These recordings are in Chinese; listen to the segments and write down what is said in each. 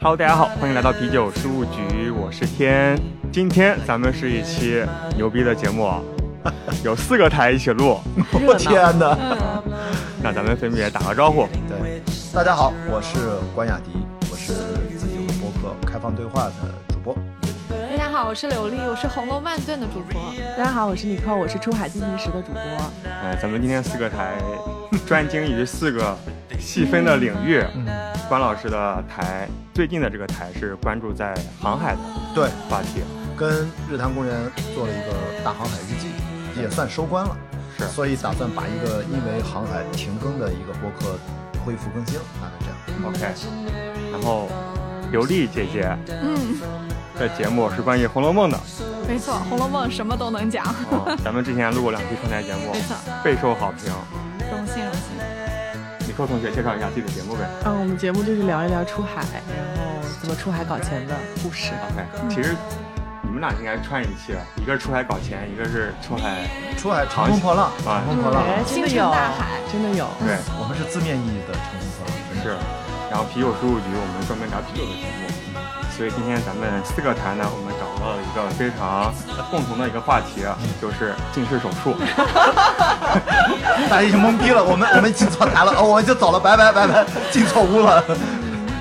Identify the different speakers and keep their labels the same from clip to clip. Speaker 1: Hello，大家好，欢迎来到啤酒事务局，我是天。今天咱们是一期牛逼的节目啊， 有四个台一起录，
Speaker 2: 我天哪！
Speaker 1: 那咱们分别打个招呼。
Speaker 2: 对，大家好，我是关雅迪，我是自己有个播客《开放对话》的主播。
Speaker 3: 大家好，我是柳丽，我是《红楼梦》顿的主播。
Speaker 4: 大家好，我是李寇，我是出海进行时的主播。
Speaker 1: 呃，咱们今天四个台专精于四个细分的领域。关老师的台最近的这个台是关注在航海的
Speaker 2: 对，
Speaker 1: 话题，
Speaker 2: 跟日坛公园做了一个大航海日记，也算收官了。
Speaker 1: 是
Speaker 2: 所以打算把一个因为航海停更的一个播客恢复更新，大概这样。
Speaker 1: OK。然后刘丽姐姐
Speaker 3: 嗯，
Speaker 1: 的节目是关于《红楼梦》 的，
Speaker 3: 没错，《红楼梦》什么都能讲，
Speaker 1: 啊，咱们之前录过两期串台节目
Speaker 3: 没，错，
Speaker 1: 备受好评。
Speaker 2: 哦
Speaker 3: 荣幸荣幸。
Speaker 1: 李寇同学介绍一下自己的节目呗。
Speaker 4: 嗯，我们节目就是聊一聊出海，然后怎么出海搞钱的故事。
Speaker 1: OK，其实你们俩应该串一期了，一个是出海搞钱，一个是出海
Speaker 2: 出海乘风破浪，
Speaker 1: 啊
Speaker 2: 乘风破浪，
Speaker 4: 哎，真
Speaker 3: 星
Speaker 4: 的
Speaker 3: 辰
Speaker 4: 有
Speaker 3: 大海，
Speaker 4: 真的有。
Speaker 1: 对
Speaker 2: 我们是字面意义的乘风破浪。真的
Speaker 1: 是，然后啤酒事务局我们专门聊啤酒的节目，所以今天咱们四个台呢，我们找到了一个非常共同的一个话题，啊
Speaker 2: 嗯
Speaker 1: 就是近视手 术。
Speaker 2: 大家已经懵逼了，我们我们进错台了，哦，我就走了，拜拜拜拜，进错屋了。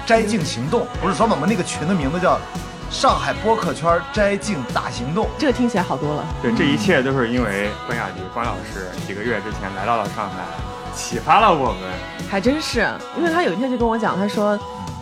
Speaker 2: 斋镜行动不是说吗我们那个群的名字叫“上海播客圈斋镜大行动
Speaker 4: 这个听起来好多了，
Speaker 1: 对，这一切都是因为关雅迪关老师几个月之前来到了上海，启发了我们。
Speaker 4: 还真是。因为他有一天就跟我讲，他说，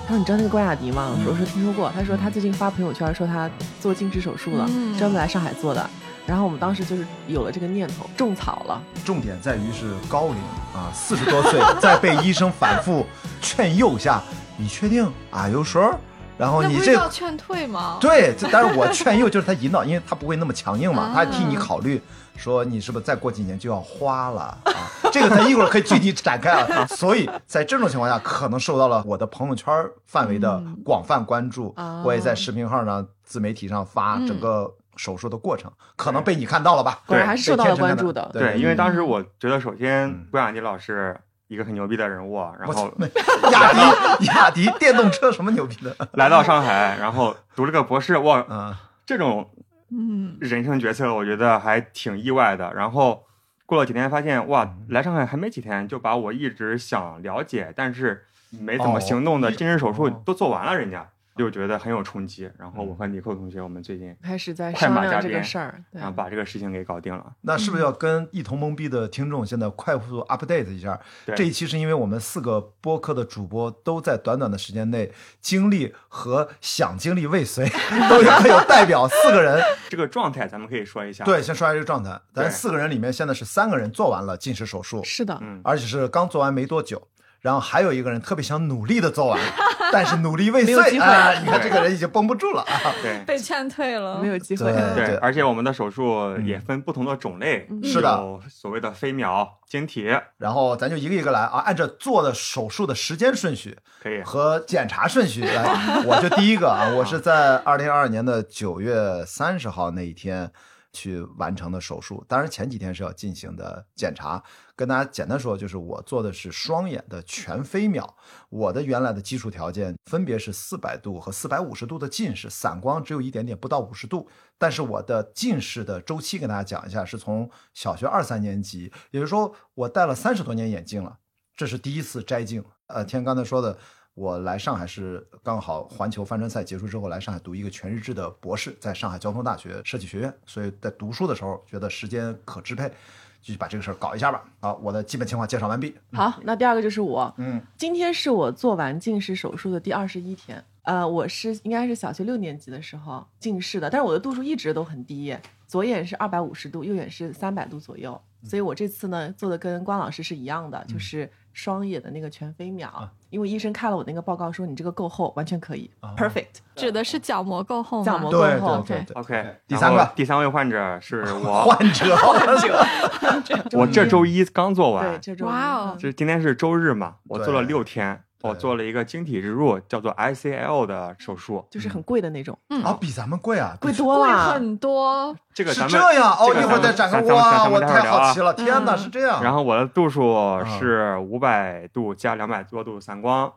Speaker 4: 他说你知道那个关雅迪吗？
Speaker 1: 嗯
Speaker 4: 我说我说听说过。他说他最近发朋友圈说他做近视手术了，
Speaker 3: 嗯
Speaker 4: 专门来上海做的。然后我们当时就是有了这个念头，种草了。”，
Speaker 2: 重点在于是高龄啊，四十多岁，在被医生反复劝诱下，你确定？Are 啊 you sure？然后
Speaker 3: 那
Speaker 2: 你
Speaker 3: 不是
Speaker 2: 这
Speaker 3: 叫劝退吗？
Speaker 2: 对，这但是我劝诱就是他引导，因为他不会那么强硬嘛
Speaker 3: 啊，
Speaker 2: 他替你考虑，说你是不是再过几年就要花了啊？这个咱一会儿可以具体展开啊。所以在这种情况下，可能受到了我的朋友圈范围的广泛关注，
Speaker 4: 啊
Speaker 2: 我也在视频号上、自媒体上发
Speaker 3: 嗯
Speaker 2: 整个手术的过程，可能被你看到了吧？
Speaker 4: 果然
Speaker 1: 对
Speaker 4: 还是受到了关注的。
Speaker 2: 对
Speaker 1: 对，因为当
Speaker 2: 时
Speaker 1: 时我觉得，首先
Speaker 2: 嗯
Speaker 1: 关雅迪老师一个很牛逼的人物啊，然后
Speaker 2: 雅迪雅迪电动车什么牛逼的
Speaker 1: 来到上海，然后读了个博士，哇，
Speaker 2: 啊？
Speaker 1: 这种
Speaker 3: 嗯，
Speaker 1: 人生决策，我觉得还挺意外的。然后过了几天，发现哇，
Speaker 2: 嗯
Speaker 1: 来上海还没几天，就把我一直想了解但是没怎么行动的
Speaker 2: 哦
Speaker 1: 近视手术
Speaker 2: 哦嗯
Speaker 1: 都做完了，人家就觉得很有冲击。然后我和尼寇同学，我们最近
Speaker 4: 开始在
Speaker 1: 快
Speaker 4: 商
Speaker 1: 马加
Speaker 4: 量这个
Speaker 1: 鞭
Speaker 4: 事儿，对
Speaker 1: 啊，把这个事情给搞定了。
Speaker 2: 那是不是
Speaker 4: 嗯
Speaker 2: 要跟一同懵逼的听众现在快速 update 一下？
Speaker 1: 对
Speaker 2: 这一期是因为我们四个播客的主播都在短短的时间内精力和想精力 未遂，都有各有代表。四个人，
Speaker 1: 这个状态，咱们可以说一
Speaker 4: 啊
Speaker 1: 下。
Speaker 2: 对，先说一下这个状态。
Speaker 1: 对
Speaker 2: 咱四个人里面现在是三个人做完了近视手术，
Speaker 4: 是的，
Speaker 1: 嗯，
Speaker 2: 而且是刚做完没多久。然后还有一个人特别想努力的 做完，但是努力未
Speaker 4: 没有
Speaker 2: 遂
Speaker 4: 机会
Speaker 2: 啊！你看
Speaker 1: 对
Speaker 2: 这个人已经绷不住了 啊！
Speaker 1: 对
Speaker 3: 被劝退了。
Speaker 4: 没有机会。
Speaker 2: 对嗯
Speaker 1: 对，而且我们的手术也分不同的种类，
Speaker 4: 嗯
Speaker 2: 是的
Speaker 1: 有所谓的飞秒、晶体，
Speaker 2: 然后咱就一个一个来啊，按照做的手术的时间顺序，
Speaker 1: 可以。
Speaker 2: 和检查顺序来，我就第一个啊，我是在二零二二年的九月三十号那一天去完成的手术，当然前几天是要进行的检查。跟大家简单说，就是我做的是双眼的全飞秒，我的原来的基础条件分别是四百度和四百五十度的近视，散光只有一点点，不到五十度。但是我的近视的周期跟大家讲一下，是从小学二三年级，也就是说我戴了三十多年眼镜了。这是第一次摘镜。呃，天刚才说的，我来上海是刚好环球帆船赛结束之后来上海读一个全日制的博士，在上海交通大学设计学院，所以在读书的时候觉得时间可支配，就把这个事儿搞一下吧。好，我的基本情况介绍完毕。
Speaker 4: 好，那第二个就是我，
Speaker 2: 嗯，
Speaker 4: 今天是我做完近视手术的第二十一天。呃，我是应该是小学六年级的时候近视的，但是我的度数一直都很低，左眼是二百五十度，右眼是三百度左右。所以我这次呢做的跟关老师是一样的，就是双眼的那个全飞秒，
Speaker 2: 啊
Speaker 4: 因为医生看了我那个报告说你这个够厚，完全可以、
Speaker 2: 哦
Speaker 4: p e r f e c t
Speaker 3: 指的是角膜够厚吗？
Speaker 4: 角膜
Speaker 2: 对
Speaker 4: 够
Speaker 2: 对
Speaker 4: 厚，
Speaker 2: 对对
Speaker 1: OK，
Speaker 2: 第三个
Speaker 1: 然后第三位患者 是我，
Speaker 2: 患者，患者，
Speaker 1: 我这周一刚做
Speaker 4: 嗯对，
Speaker 1: 完，
Speaker 4: 这种嗯
Speaker 3: 哇哦
Speaker 1: 就是今天是周日嘛，我做了
Speaker 2: 嗯对
Speaker 1: 六天，我
Speaker 2: 对
Speaker 1: 做了一个晶体植入，叫做 ICL 的手术。
Speaker 4: 就是很贵的那种，
Speaker 3: 嗯
Speaker 2: 啊，比咱们贵啊，
Speaker 4: 贵多
Speaker 3: 贵
Speaker 4: 了。
Speaker 3: 很多，
Speaker 1: 这个
Speaker 2: 是
Speaker 1: 咱们
Speaker 2: 这样哦，
Speaker 1: 这个
Speaker 2: 一会儿
Speaker 1: 咱们
Speaker 2: 再展开
Speaker 1: 咱咱
Speaker 2: 哇，
Speaker 1: 咱
Speaker 2: 我
Speaker 1: 们待会儿
Speaker 2: 太
Speaker 1: 聊啊
Speaker 2: 好奇了，天哪，
Speaker 3: 嗯
Speaker 2: 是这样，
Speaker 1: 然后我的度数
Speaker 2: 嗯
Speaker 1: 是五百度加两百多度散光，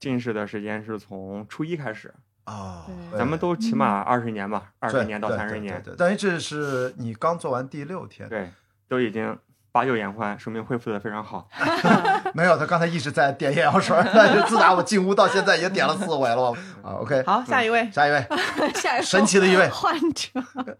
Speaker 1: 近视的时间是从初一开始，
Speaker 2: 啊，
Speaker 4: 对
Speaker 2: 哎
Speaker 1: 咱们都起码二十年吧，二十
Speaker 2: 对
Speaker 1: 年到
Speaker 2: 对
Speaker 1: 三十
Speaker 2: 对
Speaker 1: 年，
Speaker 2: 对对等于这是你刚做完第六天，
Speaker 1: 对，都已经把酒言欢，说明恢复的非常好。
Speaker 2: 没有，他刚才一直在点眼药水 儿，但是自打我进屋到现在也点了四回了啊，OK，
Speaker 4: 好，下一位，
Speaker 2: 下一位，
Speaker 3: 下一
Speaker 2: 神奇的一位
Speaker 3: 个，患者，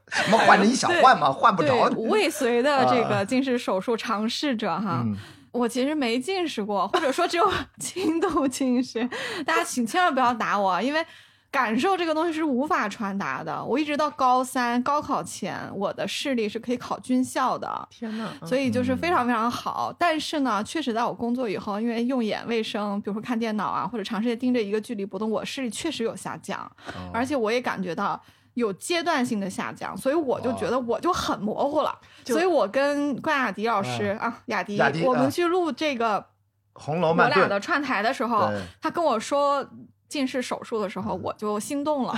Speaker 2: 什么患者你想换吗？换不
Speaker 3: 对
Speaker 2: 着，
Speaker 3: 未遂的这
Speaker 2: 啊
Speaker 3: 个近视手术尝试者哈，
Speaker 2: 嗯，
Speaker 3: 我其实没近视过，或者说只有轻度近视。大家请千万不要打我，因为感受这个东西是无法传达的。我一直到高三高考前，我的视力是可以考军校的。
Speaker 4: 天哪，
Speaker 2: 嗯
Speaker 3: 所
Speaker 4: 以
Speaker 3: 以就是非常非常好，但是呢，确实在我工作以后，因为用眼卫生，比如说看电脑啊，或者长时间盯着一个距离不动，我视力确实有下降，
Speaker 2: 哦
Speaker 3: 而且我也感觉到有阶段性的下降，所以我
Speaker 2: 哦
Speaker 3: 就觉得我就很模糊了。
Speaker 4: 就
Speaker 3: 所以我跟关雅迪老师啊，雅迪，
Speaker 2: 雅迪
Speaker 3: 我
Speaker 2: 啊
Speaker 3: 们去录这个
Speaker 2: 红楼
Speaker 3: 我
Speaker 2: 梦
Speaker 3: 俩的串台的时候
Speaker 2: 对，嗯
Speaker 3: 他跟我说。近视手术的时候，我就心动 了，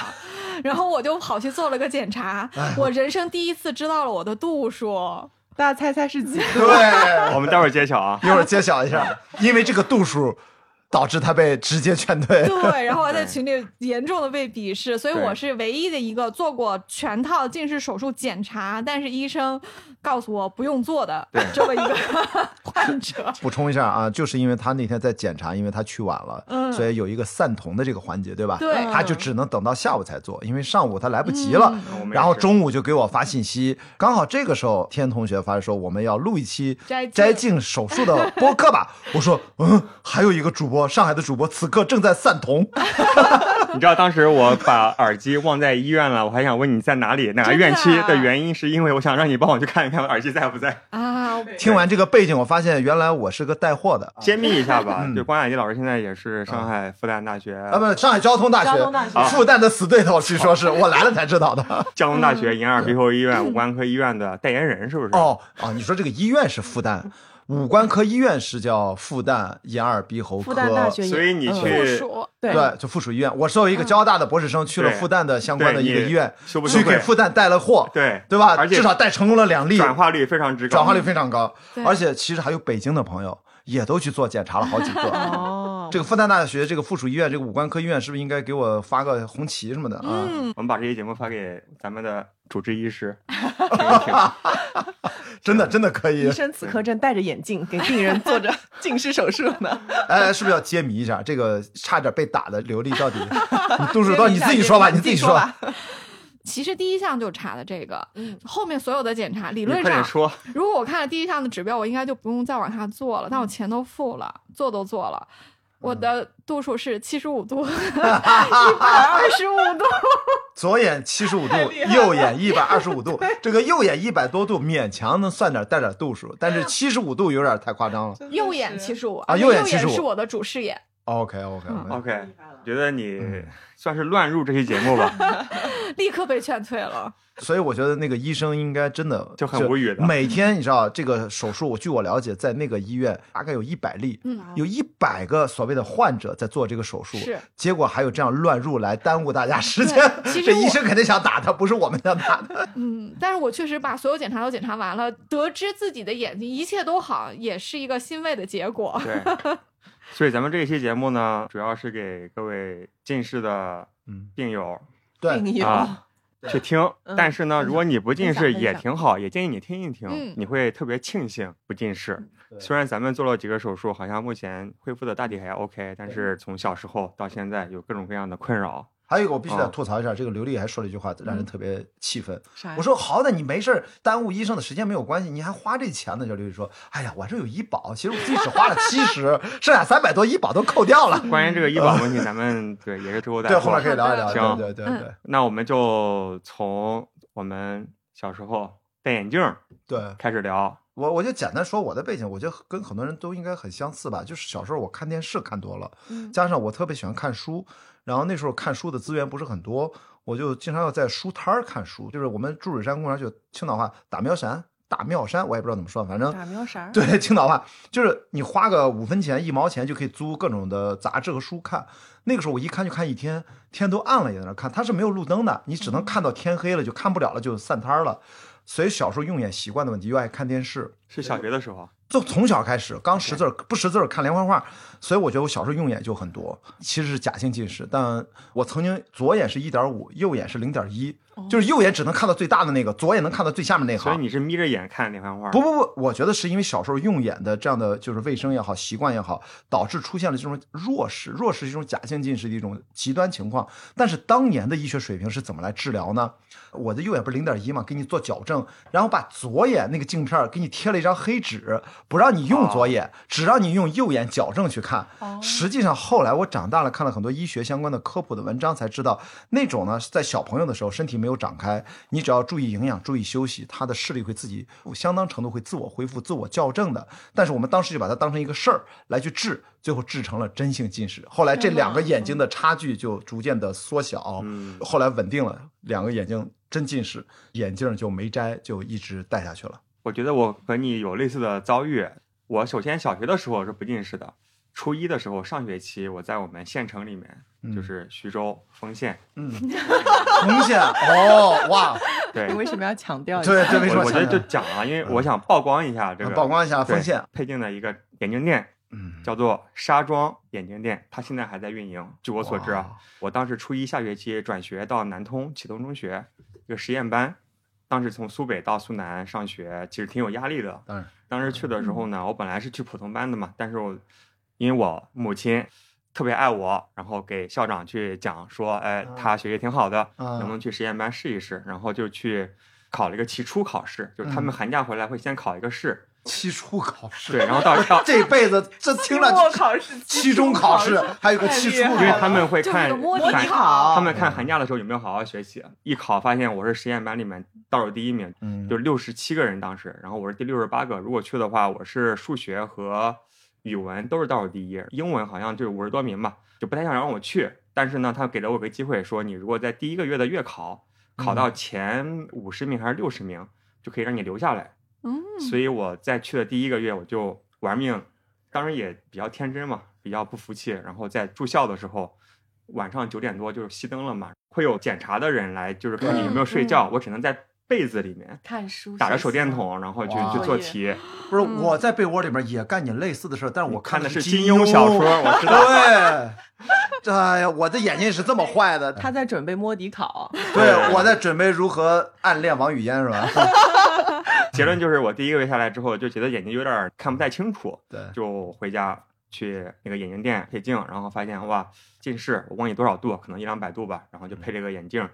Speaker 3: 然后我就跑去做了个检查，
Speaker 2: 哎
Speaker 3: 我人生第一次知道了我的度数。
Speaker 4: 大家猜猜是几？
Speaker 2: 对，对。
Speaker 1: 我们待会儿揭晓啊
Speaker 2: 一会儿揭晓一下，因为这个度数导致他被直接劝 退，
Speaker 3: 对，然后我在群里严重的被鄙视，所以我是唯一的一个做过全套近视手术检查，但是医生告诉我不用做的
Speaker 1: 对
Speaker 3: 这么一个患者。
Speaker 2: 补充一下啊，就是因为他那天在检查，因为他去晚了，
Speaker 4: 嗯
Speaker 2: 所以有一个散瞳的这个环节，对吧？
Speaker 3: 对
Speaker 2: 他就只能等到下午才做，因为上午他来不及了。
Speaker 4: 嗯
Speaker 1: 嗯我们也
Speaker 2: 然后
Speaker 1: 是
Speaker 2: 中午就给我发信息，刚好这个时候天同学发说我们要录一期
Speaker 3: 摘镜
Speaker 2: 摘镜手术的播客吧。 我说嗯，还有一个主播，上海的主播此刻正在散瞳。
Speaker 1: 你知道当时我把耳机忘在医院了，我还想问你在哪里，哪个
Speaker 3: 真的
Speaker 1: 院区
Speaker 3: 啊
Speaker 1: 的原因，是因为我想让你帮我去看一看我耳机在不在，
Speaker 3: 啊，
Speaker 2: 听完这个背景，我发现原来我是个带货的啊
Speaker 1: 揭秘一下吧。就关雅迪老师现在也是上海复旦大学、
Speaker 2: 啊，不是上海交通大
Speaker 4: 交
Speaker 2: 学
Speaker 4: 通大学
Speaker 2: 复旦的死对头，据说是我来了才知道的。
Speaker 1: 交通大学眼耳鼻喉医
Speaker 3: 嗯
Speaker 1: 院五官科医院的代言人，是不是？
Speaker 2: 嗯哦哦，你说这个医院是复 旦，五官科医院是叫复旦眼耳鼻喉科，
Speaker 4: 复旦大学也，
Speaker 1: 所以你
Speaker 4: 嗯
Speaker 1: 去
Speaker 3: 附属
Speaker 4: 对
Speaker 2: 对，就附属医院。我作为一个交大的博士生，去了
Speaker 1: 对
Speaker 2: 复旦的相关的
Speaker 1: 对
Speaker 2: 一个
Speaker 1: 你
Speaker 2: 医院
Speaker 1: 羞不，羞
Speaker 2: 去给
Speaker 1: 愧
Speaker 2: 复旦带了货，
Speaker 1: 对
Speaker 2: 对吧？
Speaker 1: 而且
Speaker 2: 至少带成功了两例，
Speaker 1: 转化率非常之高，
Speaker 2: 转化率非常高。
Speaker 3: 对
Speaker 2: 而且其实还有北京的朋友也都去做检查了好几
Speaker 1: 嗯
Speaker 2: 个。
Speaker 4: 哦，
Speaker 2: 这个复旦大学这个附属医院这个五官科医院是不是应该给我发个红旗什么的啊？
Speaker 3: 嗯
Speaker 1: 我们把这期节目发给咱们的主治医师，听一听
Speaker 2: 真的真的可以
Speaker 4: 医，生此刻正戴着眼镜给病人做着 近视手术呢。
Speaker 2: 哎，是不是要揭秘一下这个差点被打的刘丽 到底你度数到底你自己说吧，你自己说吧。
Speaker 4: 吧。
Speaker 3: 其实第一项就查的这个，
Speaker 4: 嗯
Speaker 3: 后面所有的检查理
Speaker 1: 你
Speaker 3: 论
Speaker 1: 快点
Speaker 3: 上，
Speaker 1: 说，
Speaker 3: 如果我看了第一项的指标，我应该就不用再往下做了，但我钱都付了，做都做了。我的度数是七十五 度，一百二十五度，
Speaker 2: 左眼七十五度
Speaker 4: 厉，害了
Speaker 2: 右眼一百二十五度。这个右眼一百多度勉强能算点带点度数，但是七十五度有点太夸张了。
Speaker 3: 右 眼七十五
Speaker 2: 啊右
Speaker 3: 右
Speaker 2: 眼
Speaker 3: 眼
Speaker 2: 75
Speaker 3: 是我的主视野，
Speaker 2: OK OK，,
Speaker 3: 嗯
Speaker 1: OK，
Speaker 4: 了
Speaker 1: 觉得你
Speaker 2: 嗯
Speaker 1: 算是乱入这期节目 吧，
Speaker 3: 立刻被劝退了。
Speaker 2: 所以我觉得那个医生应该真的
Speaker 1: 就很无语的
Speaker 2: 就每天你知道这个手术，我据我了解，在那个医院大概有一百例，
Speaker 3: 嗯
Speaker 2: 有一百个所谓的患者在做这个手术，
Speaker 3: 是
Speaker 2: 结果还有这样乱入来耽误大家时间，
Speaker 3: 对其实
Speaker 2: 这
Speaker 3: 我
Speaker 2: 医生肯定想打他，不是我们想打他。
Speaker 3: 嗯，但是我确实把所有检查都检查完了，得知自己的眼睛一切都好，也是一个欣慰的结果。
Speaker 1: 对。所以咱们这一期节目呢，主要是给各位近视的
Speaker 2: 嗯，
Speaker 1: 病友
Speaker 2: 对，
Speaker 4: 病友
Speaker 1: 啊去听。
Speaker 4: 嗯
Speaker 1: 但是呢，如果你不近视
Speaker 4: 分享分享
Speaker 1: 也挺好，也建议你听一听
Speaker 3: 嗯，
Speaker 1: 你会特别庆幸不近视。
Speaker 2: 嗯对
Speaker 1: 虽然咱们做了几个手术，好像目前恢复的大体还 OK，但是从小时候到现在有各种各样的困扰。
Speaker 2: 还有一个我必须得
Speaker 1: 哦
Speaker 2: 吐槽一下，这个刘丽还说了一句话，让
Speaker 3: 嗯
Speaker 2: 人特别气愤。
Speaker 4: 啥呀
Speaker 2: 我说好歹你没事儿耽误医生的时间没有关系，你还花这钱呢。就刘丽说，哎呀，我这有医保，其实我自己只花了七十，剩下三百多医保都扣掉
Speaker 4: 嗯
Speaker 2: 了。
Speaker 1: 关于这个医保问 题，咱们对也是之后再
Speaker 2: 对，后
Speaker 1: 说
Speaker 2: 面可以聊一聊。
Speaker 1: 行
Speaker 2: 对对对对
Speaker 1: 那我们就从我们小时候戴眼镜儿
Speaker 2: 对，
Speaker 1: 开始聊，
Speaker 2: 我我就简单说我的背景，我觉得跟很多人都应该很相似吧。就是小时候我看电视看多了，
Speaker 3: 嗯
Speaker 2: 加上我特别喜欢看书，然后那时候看书的资源不是很多，我就经常要在书摊儿看书。就是我们注水山公园就青岛话打苗山，打苗山，我也不知道怎么说，反正
Speaker 4: 打苗啥？，
Speaker 2: 对，青岛话就是你花个五分钱、一毛钱就可以租各种的杂志和书看。那个时候我一看就看一天，天都暗了也在那儿看，它是没有路灯的，你只能看到天黑了，就看不了了，就散摊儿了。所以小时候用眼习惯的问题，又爱看电视，
Speaker 1: 是小学的时候，
Speaker 2: 就从小开始，刚识字儿不识字儿看连环画，所以我觉得我小时候用眼就很多，其实是假性近视，但我曾经左眼是一点五，右眼是零点一，就是右眼只能看到最大的那个，左眼能看到最下面那
Speaker 1: 哦所以
Speaker 2: 行。
Speaker 1: 你是眯着眼看连环画。
Speaker 2: 不，不不，我觉得是因为小时候用眼的这样的就是卫生也好，习惯也好，导致出现了这种弱视，弱视是一种假性近视的一种极端情况。但是当年的医学水平是怎么来治疗呢？我的右眼不是零点一嘛，给你做矫正，然后把左眼那个镜片儿给你贴了一张黑纸，不让你用左眼，只让你用右眼矫正去看。
Speaker 4: 哦
Speaker 2: 实际上后来我长大了，看了很多医学相关的科普的文章，才知道那种呢是在小朋友的时候身体没有长开，你只要注意营养、注意休息，他的视力会自己相当程度会自我恢复、自我校正的。但是我们当时就把它当成一个事儿来去治，最后治成了真性近视。后来这两个眼睛的差距就逐渐的缩小，
Speaker 1: 嗯，
Speaker 2: 后来稳定了，两个眼睛真近视，眼镜就没摘，就一直戴下去了。
Speaker 1: 我觉得我和你有类似的遭遇。我首先小学的时候是不近视的，初一的时候上学期我在我们县城里面，
Speaker 2: 嗯
Speaker 1: 就是徐州丰县，
Speaker 2: 嗯，红线哦，哇，
Speaker 1: 对
Speaker 4: 你，为什么要强调一下？
Speaker 2: 对，这为什么
Speaker 1: 我我觉得就讲啊，因为我想曝光一下这个
Speaker 2: 嗯啊曝光一下
Speaker 1: 对
Speaker 2: 丰县，
Speaker 1: 配镜的一个眼镜店，
Speaker 2: 嗯，
Speaker 1: 叫做沙庄眼镜店，它现在还在运营。据我所知啊
Speaker 2: 哇，
Speaker 1: 我当时初一下学期转学到南通启东中学一个实验班，当时从苏北到苏南上学，其实挺有压力的。
Speaker 2: 当然，
Speaker 1: 当时去的时候呢，我本来是去普通班的嘛，但是我因为我母亲特别爱我，然后给校长去讲说，哎，他学习挺好的，
Speaker 2: 啊
Speaker 1: 能不能去实验班试一试？然后就去考了一个期初考试，就是
Speaker 2: 嗯
Speaker 1: 他们寒假回来会先考一个试，
Speaker 2: 期初考试，
Speaker 1: 对，然后到到。
Speaker 2: 这辈子这听 着
Speaker 4: 期末考试、
Speaker 2: 期中考试，还有个期初
Speaker 4: 太厉
Speaker 1: 因为
Speaker 4: 害了
Speaker 1: 他们会
Speaker 3: 就是
Speaker 1: 看
Speaker 3: 个摸啊
Speaker 4: 模
Speaker 1: 寒
Speaker 4: 拟考
Speaker 1: 他们看寒假的时候有没有好好学习，一考发现我是实验班里面倒数第一名，
Speaker 2: 嗯
Speaker 1: 就六十七个人当时，然后我是第六十八个。如果去的话，我是数学和语文都是倒数第一，英文好像就五十多名吧，就不太想让我去。但是呢，他给了我个机会，说你如果在第一个月的月考考到前五十名还是六十名，就可以让你留下来。
Speaker 3: 嗯，
Speaker 1: 所以我在去的第一个月，我就玩命，当然也比较天真嘛，比较不服气。然后在住校的时候，晚上九点多就是熄灯了嘛，会有检查的人来，就是看你有没有睡觉。我只能在被子里面
Speaker 4: 看书，
Speaker 1: 打着
Speaker 4: 写
Speaker 1: 手电
Speaker 4: 字，
Speaker 1: 筒，然后去
Speaker 2: 哇
Speaker 1: 去做题。
Speaker 2: 不是我在被窝里面也干你类似的事儿，但是我
Speaker 1: 看的是
Speaker 2: 金
Speaker 1: 金庸小说，我知道。
Speaker 2: 对，哎呀，我的眼睛是这么坏的。
Speaker 4: 他在准备摸底考。
Speaker 2: 对，我在准备如何暗恋王语嫣，是吧？
Speaker 1: 结论就是我第一个月下来之后，就觉得眼睛有点看不太清楚，
Speaker 2: 对，
Speaker 1: 就回家去那个眼镜店配镜，然后发现哇，近视我忘记多少度，可能一两百度吧，然后就配这个眼镜。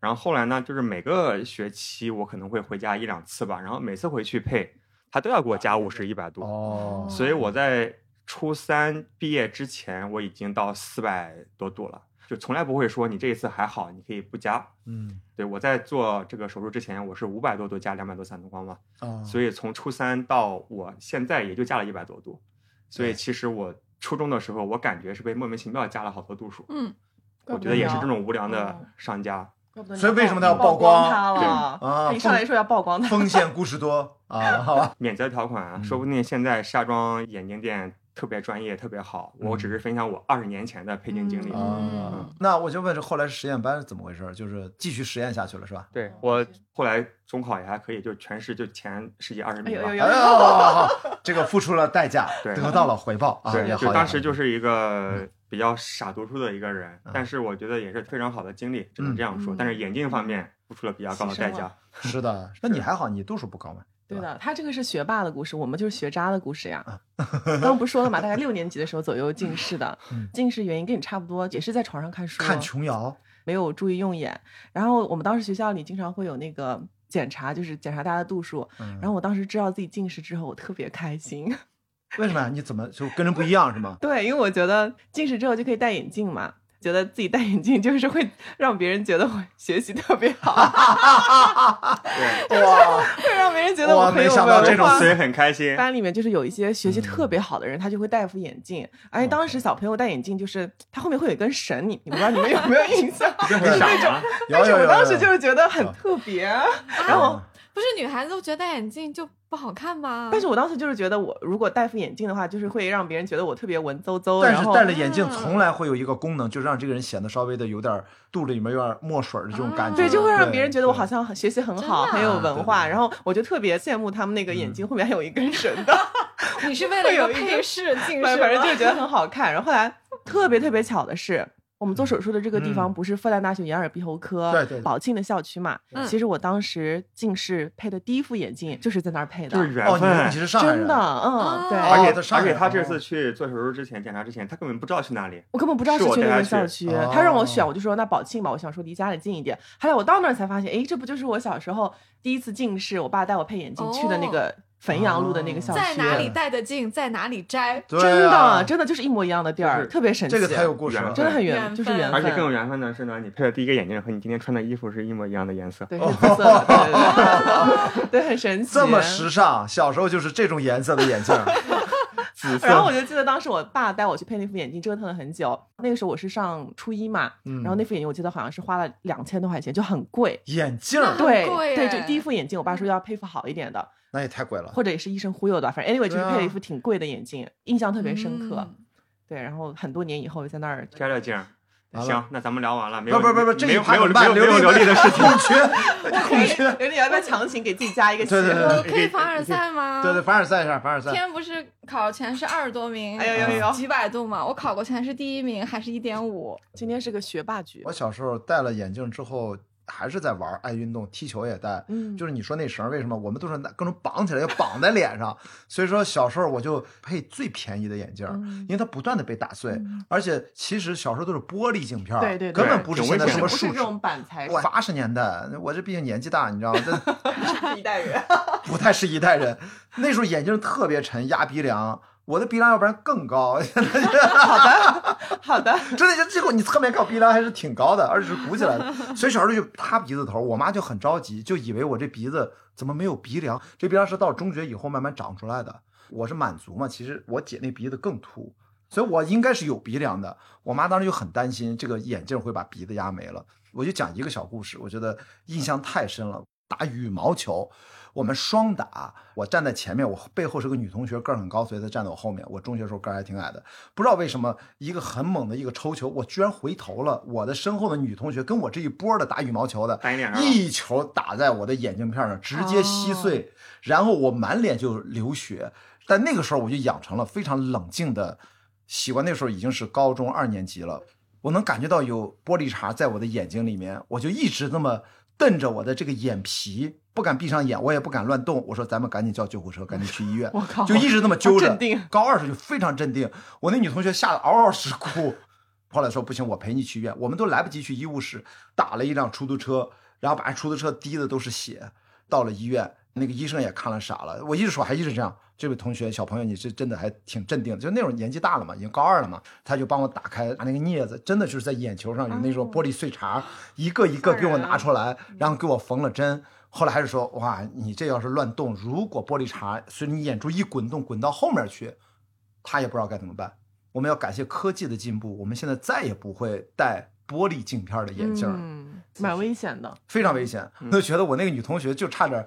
Speaker 1: 然后后来呢，就是每个学期我可能会回家一两次吧，然后每次回去配，他都要给我加五十一百度，
Speaker 2: 哦
Speaker 1: 所以我在初三毕业之前我已经到四百多度了，就从来不会说你这一次还好，你可以不加。
Speaker 2: 嗯，
Speaker 1: 对我在做这个手术之前，我是五百多度加两百多散光嘛，
Speaker 2: 哦
Speaker 1: 所以从初三到我现在也就加了一百多度，所以
Speaker 2: 对
Speaker 1: 其实我初中的时候，我感觉是被莫名其妙加了好多度数，
Speaker 3: 嗯，
Speaker 1: 我觉得也是这种无良
Speaker 4: 哦
Speaker 1: 的商家。
Speaker 4: 怪不得你
Speaker 2: 所以为什么他要
Speaker 4: 曝
Speaker 2: 曝光
Speaker 4: 他
Speaker 1: 对
Speaker 4: 了？
Speaker 2: 啊
Speaker 4: 他一上来
Speaker 2: 曝
Speaker 4: 说要曝光他，
Speaker 2: 丰县故事多啊，好吧，
Speaker 1: 免责条款啊，
Speaker 2: 嗯
Speaker 1: 说不定现在夏装眼镜店特别专业，特别好。我只是分享我二十年前的配镜经历。
Speaker 3: 嗯
Speaker 2: 啊，那我就问这后来实验班是怎么回事儿？就是继续实验下去了，是吧？
Speaker 1: 对我后来中考也还可以，就全市就前十几二十
Speaker 4: 哎
Speaker 1: 名
Speaker 4: 呦
Speaker 1: 吧
Speaker 4: 呦。
Speaker 2: 哎
Speaker 4: 呦！
Speaker 2: 呦，这个付出了代价，
Speaker 1: 对
Speaker 2: 得到了回报啊，也
Speaker 1: 对，
Speaker 2: 好。也
Speaker 1: 就
Speaker 2: 好
Speaker 1: 当时就是一个比较傻读书的一个人
Speaker 2: 嗯，
Speaker 1: 但是我觉得也是非常好的经历，只能这样说
Speaker 4: 嗯。
Speaker 1: 但是眼镜方面付出了比较高的代
Speaker 4: 牺牲
Speaker 1: 价
Speaker 4: 了。
Speaker 2: 是的，那你还好，你度数不高嘛？
Speaker 4: 对
Speaker 2: 吧，
Speaker 4: 的，他这个是学霸的故事，我们就是学渣的故事呀。刚刚不是说了嘛，大概六年级的时候左右近视的
Speaker 2: 嗯，
Speaker 4: 近视原因跟你差不多，也是啊在床上看书，
Speaker 2: 看琼瑶，
Speaker 4: 没有注意用眼。然后我们当时学校里经常会有那个检查，就是检查大家的度数。
Speaker 2: 嗯
Speaker 4: 然后我当时知道自己近视之后，我特别开心。
Speaker 2: 为什么呀？你怎么就跟人不一样是吗？
Speaker 4: 对，因为我觉得近视之后就可以戴眼镜嘛。觉得自己戴眼镜就是会让别人觉得我学习特别好，
Speaker 2: 哇，
Speaker 4: 会让别人觉得我
Speaker 2: 哇
Speaker 4: 很有
Speaker 2: 没想到
Speaker 4: 文
Speaker 2: 嗯哦这种嗯
Speaker 4: 化
Speaker 2: 词
Speaker 1: 所以很开心。
Speaker 4: 班里面就是有一些学习特别好的人，他就会戴副眼镜。而且
Speaker 2: 嗯
Speaker 4: 当时小朋友戴眼镜，就是他后面会有一根绳，你你不知道你们有没有印象？
Speaker 1: 不是很傻啊吗？
Speaker 2: 有
Speaker 4: 但是
Speaker 2: 有有
Speaker 4: 我
Speaker 2: 有，嗯
Speaker 4: 当时就是是觉得很特别， 然后，
Speaker 3: 嗯不是女孩子都觉得戴眼镜就不好看吗？
Speaker 4: 但是我当时就是觉得我如果戴副眼镜的话，就是会让别人觉得我特别文绉绉，
Speaker 2: 但
Speaker 4: 然
Speaker 2: 是
Speaker 4: 后嗯
Speaker 2: 戴了眼镜从来会有一个功能，就让这个人显得稍微的有点肚子里面有点墨水的这种感觉，
Speaker 4: 对，就会让
Speaker 2: 嗯对
Speaker 4: 别人觉得我好
Speaker 2: 对
Speaker 4: 像很学习很好，
Speaker 3: 真的啊
Speaker 4: 很有文
Speaker 2: 对
Speaker 4: 化。
Speaker 2: 对嗯对
Speaker 4: 然后我就特别羡慕他们那个眼镜后面还有一根绳 的，
Speaker 3: 你是为了一个
Speaker 4: 会有一个
Speaker 3: 配饰近视吗，
Speaker 4: 反反正就是觉得很好看。然后后来特别特别巧的是，我们做手术的这个地方
Speaker 2: 嗯
Speaker 4: 不是复旦大学眼耳鼻喉科
Speaker 2: 对对对
Speaker 4: 宝庆的校区嘛？
Speaker 3: 嗯
Speaker 4: 其实我当时近视配的第一副眼镜就是在那儿配的，
Speaker 1: 就是缘
Speaker 2: 哦，
Speaker 1: 分。
Speaker 2: 你你是上海人
Speaker 4: 真的，嗯，对。
Speaker 3: 哦
Speaker 1: 而
Speaker 2: 哦在
Speaker 1: 且
Speaker 2: 上
Speaker 1: 而且
Speaker 2: 海
Speaker 1: 他
Speaker 2: 哦
Speaker 1: 这次去做手术之前，检查之前，他根本不知道去哪里。
Speaker 4: 我根本不知道
Speaker 1: 是我
Speaker 4: 去
Speaker 1: 带
Speaker 4: 那
Speaker 1: 他
Speaker 4: 个
Speaker 1: 去
Speaker 4: 校区
Speaker 2: 哦，
Speaker 4: 他让我选，我就说那宝庆吧，我想说离家里近一点。后来我到那儿才发现，哎，这不就是我小时候第一次近视，我爸带我配眼镜去的那个汾阳路的那个校区，
Speaker 3: 哦在哪里戴的镜，在哪里摘。
Speaker 2: 哦对
Speaker 4: 真
Speaker 2: 啊
Speaker 4: 的真的就是一模一样的地
Speaker 1: 就
Speaker 4: 儿，
Speaker 1: 是
Speaker 4: 特别神奇，
Speaker 2: 这个才有故事，
Speaker 1: 缘
Speaker 4: 真的很
Speaker 3: 缘
Speaker 4: 缘，
Speaker 3: 分
Speaker 4: 就是缘
Speaker 1: 而
Speaker 4: 分，
Speaker 1: 且更有缘分的是呢，你配的第一个眼镜和你今天穿的衣服是一模一样的颜色。
Speaker 4: 对，是紫色的，对对对，对，很神奇，
Speaker 2: 哦这么时尚，小时候就是这种颜色的眼镜，
Speaker 1: 紫色。
Speaker 4: 然后我就记得当时我爸带我去配那副眼镜，折腾了很久。那个时候我是上初一嘛，
Speaker 2: 嗯
Speaker 4: 然后那副眼镜我记得好像是花了两千多块钱，就很贵。
Speaker 2: 眼镜
Speaker 3: 那很
Speaker 4: 对
Speaker 3: 贵
Speaker 4: 对，
Speaker 3: 哎
Speaker 4: 就第一副眼镜，我爸说要配副好一点的，
Speaker 2: 那也太贵了。
Speaker 4: 或者也是医生忽悠的吧，反正 anyway 就是
Speaker 2: 对啊
Speaker 4: 配了一副挺贵的眼镜，印象特别深刻。
Speaker 3: 嗯
Speaker 4: 对，然后很多年以后在那儿，
Speaker 1: 摘 了镜儿。
Speaker 2: 完了
Speaker 1: 行，那咱们聊完了，没
Speaker 2: 不
Speaker 1: 有
Speaker 2: 不不不，这
Speaker 1: 没
Speaker 2: 一
Speaker 1: 有没
Speaker 2: 趴
Speaker 1: 有
Speaker 2: 怎么
Speaker 1: 没有
Speaker 2: 办？
Speaker 1: 没有
Speaker 2: 刘丽
Speaker 1: 流利的事 情。
Speaker 2: 空缺，空缺，
Speaker 4: 刘丽要不要强行给自己加一个
Speaker 2: 对对对
Speaker 4: 旗
Speaker 3: 我可以凡尔赛
Speaker 4: 啊
Speaker 3: 吗？
Speaker 2: 对对，凡尔赛一下，凡尔赛。
Speaker 3: 天不是考前是二十多名，
Speaker 4: 哎呦呦呦
Speaker 3: 几百度嘛，我考过前是第一名，还是一点五，
Speaker 4: 今天是个学霸局
Speaker 2: 我，小时候戴了眼镜之后，还是在玩，爱运动，踢球也戴。
Speaker 4: 嗯，
Speaker 2: 就是你说那绳儿为什么我们都是拿各种绑起来，要绑在脸上。所以说小时候我就配最便宜的眼镜儿，
Speaker 4: 嗯
Speaker 2: 因为它不断的被打碎，而且其实小时候都是玻璃镜片儿，
Speaker 4: 对对对
Speaker 2: 根本不是
Speaker 1: 挺
Speaker 2: 现在
Speaker 1: 危
Speaker 2: 什
Speaker 1: 险
Speaker 2: 么
Speaker 1: 的
Speaker 4: 不是
Speaker 2: 树
Speaker 4: 这种板材，
Speaker 2: 我八十年代，我这毕竟年纪大，你知道吗？这
Speaker 4: 一代 人。
Speaker 2: 不太是一代人。 那时候眼镜特别沉，压鼻梁，我的鼻梁要不然更高，
Speaker 4: 好 的，
Speaker 2: 真的就结果你侧面看我鼻梁还是挺高的，而且是鼓起来的。所以小时候就塌鼻子头，我妈就很着急，就以为我这鼻子怎么没有鼻梁？这鼻梁是到中学以后慢慢长出来的。我是满族嘛，其实我姐那鼻子更凸，所以我应该是有鼻梁的。我妈当时就很担心这个眼镜会把鼻子压没了。我就讲一个小故事，我觉得印象太深了。打羽毛球，我们双打，我站在前面，我背后是个女同学，个儿很高，所以她站在我后面。我中学时候个儿还挺矮的，不知道为什么一个很猛的一个抽球，我居然回头了。我的身后的女同学跟我这一波的打羽毛球的
Speaker 1: 打你脸上了
Speaker 2: 一球打在我的眼镜片上，直接
Speaker 4: 哦
Speaker 2: 稀碎，然后我满脸就流血。但那个时候我就养成了非常冷静的习惯，那时候已经是高中二年级了。我能感觉到有玻璃碴在我的眼睛里面，我就一直那么瞪着我的这个眼皮，不敢闭上眼，我也不敢乱动。我说咱们赶紧叫救护车，赶紧去医院。
Speaker 4: 我靠
Speaker 2: 就一直那么揪
Speaker 4: 好
Speaker 2: 着。
Speaker 4: 镇定啊
Speaker 2: 高二时就非常镇定，我那女同学吓得嗷嗷直哭。后来说不行，我陪你去医院，我们都来不及去医务室，打了一辆出租车，然后把出租车滴的都是血。到了医院，那个医生也看了傻了，我一直说还一直这样。这位同学，小朋友，你是真的还挺镇定的，就那种年纪大了嘛，已经高二了嘛，他就帮我打开拿那个镊子，真的就是在眼球上有那种玻璃碎碴，一个一个给我拿出来，然后给我缝了针。后来还是说，哇，你这要是乱动，如果玻璃碴随着你眼珠一滚动滚到后面去，他也不知道该怎么办。我们要感谢科技的进步，我们现在再也不会戴玻璃镜片的眼镜儿，
Speaker 4: 嗯，蛮危险 的。
Speaker 2: 非常危险。
Speaker 1: 嗯
Speaker 2: 我就觉得我那个女同学就差点儿。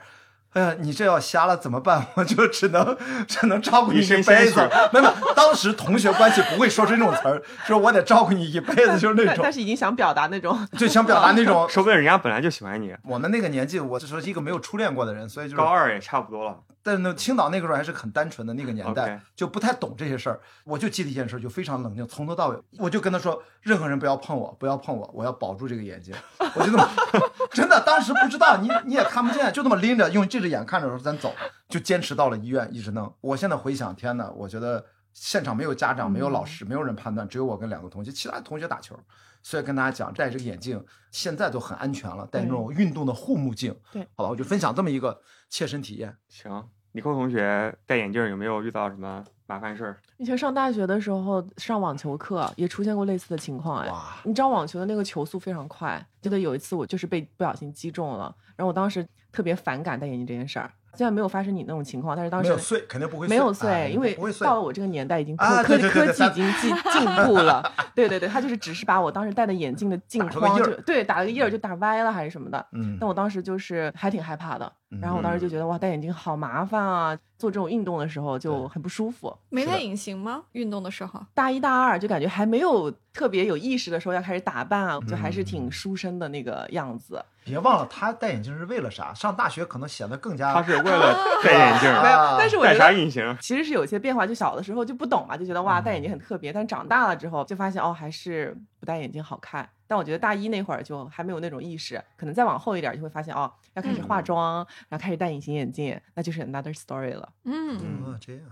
Speaker 2: 哎呀，你这要瞎了怎么办？我就只能只能照顾你
Speaker 1: 一
Speaker 2: 一
Speaker 1: 身
Speaker 2: 辈
Speaker 1: 鲜
Speaker 2: 子。没有，没有当时同学关系不会说出这种词儿，说我得照顾你一辈子，就是那
Speaker 4: 但
Speaker 2: 种
Speaker 4: 但，是已经想表达那种，
Speaker 2: 就想表达那种。
Speaker 1: 说不定人家本来就喜欢你。
Speaker 2: 我们那个年纪，我就是一个没有初恋过的人，所以就是
Speaker 1: 高二也差不多了，
Speaker 2: 但是呢，青岛那个时候还是很单纯的那个年代
Speaker 1: OK
Speaker 2: 就不太懂这些事儿。我就记得一件事，就非常冷静，从头到尾，我就跟他说，任何人不要碰我，不要碰我，我要保住这个眼睛。我就那么， 真的，当时不知道，你你也看不见，就那么拎着，用这只眼看着，我说咱走，就坚持到了医院，一直弄。我现在回想，天哪，我觉得现场没有家长，没有老师，没有人判断，只有我跟两个同学，其他同学打球。所以跟大家讲，戴这个眼镜现在都很安全了，戴那种运动的护目镜。
Speaker 4: 对，
Speaker 2: 好吧，我就分享这么一个切身体验。
Speaker 1: 行。尼寇同学戴眼镜有没有遇到什么麻烦事儿。
Speaker 4: 以前上大学的时候上网球课也出现过类似的情况哎，
Speaker 2: 哇，
Speaker 4: 你知道网球的那个球速非常快，记得有一次我就是被不小心击中了，然后我当时特别反感戴眼镜这件事儿，虽然没有发生你那种情况，但是当
Speaker 2: 没
Speaker 4: 时
Speaker 2: 有碎，肯定不会
Speaker 4: 没有
Speaker 2: 碎，
Speaker 4: 碎，
Speaker 2: 哎
Speaker 4: 因为
Speaker 2: 不会碎
Speaker 4: 到了我这个年代已经科、
Speaker 2: 啊
Speaker 4: 科
Speaker 2: 对对对
Speaker 4: 科
Speaker 2: 对
Speaker 4: 技
Speaker 2: 咱
Speaker 4: 已经进进步了，对对对，他就是只是把我当时戴的眼镜的镜
Speaker 2: 打出个
Speaker 4: 框
Speaker 2: 印
Speaker 4: 就
Speaker 2: 儿
Speaker 4: 对打了个印儿就打歪了还是什么的，
Speaker 2: 嗯
Speaker 4: 但我当时就是还挺害怕的，然后我当时就觉得哇戴眼镜好麻烦啊，做这种运动的时候就
Speaker 2: 对
Speaker 4: 很不舒服。
Speaker 3: 没
Speaker 2: 是
Speaker 3: 戴
Speaker 2: 的
Speaker 3: 隐形吗？运动的时候，
Speaker 4: 大一大二就感觉还没有特别有意识的时候要开始打扮啊，就还是挺书生的那个样子。
Speaker 2: 别忘了他戴眼镜是为了啥？上大学可能显得更加
Speaker 1: 他是为了戴眼镜
Speaker 2: 啊
Speaker 1: 儿，
Speaker 4: 没有，哎但是我
Speaker 1: 戴
Speaker 4: 觉
Speaker 1: 啥
Speaker 4: 得
Speaker 1: 隐形？
Speaker 4: 其实是有一些变化。就小的时候就不懂嘛，就觉得哇戴眼镜很特别，但长大了之后就发现哦还是不戴眼镜好看。但我觉得大一那会儿就还没有那种意识，可能再往后一点就会发现哦要开始化妆，然后开始戴隐形眼镜，那就是 another story 了。
Speaker 3: 嗯，
Speaker 2: 嗯这样。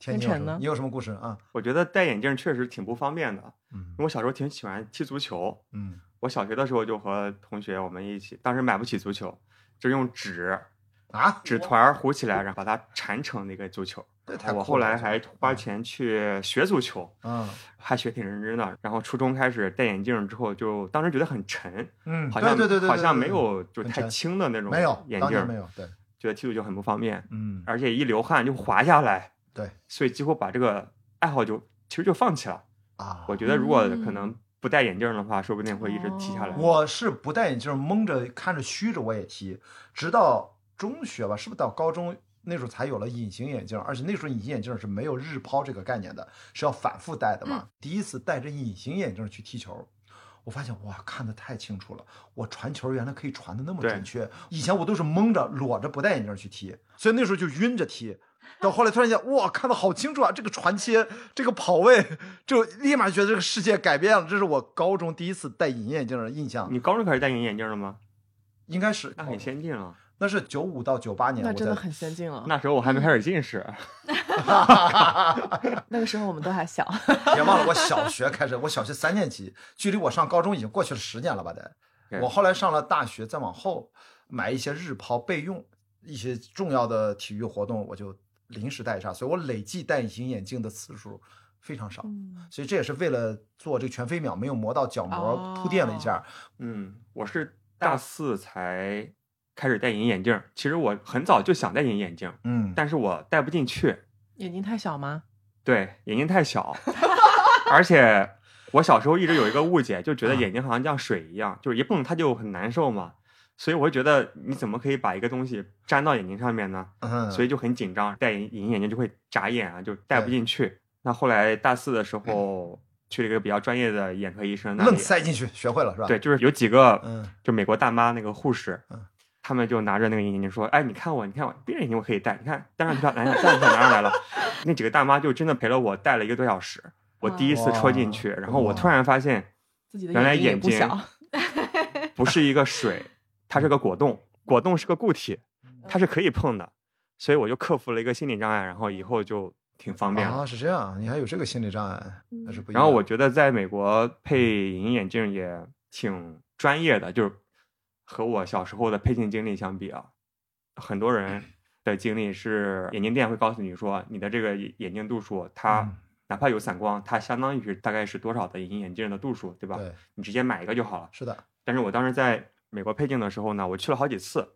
Speaker 2: 天，你有
Speaker 4: 晨
Speaker 2: 什么
Speaker 4: 呢
Speaker 2: 你有什么故事啊？
Speaker 1: 我觉得戴眼镜确实挺不方便的。
Speaker 2: 嗯
Speaker 1: 因为我小时候挺喜欢踢足球，
Speaker 2: 嗯，
Speaker 1: 我小学的时候就和同学我们一起，当时买不起足球，就用纸
Speaker 2: 啊，
Speaker 1: 纸团儿糊起来，然后把它缠成那个足球。
Speaker 2: 这嗯太酷
Speaker 1: 我
Speaker 2: 了
Speaker 1: 后来还花钱去学足球，
Speaker 2: 嗯
Speaker 1: 还学挺认真的。然后初中开始戴眼镜之后，就当时觉得很沉，
Speaker 2: 嗯，
Speaker 1: 好像
Speaker 2: 对对对对，
Speaker 1: 好像
Speaker 2: 对
Speaker 1: 没有就
Speaker 2: 很
Speaker 1: 太
Speaker 2: 沉
Speaker 1: 轻的那种
Speaker 2: 没有
Speaker 1: 眼
Speaker 2: 当
Speaker 1: 镜
Speaker 2: 年
Speaker 1: 儿，
Speaker 2: 没有，对，
Speaker 1: 觉得踢足球很不方便，
Speaker 2: 嗯
Speaker 1: 而且一流汗就滑下来，
Speaker 2: 对，
Speaker 1: 所以几乎把这个爱好就其实就放弃了。
Speaker 2: 啊，
Speaker 1: 我觉得如果可
Speaker 3: 嗯
Speaker 1: 能不戴眼镜的话，说不定会一直踢下来。
Speaker 2: 我是不戴眼镜，蒙着看着虚着我也踢，直到中学吧，是不是到高中那时候才有了隐形眼镜？而且那时候隐形眼镜是没有日抛这个概念的，是要反复戴的嘛。
Speaker 1: 嗯
Speaker 2: 第一次戴着隐形眼镜去踢球。我发现哇，看得太清楚了！我传球原来可以传的那么
Speaker 1: 对
Speaker 2: 准确，以前我都是蒙着、裸着不戴眼镜去踢，所以那时候就晕着踢。到后来突然间，哇，看得好清楚啊！这个传切，这个跑位，就立马觉得这个世界改变了。这是我高中第一次戴隐形眼镜的印象，
Speaker 1: 你高中开始戴隐形眼镜了吗？
Speaker 2: 应该是哦
Speaker 1: 那很先进了，
Speaker 2: 那是九五到九八年，
Speaker 4: 那
Speaker 2: 哎我
Speaker 4: 真的
Speaker 2: 在
Speaker 4: 很先进了。
Speaker 1: 那时候我还没开始近视。
Speaker 4: 那个时候我们都还小，
Speaker 2: 别忘了我小学开始，我小学三年级，距离我上高中已经过去了十年了吧得。
Speaker 1: 对
Speaker 2: 我后来上了大学，再往后买一些日抛备用，一些重要的体育活动我就临时戴一下，所以我累计戴隐形眼镜的次数非常少。
Speaker 4: 嗯，
Speaker 2: 所以这也是为了做这个全飞秒，没有磨到角膜
Speaker 4: 哦，
Speaker 2: 铺垫了一下。
Speaker 1: 嗯，我是大四才开始戴隐形眼镜。其实我很早就想戴隐形眼镜，
Speaker 2: 嗯，
Speaker 1: 但是我戴不进去，
Speaker 4: 眼睛太小吗？
Speaker 1: 对，眼睛太小，而且我小时候一直有一个误解，就觉得眼睛好像像水一样，就是一碰它就很难受嘛。所以我就觉得你怎么可以把一个东西粘到眼睛上面呢？
Speaker 2: 嗯，
Speaker 1: 所以就很紧张，戴隐形眼镜就会眨眼啊，就戴不进去。那后来大四的时候去了一个比较专业的眼科医生那
Speaker 2: 嗯愣
Speaker 1: 里，
Speaker 2: 塞进去，学会了是吧？
Speaker 1: 对，，就是有几个
Speaker 2: 嗯，
Speaker 1: 就美国大妈那个护士
Speaker 2: 嗯，
Speaker 1: 他们就拿着那个隐形眼镜说：“哎，你看我，你看我，闭着眼睛我可以戴，你看戴上去了，拿上戴上去了，拿上来了。”那几个大妈就真的陪了我戴了一个多小时。我第一次戳进去，然后我突然发现
Speaker 4: 自己的
Speaker 1: 原来
Speaker 4: 睛也
Speaker 1: 眼
Speaker 4: 不
Speaker 1: 睛
Speaker 4: 小，
Speaker 1: 不是一个水，它是个果冻，果冻是个固体，
Speaker 4: 嗯
Speaker 1: 它是可以碰的，所以我就克服了一个心理障碍，然后以后就挺方便了。嗯
Speaker 2: 啊，是这样，你还有这个心理障碍，那是不一样。
Speaker 1: 然后我觉得在美国配隐形眼镜也挺专业的，就是和我小时候的配镜经历相比啊，很多
Speaker 2: 嗯
Speaker 1: 人的经历是眼镜店会告诉你说你的这个眼眼镜度数，它
Speaker 2: 嗯
Speaker 1: 哪怕有散光，它相当于是大概是多少的隐形眼镜的度数，对吧？
Speaker 2: 对，
Speaker 1: 你直接买一个就好了。
Speaker 2: 是的，
Speaker 1: 但是我当时在美国配镜的时候呢，我去了好几次，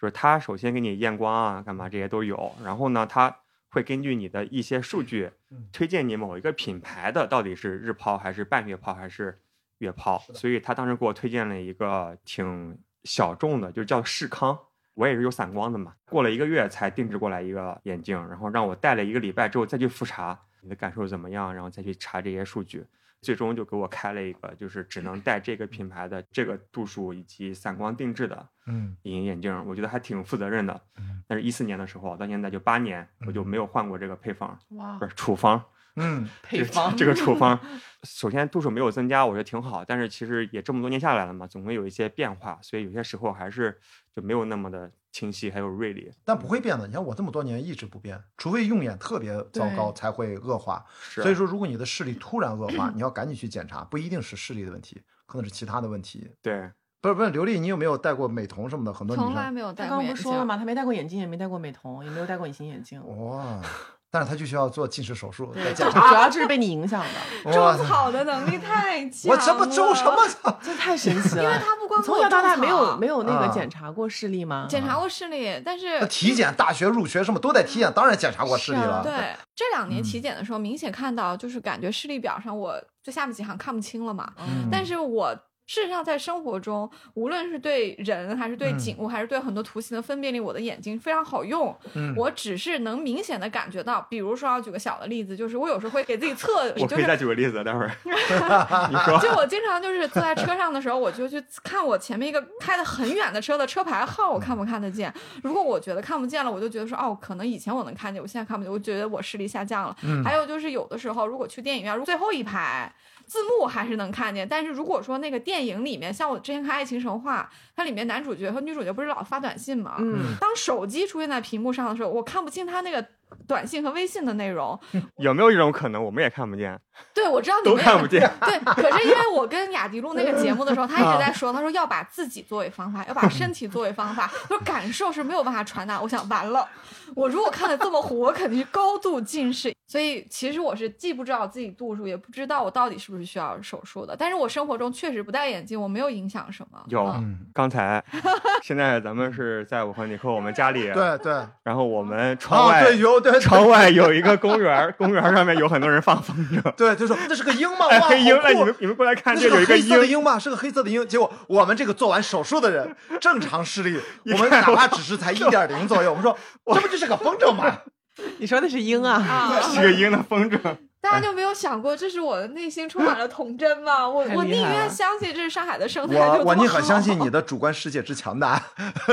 Speaker 1: 就是他首先给你验光啊，干嘛这些都有，然后呢，他会根据你的一些数据
Speaker 2: 嗯
Speaker 1: 推荐你某一个品牌的到底是日抛还是半月抛还是月抛，所以他当时给我推荐了一个挺小众的，就叫视康。我也是有散光的嘛，过了一个月才定制过来一个眼镜，然后让我戴了一个礼拜之后再去复查你的感受怎么样，然后再去查这些数据。最终就给我开了一个，就是只能戴这个品牌的这个度数以及散光定制的
Speaker 2: 嗯
Speaker 1: 隐形眼镜儿，我觉得还挺负责任的
Speaker 2: 嗯。
Speaker 1: 但是，一四年的时候到现在就八年，我就没有换过这个配方，
Speaker 4: 哇
Speaker 1: 不，是处方，
Speaker 2: 嗯，
Speaker 4: 配方
Speaker 1: 这个处 方。首先度数没有增加，我觉得挺好，但是其实也这么多年下来了嘛，总会有一些变化，所以有些时候还是就没有那么的清晰，还有锐利。
Speaker 2: 但不会变的。你看我这么多年一直不变，除非用眼特别糟糕
Speaker 4: 对
Speaker 2: 才会恶化。
Speaker 1: 是啊
Speaker 2: 所以说，如果你的视力突然恶化，你要赶紧去检查，不一定是视力的问题，可能是其他的问题。
Speaker 1: 对，
Speaker 2: 不是不是，刘丽，你有没有戴过美瞳什么的？很多女
Speaker 3: 从来
Speaker 2: 生
Speaker 3: 没有
Speaker 4: 他
Speaker 3: 戴
Speaker 4: 刚
Speaker 3: 过
Speaker 4: 刚
Speaker 3: 眼
Speaker 4: 不
Speaker 3: 镜。
Speaker 4: 说了吗？他没戴过眼镜，也没戴过美瞳，也没有戴过隐形眼镜。
Speaker 2: 哇，但是他就需要做近视手术再
Speaker 4: 主
Speaker 2: 检查。
Speaker 4: 要就是被你影响的，
Speaker 2: 哇
Speaker 3: 种
Speaker 2: 塞，
Speaker 3: 草的能力太强
Speaker 2: 我
Speaker 3: 了。
Speaker 2: 这不种什么草？
Speaker 4: 这太神奇了。
Speaker 3: 因为他不光
Speaker 4: 你从
Speaker 3: 给我
Speaker 4: 小到大
Speaker 3: 种
Speaker 4: 没有
Speaker 3: 草
Speaker 4: 没有那个
Speaker 2: 啊
Speaker 4: 检查过视力吗？
Speaker 3: 检查过视力，但是
Speaker 2: 那 体检、大学入学什么都得体检，当然检查过视力
Speaker 4: 是啊
Speaker 2: 了。
Speaker 3: 对，这两年
Speaker 2: 嗯
Speaker 3: 体检的时候，明显看到就是感觉视力表上我就下面几行看不清了嘛。
Speaker 4: 哦
Speaker 2: 嗯
Speaker 3: 但是我事实上在生活中，无论是对人还是对景物，还是对很多图形的分辨力，我的眼睛非常好用。
Speaker 2: 嗯
Speaker 3: 我只是能明显的感觉到，比如说要举个小的例子，就是我有时候会给自己测，
Speaker 1: 我
Speaker 3: 就
Speaker 1: 可以
Speaker 3: 是
Speaker 1: 再举个例子，待 会儿你说
Speaker 3: 就我经常就是坐在车上的时候，我就去看我前面一个开的很远的车的车牌号，我看不看得见。如果我觉得看不见了，我就觉得说哦，可能以前我能看见，我现在看不见，我觉得我视力下降了。
Speaker 2: 嗯
Speaker 3: 还有就是有的时候，如果去电影院，如果最后一排。字幕还是能看见，但是如果说那个电影里面，像我之前看《爱情神话》，它里面男主角和女主角不是老发短信吗？
Speaker 4: 嗯，
Speaker 3: 当手机出现在屏幕上的时候，我看不清他那个短信和微信的内容。
Speaker 1: 有没有一种可能，我们也看不见，
Speaker 3: 对，我知道你
Speaker 1: 都
Speaker 3: 们有
Speaker 1: 看不见，
Speaker 3: 对，可是因为我跟雅迪录那个节目的时候，他一
Speaker 2: 啊
Speaker 3: 直在说，他说要把自己作为方法，要把身体作为方法，说感受是没有办法传达。我想完了，我如果看的这么糊，我肯定是高度近视。所以其实我是既不知道自己度数，也不知道我到底是不是需要手术的。但是我生活中确实不戴眼镜，我没有影响什么。
Speaker 1: 有
Speaker 3: 嗯
Speaker 2: 嗯，
Speaker 1: 刚才，现在咱们是在我和尼克我们家里，
Speaker 2: 对对，
Speaker 1: 然后我们窗
Speaker 2: 啊
Speaker 1: 外
Speaker 2: 对有 对
Speaker 1: 窗外有一个公园儿，公园儿上面有很多人放风筝。
Speaker 2: 对，就说这是个鹰吗？
Speaker 1: 哎，
Speaker 2: 哇，
Speaker 1: 黑鹰，
Speaker 2: 好
Speaker 1: 哎，你
Speaker 2: 酷
Speaker 1: 们你们过来看，
Speaker 2: 那
Speaker 1: 这
Speaker 2: 是
Speaker 1: 有一
Speaker 2: 个
Speaker 1: 个
Speaker 2: 黑色的
Speaker 1: 鹰，
Speaker 2: 鹰吧，是个黑色的鹰。结果我们这个做完手术的 人，正常视力，我们哪怕只是才一点零 左右，我们说这不就是个风筝吗？
Speaker 4: 你说那是鹰啊？
Speaker 3: 啊，
Speaker 1: 是个鹰的风筝。
Speaker 3: 大家就没有想过，这是我的内心充满了童真吗？我
Speaker 4: 太
Speaker 3: 我
Speaker 4: 厉
Speaker 3: 宁
Speaker 4: 害
Speaker 3: 愿
Speaker 4: 了
Speaker 3: 相信这是上海的生 态就
Speaker 2: 我
Speaker 3: 这
Speaker 2: 我
Speaker 3: 么
Speaker 2: 宁可
Speaker 3: 好
Speaker 2: 相信你的主观世界之强大。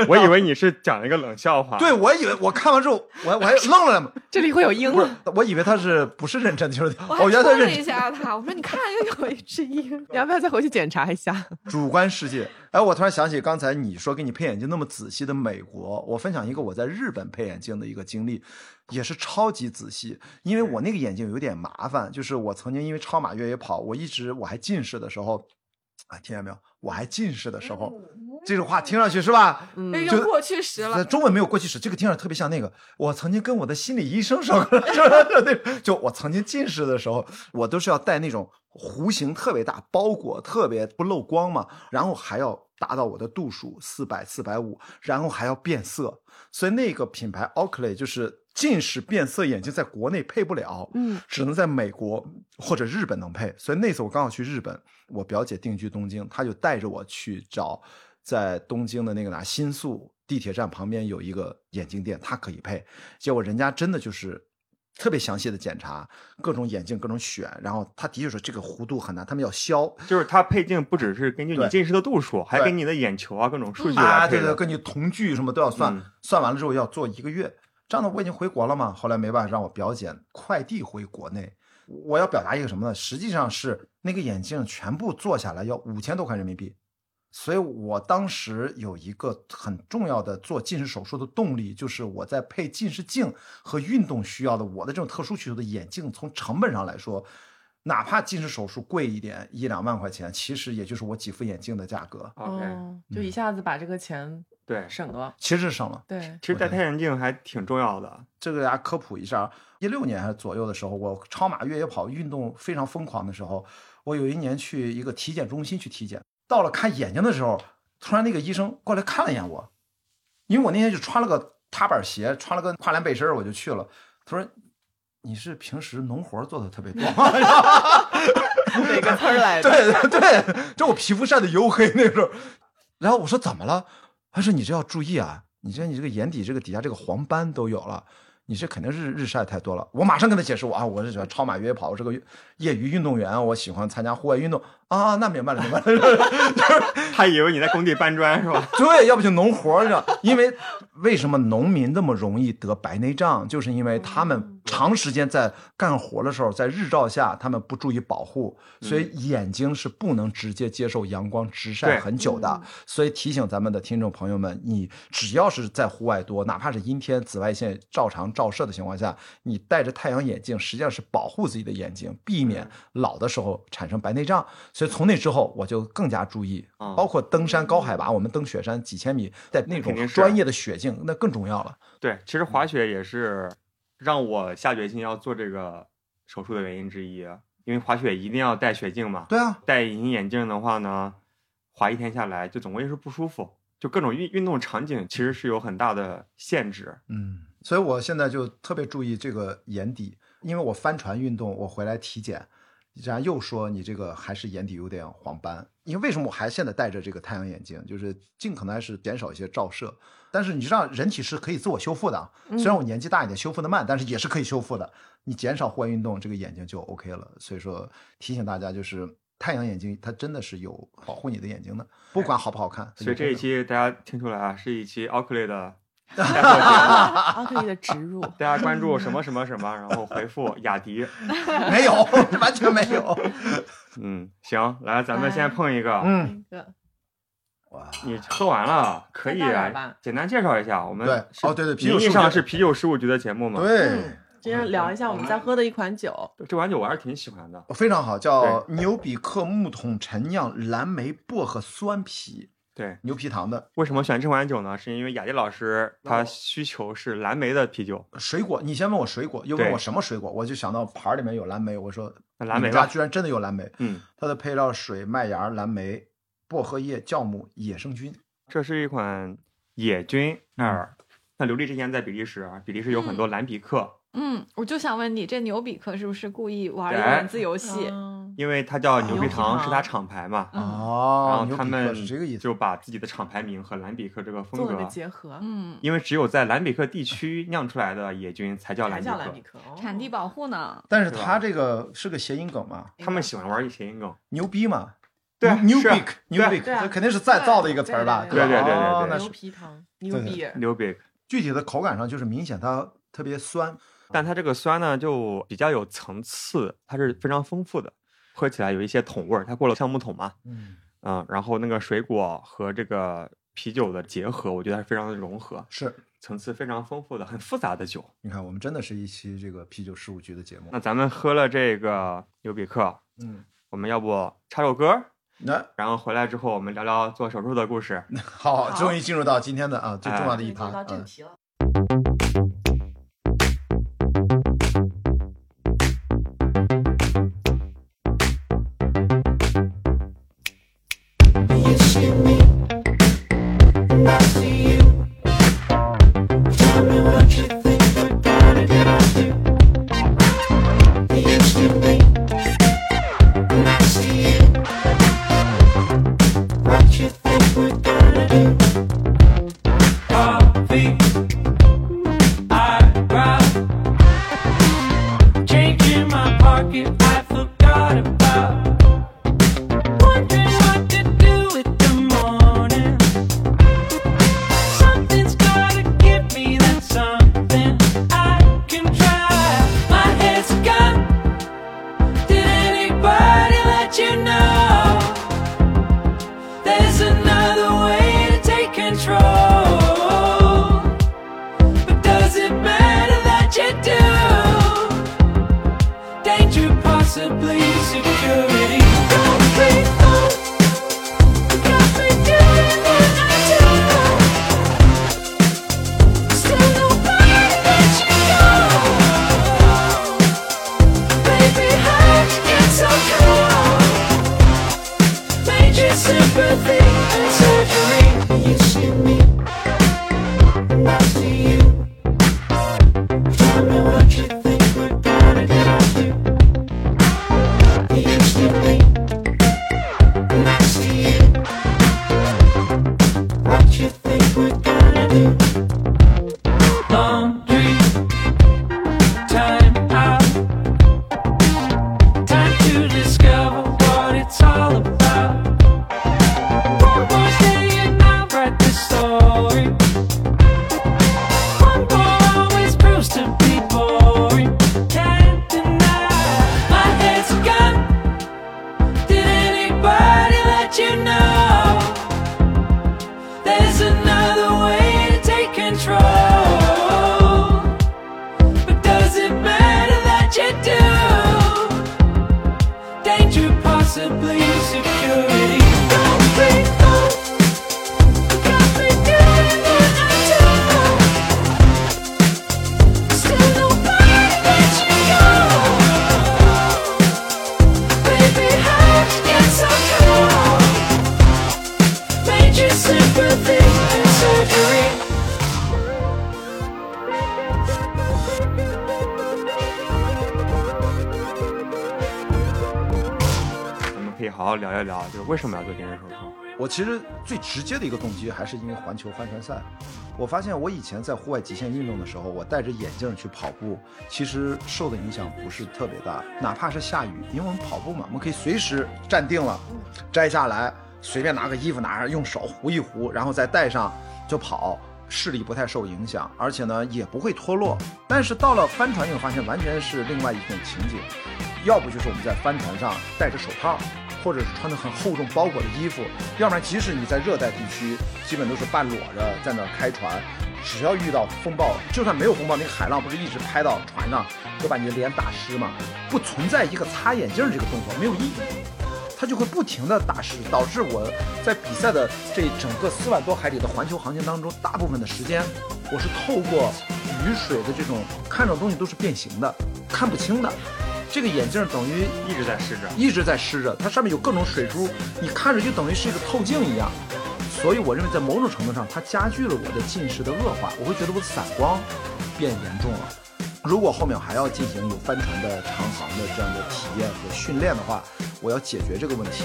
Speaker 1: 我以为你是讲了一个冷笑话，
Speaker 2: 对，我以为我看完之后，我我还愣了两
Speaker 4: 这里会有鹰
Speaker 2: 步，不是
Speaker 4: 吗？，
Speaker 2: 我以为他是不是认真的，就是我
Speaker 3: 我还
Speaker 2: 原来
Speaker 3: 戳
Speaker 2: 他
Speaker 3: 了
Speaker 2: 认
Speaker 3: 一
Speaker 2: 真。
Speaker 3: 下他，我说你看，又有一只鹰。
Speaker 4: 你要不要再回去检查一下？
Speaker 2: 主观世界。哎，我突然想起刚才你说给你配眼镜那么仔细的美国，我分享一个我在日本配眼镜的一个经历，也是超级仔细。因为我那个眼镜有点麻烦，就是我曾经因为超马越野跑，我一直我还近视的时候，啊，听见没有？我还近视的时
Speaker 3: 嗯
Speaker 2: 候，这种话听上去是吧？
Speaker 4: 嗯
Speaker 3: 哦哎，
Speaker 2: 就
Speaker 3: 又过去时了
Speaker 2: 呃，。中文没有过去式，这个听着特别像那个。我曾经跟我的心理医生说过， 就是那种就我曾经近视的时候，我都是要戴那种弧形特别大、包裹特别不漏光嘛，然后还要达到我的度数四百、四百五，然后还要变色。所以那个品牌 Oakley 就是近视变色眼镜，在国内配不了。
Speaker 4: 嗯，
Speaker 2: 只能在美国或者日本能配。所以那次我刚好去日本，我表姐定居东京，她就带着我去找在东京的那个哪新宿地铁站旁边有一个眼镜店，她可以配。结果人家真的就是。特别详细的检查各种眼镜，各种选，然后他的确说这个弧度很难，他们要削，
Speaker 1: 就是它配镜不只是根据你
Speaker 2: 对
Speaker 1: 近视的度数，还
Speaker 2: 对
Speaker 1: 跟你的眼球啊各种数据
Speaker 2: 啊，
Speaker 1: 来
Speaker 2: 对
Speaker 1: 配
Speaker 2: 对，
Speaker 1: 的。
Speaker 2: 根据瞳距什么都要算，
Speaker 1: 嗯
Speaker 2: 算完了之后要做一个月。这样的我已经回国了嘛，后来没办法让我表姐快递回国内。我要表达一个什么呢？实际上是那个眼镜全部做下来要五千多块人民币，所以我当时有一个很重要的做近视手术的动力，就是我在配近视镜和运动需要的我的这种特殊需求的眼镜，从成本上来说，哪怕近视手术贵一点，一两万块钱，其实也就是我几副眼镜的价格，
Speaker 1: OK，
Speaker 4: 哦，就一下子把这个钱
Speaker 1: 对，
Speaker 4: 省了。
Speaker 2: 其实省了。
Speaker 4: 对，
Speaker 1: 其实戴太阳镜还挺重要的。
Speaker 2: 这个大家科普一下，一六年还是左右的时候，我超马越野跑运动非常疯狂的时候，我有一年去一个体检中心去体检，到了看眼睛的时候，突然那个医生过来看了一眼我，因为我那天就穿了个踏板鞋，穿了个跨栏背心儿我就去了。他说：“你是平时农活做的特别多吗？”
Speaker 4: 哪个村儿来 的？
Speaker 2: 对对对，这我皮肤晒的黝黑那时候。然后我说怎么了？他说你这要注意啊，你这你这个眼底这个底下这个黄斑都有了，你这肯定是日晒太多了。我马上跟他解释我啊，我是喜欢超马越野跑，我是个业余运动员，我喜欢参加户外运动啊。那明白了，明白了。
Speaker 1: 他以为你在工地搬砖是吧？
Speaker 2: 对，要不就农活儿呢，因为为什么农民那么容易得白内障，就是因为他们长时间在干活的时候，在日照下，他们不注意保护，所以眼睛是不能直接接受阳光直晒
Speaker 1: 对
Speaker 2: 很久的。所以提醒咱们的听众朋友们，你只要是在户外多，哪怕是阴天、紫外线照常照射的情况下，你戴着太阳眼镜，实际上是保护自己的眼睛，避免老的时候产生白内障。所以从那之后，我就更加注意，
Speaker 1: 啊
Speaker 2: 包括登山高海拔，我们登雪山几千米，在那
Speaker 1: 肯定
Speaker 2: 种
Speaker 1: 是啊
Speaker 2: 专业的雪镜，那更重要了。
Speaker 1: 对，其实滑雪也是让我下决心要做这个手术的原因之一，啊因为滑雪一定要戴雪镜嘛。
Speaker 2: 对啊，
Speaker 1: 戴隐形眼镜的话呢，滑一天下来就总归是不舒服，就各种运运动场景其实是有很大的限制。
Speaker 2: 嗯，所以我现在就特别注意这个眼底，因为我帆船运动，我回来体检，然后又说你这个还是眼底有点黄斑。因为为什么我还现在戴着这个太阳眼镜，就是尽可能还是减少一些照射。但是你知道，人体是可以自我修复的啊，虽然我年纪大一点，修复的慢，但是也是可以修复的。你减少户外运动，这个眼睛就 OK 了。所以说提醒大家，就是太阳眼镜它真的是有保护你的眼睛的，不管好不好看。
Speaker 1: 所以这一期大家听出来啊，是一期奥克利的带货节目，
Speaker 4: 阿克力的植入，
Speaker 1: 大家关注什么什么什么，然后回复雅迪。
Speaker 2: 没有， 完全没 有。
Speaker 1: 嗯，行，来，咱们先碰一个。
Speaker 2: 嗯，
Speaker 4: 一个
Speaker 2: 哇，
Speaker 1: 你喝完了，可以
Speaker 4: 那当然
Speaker 1: 啊
Speaker 4: 吧。
Speaker 1: 简单介绍一下，我们
Speaker 2: 对
Speaker 1: 是
Speaker 2: 哦对对啤酒
Speaker 1: 名义
Speaker 2: 事务
Speaker 1: 上
Speaker 2: 局
Speaker 1: 是啤酒事务局的节目嘛。
Speaker 2: 对
Speaker 4: 嗯，今天聊一下我们在喝的一款酒，
Speaker 1: 这款酒我还是挺喜欢的。
Speaker 2: 非常好，叫牛比克木桶陈酿蓝莓薄荷酸啤
Speaker 1: 对，
Speaker 2: 牛皮糖的
Speaker 1: 为什么选这款酒呢？是因为雅迪老师他需求是蓝莓的啤酒，
Speaker 2: 水果。你先问我水果，又问
Speaker 1: 对
Speaker 2: 我什么水果，我就想到盘儿里面有蓝莓，我说
Speaker 1: 那蓝莓
Speaker 2: 你们家
Speaker 1: 吧。
Speaker 2: 居然真的有蓝莓。
Speaker 1: 嗯，
Speaker 2: 它的配料水、麦芽、蓝莓、薄荷叶、酵母、野生菌。
Speaker 1: 这是一款野
Speaker 2: 嗯
Speaker 1: 菌艾尔。那刘丽之前在比利时啊，比利时有很多蓝比克，
Speaker 3: 嗯，我就想问你，这牛比克是不是故意玩
Speaker 1: 对
Speaker 3: 一
Speaker 2: 哎
Speaker 3: 个文字游戏？
Speaker 4: 嗯
Speaker 1: 因为它
Speaker 2: 啊
Speaker 1: 叫牛皮
Speaker 4: 牛
Speaker 1: 糖，
Speaker 4: 皮糖
Speaker 1: 是它厂牌嘛。
Speaker 3: 嗯
Speaker 2: 哦，
Speaker 1: 然后
Speaker 2: 牛
Speaker 1: 他
Speaker 2: 比
Speaker 1: 们
Speaker 2: 克是这个意思。
Speaker 1: 就把自己的厂牌名和蓝比克这个风
Speaker 4: 做了
Speaker 1: 格
Speaker 4: 个结合，
Speaker 3: 嗯，
Speaker 1: 因为只有在兰比克地区酿出来的野菌才叫兰
Speaker 4: 还
Speaker 1: 比
Speaker 4: 叫兰比
Speaker 1: 克。
Speaker 4: 克，哦
Speaker 3: 产地保护呢？
Speaker 2: 但是
Speaker 1: 是吧
Speaker 2: 它这个是个谐音梗嘛，
Speaker 1: 他们喜欢玩谐音梗，
Speaker 2: 牛逼嘛，
Speaker 1: 对啊
Speaker 2: 牛
Speaker 1: 是啊
Speaker 2: 逼，牛逼，
Speaker 4: 对啊
Speaker 2: 这肯定是再造的一个词儿吧？
Speaker 4: 对
Speaker 1: 对对对
Speaker 2: 吧
Speaker 1: 对对
Speaker 2: 哦
Speaker 1: 对
Speaker 2: 那
Speaker 4: 牛
Speaker 2: 是
Speaker 4: 皮糖，牛
Speaker 2: 对对
Speaker 4: 逼，
Speaker 1: 牛逼。
Speaker 2: 具体的口感上就是明显它特别酸，
Speaker 1: 但它这个酸呢，就比较有层次，它是非常丰富的，喝起来有一些桶味儿。它过了橡木桶嘛，
Speaker 2: 嗯，
Speaker 1: 嗯，然后那个水果和这个啤酒的结合，我觉得它是非常的融合，
Speaker 2: 是。
Speaker 1: 层次非常丰富的，很复杂的酒。
Speaker 2: 你看，我们真的是一期这个啤酒事务局的节目
Speaker 1: 那。咱们喝了这个牛比克，
Speaker 2: 嗯，
Speaker 1: 我们要不插首歌，
Speaker 2: 那
Speaker 1: 然后回来之后我们聊聊做手术的故事。
Speaker 2: 好，
Speaker 4: 好
Speaker 2: 终于进入到今天的啊最重要的一
Speaker 4: 进入
Speaker 2: 趴。
Speaker 4: 到正
Speaker 2: 嗯
Speaker 4: 题了。
Speaker 5: You see me, and I see you. Tell me what you think we're gonna get up to. You see me, and I see you. What you think we're gonna do? Coffee, eyebrow, change in my pocket I forgot about. Wondering what to do with the morning. Something's gotta give me that something I can try. My head's gone. Did anybody let you know? There's another way to take control. But does it matter that you do? danger, possibly security. Got me on, got me doing what I do. Still nobody lets you go. Baby, how'd you get so cold? Major sympathy and surgery. You see me, and I see you. Tell me what you think we're gonna get up to. You see me, and I see you. What you think we're gonna do? Laundry, time out, time to discover what it's all about. One more day and I'll write the story. One more always proves to be boring. Can't deny my head's gone. Did anybody let you know? There's another way
Speaker 1: 好聊一聊，就是为什么要做近视手术？
Speaker 2: 我其实最直接的一个动机还是因为环球帆船赛。我发现我以前在户外极限运动的时候，我戴着眼镜去跑步，其实受的影响不是特别大。哪怕是下雨，因为我们跑步嘛，我们可以随时站定了，摘下来，随便拿个衣服拿上，用手糊一糊，然后再戴上就跑，视力不太受影响，而且呢也不会脱落。但是到了帆船，你会发现完全是另外一种情景。要不就是我们在帆船上戴着手套，或者是穿着很厚重包裹的衣服，要不然即使你在热带地区，基本都是半裸着在那儿开船。只要遇到风暴，就算没有风暴，那个海浪不是一直拍到船上，会把你的脸打湿吗？不存在一个擦眼镜儿这个动作，没有意义。它就会不停的打湿，导致我在比赛的这整个四万多海里的环球航行当中，大部分的时间，我是透过雨水的这种看到的东西都是变形的，看不清的。这个眼镜儿等于
Speaker 1: 一直在试着。
Speaker 2: 一直在湿着，它上面有各种水珠，你看着就等于是一个透镜一样。所以我认为在某种程度上，它加剧了我的近视的恶化，我会觉得我的散光变严重了。如果后面还要进行有帆船的长航的这样的体验和训练的话，我要解决这个问题。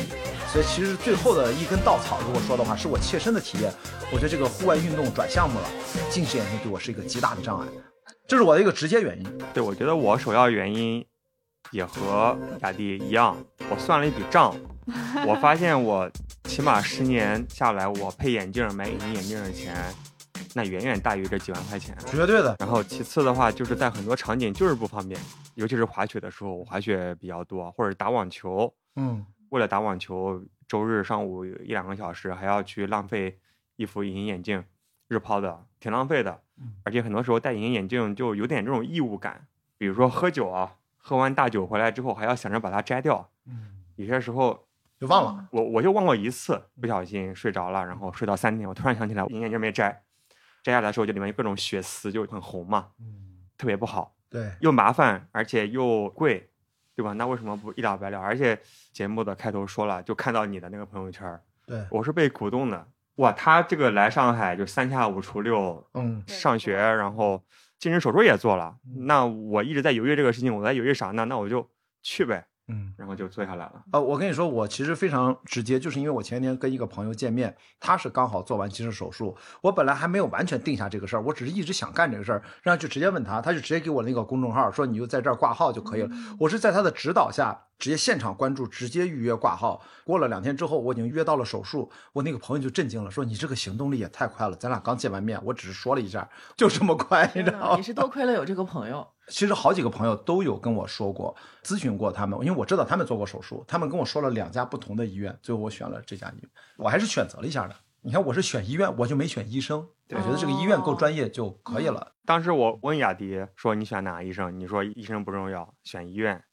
Speaker 2: 所以其实最后的一根稻草，如果说的话，是我切身的体验。我觉得这个户外运动转项目了，近视眼镜对我是一个极大的障碍，这是我的一个直接原因。
Speaker 1: 对，我觉得我首要原因也和雅迪一样，我算了一笔账，我发现我起码十年下来，我配眼镜儿买隐形眼镜儿的钱，那远远大于这几万块钱。
Speaker 2: 绝对的，
Speaker 1: 然后其次的话，就是在很多场景就是不方便，尤其是滑雪的时候，我滑雪比较多，或者打网球，
Speaker 2: 嗯，
Speaker 1: 为了打网球，周日上午有一两个小时还要去浪费一副隐形眼镜，日抛的，挺浪费的。而且很多时候戴隐形眼镜就有点这种义务感，比如说喝酒啊，喝完大酒回来之后还要想着把它摘掉。有些时候
Speaker 2: 嗯就忘了。
Speaker 1: 我我就忘过一次，不小心睡着了，然后睡到三点，我突然想起来隐形眼镜没摘，摘下来的时候就里面有各种血丝，就很红嘛，特别不好。
Speaker 2: 对，
Speaker 1: 又麻烦，而且又贵，对吧？那为什么不一了百了？而且节目的开头说了，就看到你的那个朋友圈儿，
Speaker 2: 对，
Speaker 1: 我是被鼓动的。哇，他这个来上海就三下五除六
Speaker 2: 嗯，
Speaker 4: 对
Speaker 1: 上学，然后近视手术也做了。那我一直在犹豫这个事情，我在犹豫啥呢？那我就去呗，
Speaker 2: 嗯。
Speaker 1: 然后就做下来了。
Speaker 2: 呃，我跟你说，我其实非常直接，就是因为我前天跟一个朋友见面，他是刚好做完近视手术，我本来还没有完全定下这个事儿，我只是一直想干这个事儿，然后就直接问他，他就直接给我那个公众号说你就在这儿挂号就可以了。我是在他的指导下，直接现场关注，直接预约挂号。过了两天之后，我已经约到了手术，我那个朋友就震惊了，说你这个行动力也太快了，咱俩刚见完面，我只是说了一下，就这么快，你知道吗
Speaker 4: 也？是多亏了有这个朋友，
Speaker 2: 其实好几个朋友都有跟我说过，咨询过他们，因为我知道他们做过手术，他们跟我说了两家不同的医院，最后我选了这家医院，我还是选择了一下的。你看，我是选医院，我就没选医生，我觉得这个医院够专业就可以
Speaker 4: 哦
Speaker 2: 了。
Speaker 1: 当时我问雅迪说：“你选哪个医生？”你说医生不重要，选医院。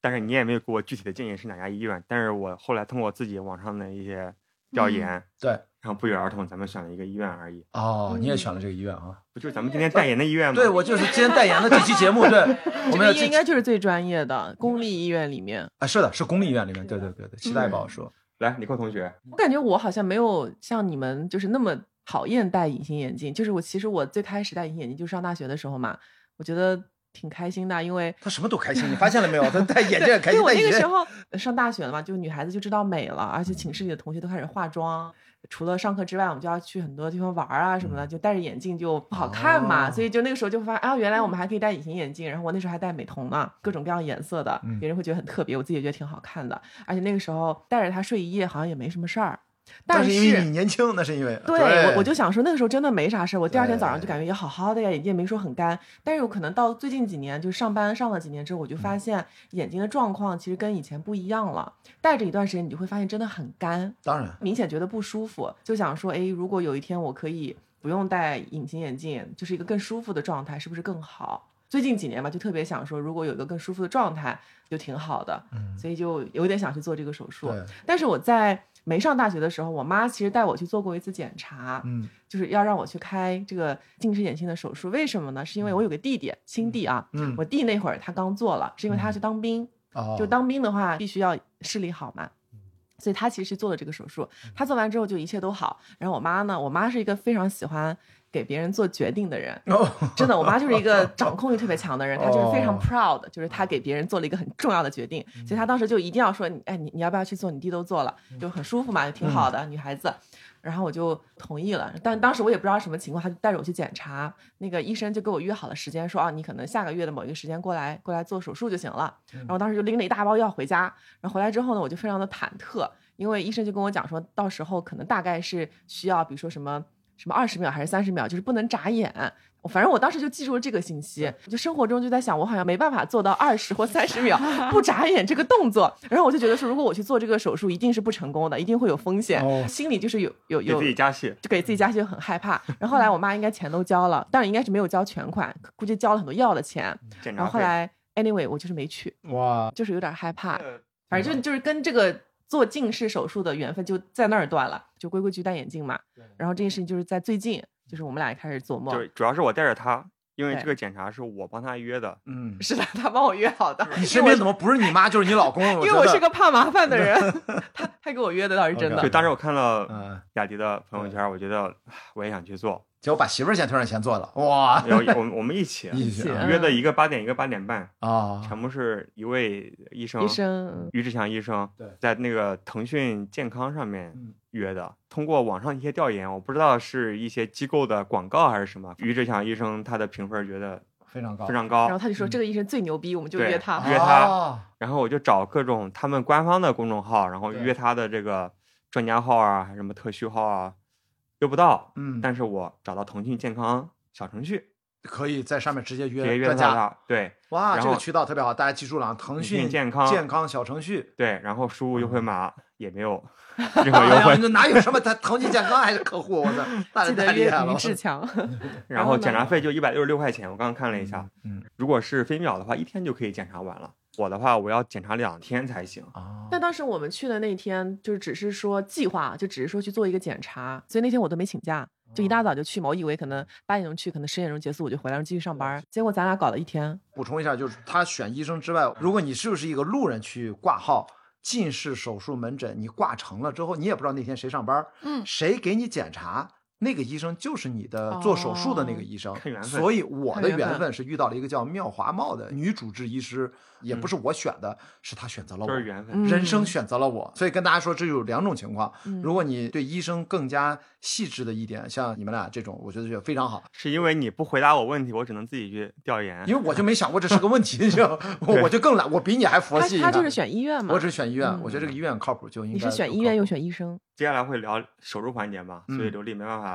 Speaker 1: 但是你也没有给我具体的建议是哪家医院。但是我后来通过自己网上的一些调研，
Speaker 2: 对，
Speaker 1: 然后不约而同咱们选了一个医院而已。
Speaker 4: 嗯
Speaker 2: 哦，你也选了这个医院啊？
Speaker 1: 不就是咱们今天代言的医院吗？
Speaker 2: 对，我就是今天代言的这期节目， 对，我
Speaker 4: 这
Speaker 2: 们
Speaker 4: 个
Speaker 2: 要
Speaker 4: 应
Speaker 2: 进
Speaker 4: 该就是最专业的公立医院里面。
Speaker 2: 啊，是的，是公立医院里面，对对对对，期
Speaker 4: 嗯
Speaker 2: 待宝说，
Speaker 1: 来，尼克同学，
Speaker 4: 我感觉我好像没有像你们就是那么讨厌戴隐形眼镜。就是我其实我最开始戴隐形眼镜就是上大学的时候嘛，我觉得挺开心的，因为
Speaker 2: 他什么都开心，你发现了没有？他戴眼镜也
Speaker 4: 对
Speaker 2: 开心，
Speaker 4: 我
Speaker 2: 戴
Speaker 4: 那
Speaker 2: 眼
Speaker 4: 个时
Speaker 2: 镜，
Speaker 4: 候上大学了嘛，就女孩子就知道美了，而且寝室里的同学都开始化妆。除了上课之外，我们就要去很多地方玩啊什么的，就戴着眼镜就不好看嘛，
Speaker 2: 嗯哦嗯
Speaker 4: 所以就那个时候就发现啊，原来我们还可以戴隐形眼镜。然后我那时候还戴美瞳呢，各种各样颜色的
Speaker 2: 嗯，
Speaker 4: 别人会觉得很特别，我自己也觉得挺好看的。而且那个时候戴着它睡一夜好像也没什么事儿，但
Speaker 2: 是因为你年轻，那是因为
Speaker 4: 对我我就想说，那个时候真的没啥事儿，我第二天早上就感觉也好好的呀，眼睛也没说很干。但是有可能到最近几年，就是上班上了几年之后，我就发现眼睛的状况其实跟以前不一样了。戴着一段时间，你就会发现真的很干，
Speaker 2: 当然
Speaker 4: 明显觉得不舒服，就想说，哎，如果有一天我可以不用戴隐形眼镜，就是一个更舒服的状态，是不是更好？最近几年吧，就特别想说，如果有一个更舒服的状态，就挺好的，所以就有点想去做这个手术。
Speaker 2: 对，
Speaker 4: 但是我在没上大学的时候，我妈其实带我去做过一次检查，
Speaker 2: 嗯
Speaker 4: 就是要让我去开这个近视眼镜的手术。为什么呢？是因为我有个弟弟，亲弟啊，
Speaker 2: 嗯
Speaker 4: 我弟那会儿他刚做了，是因为他要去当兵，
Speaker 2: 哦，嗯
Speaker 4: 就当兵的话必须要视力好嘛。所以他其实做了这个手术，他做完之后就一切都好。然后我妈呢，我妈是一个非常喜欢给别人做决定的人， 真的，我妈就是一个掌控欲特别强的人，她就是非常
Speaker 2: 哦
Speaker 4: proud，就是她给别人做了一个很重要的决定，所以她当时就一定要说，你哎，你你要不要去做？你弟都做了，就很舒服嘛，挺好的，女孩子。然后我就同意了，但当时我也不知道什么情况，他就带着我去检查，那个医生就给我约好了时间，说啊，你可能下个月的某一个时间过来过来做手术就行了。然后当时就拎了一大包药回家，然后回来之后呢，我就非常的忐忑，因为医生就跟我讲说，到时候可能大概是需要，比如说什么什么二十秒还是三十秒，就是不能眨眼。我反正我当时就记住了这个信息，就生活中就在想，我好像没办法做到二十或三十 秒不眨眼这个动作。然后我就觉得说，如果我去做这个手术，一定是不成功的，一定会有风险，
Speaker 2: 哦
Speaker 4: 心里就是有有
Speaker 1: 给
Speaker 4: 有
Speaker 1: 自己加戏。
Speaker 4: 就给自己加戏就很 害怕。然后后来我妈应该钱都交了，但是应该是没有交全款，估计交了很多药的钱。
Speaker 1: 检
Speaker 4: 然
Speaker 1: 查
Speaker 4: 后后
Speaker 1: 费
Speaker 4: 来，anyway，我就是啊没去，
Speaker 2: 哇，
Speaker 4: 就是有点害怕，
Speaker 1: 呃
Speaker 4: 反
Speaker 2: 嗯
Speaker 4: 正就就是跟这个做近视手术的缘分就在那儿断了，就规规矩矩戴眼镜嘛。然后这件事情就是在最近，就是我们俩也开始做梦
Speaker 1: 就。主要是我带着他，因为
Speaker 4: 对
Speaker 1: 这个检查是我帮他约的。
Speaker 2: 嗯，
Speaker 4: 是的，他帮我约好的。
Speaker 2: 你身
Speaker 4: 因为
Speaker 2: 边
Speaker 4: 我
Speaker 2: 怎么不是你妈就是你老公？
Speaker 4: 因为我
Speaker 2: 觉得
Speaker 4: 是个怕麻烦的人，他他给我约的倒是真的
Speaker 2: 对
Speaker 1: 对，。当时我看了
Speaker 2: 嗯，
Speaker 1: 雅迪的朋友圈，我觉得唉我也想去做。
Speaker 2: 结果把媳妇儿先推上前坐了，哇，
Speaker 1: 然后我们我们一起
Speaker 2: 一起
Speaker 4: 嗯
Speaker 1: 约的一个八点，一个八点半，
Speaker 2: 啊，
Speaker 1: 全部是一位医生，
Speaker 4: 医生，
Speaker 1: 于志强医生
Speaker 2: 对
Speaker 1: 在那个腾讯健康上面
Speaker 2: 嗯
Speaker 1: 约的。通过网上一些调研，我不知道是一些机构的广告还是什么，于志强医生他的评分觉得
Speaker 2: 非常高，
Speaker 1: 非常
Speaker 4: 然后
Speaker 1: 高。
Speaker 4: 他就
Speaker 2: 嗯
Speaker 4: 说这个医生最牛逼，我们就
Speaker 1: 对
Speaker 4: 约他。
Speaker 1: 约他
Speaker 2: 哦
Speaker 1: 然后我就找各种他们官方的公众号，然后
Speaker 2: 对
Speaker 1: 约他的这个专家号啊，还是什么特需号啊，约不到。
Speaker 2: 嗯，
Speaker 1: 但是我找到腾讯健康小程序，
Speaker 2: 可以在上面直接
Speaker 1: 直接
Speaker 2: 约
Speaker 1: 约到
Speaker 2: 专家。
Speaker 1: 他。对
Speaker 2: 哇，
Speaker 1: 然
Speaker 2: 这个
Speaker 1: 后
Speaker 2: 渠道特别好，大家记住了啊！腾讯
Speaker 1: 健康
Speaker 2: 健康小程序，
Speaker 1: 对，然后输入
Speaker 2: 嗯
Speaker 1: 优惠码也没 有任何优
Speaker 2: 哎呀，
Speaker 1: 惠，
Speaker 2: 这哪有什么他腾讯健康还是客 户？我操，大
Speaker 4: 记
Speaker 2: 人
Speaker 4: 得
Speaker 2: 啊太厉
Speaker 4: 约
Speaker 2: 害了
Speaker 4: 于！志强，
Speaker 1: 然后检查费就一百六十六块钱，我刚刚看了一下，
Speaker 2: 嗯，嗯
Speaker 1: 如果是飞秒的话，一天就可以检查完了。我的话，我要检查两天才行。
Speaker 2: 啊，
Speaker 4: 但当时我们去的那天，就是只是说计划，就只是说去做一个检查，所以那天我都没请假，就
Speaker 2: 哦
Speaker 4: 一大早就去嘛。我以为可能八点钟去，可能十点钟结束我就回来，然后继续上班。结果咱俩搞了一天，
Speaker 2: 补充一下，就是他选医生之外，如果你是不是一个路人去挂号近视手术门诊，你挂成了之后，你也不知道那天谁上班，
Speaker 3: 嗯
Speaker 2: 谁给你检查。那个医生就是你的做手术的那个医生，
Speaker 1: 看缘分
Speaker 2: 所以我的
Speaker 4: 哦看缘分
Speaker 2: 缘分是遇到了一个叫妙华茂的女主治医师，也不是我选的，是她选择了
Speaker 1: 嗯
Speaker 2: 我，
Speaker 1: 就是缘分。
Speaker 4: 嗯
Speaker 2: 人生选择了我，所以跟大家说，这有两种情况
Speaker 4: 嗯。
Speaker 2: 如果你对医生更加细致的一点，像你们俩这种，我觉得就非常好，
Speaker 1: 是因为你不回答我问题，我只能自己去调研。
Speaker 2: 因为我就没想过这是个问 题， 就我
Speaker 1: 对
Speaker 2: 我就更懒，我比你还佛
Speaker 4: 他
Speaker 2: 系。
Speaker 4: 他
Speaker 2: 你看
Speaker 4: 就是，选医院嘛，
Speaker 2: 我只选医院
Speaker 4: 嗯，
Speaker 2: 我觉得这个医院靠谱，就应该
Speaker 4: 你是选医院又选医生，
Speaker 1: 接下来会聊手术环节嘛，所以
Speaker 2: 嗯
Speaker 1: 刘丽没办法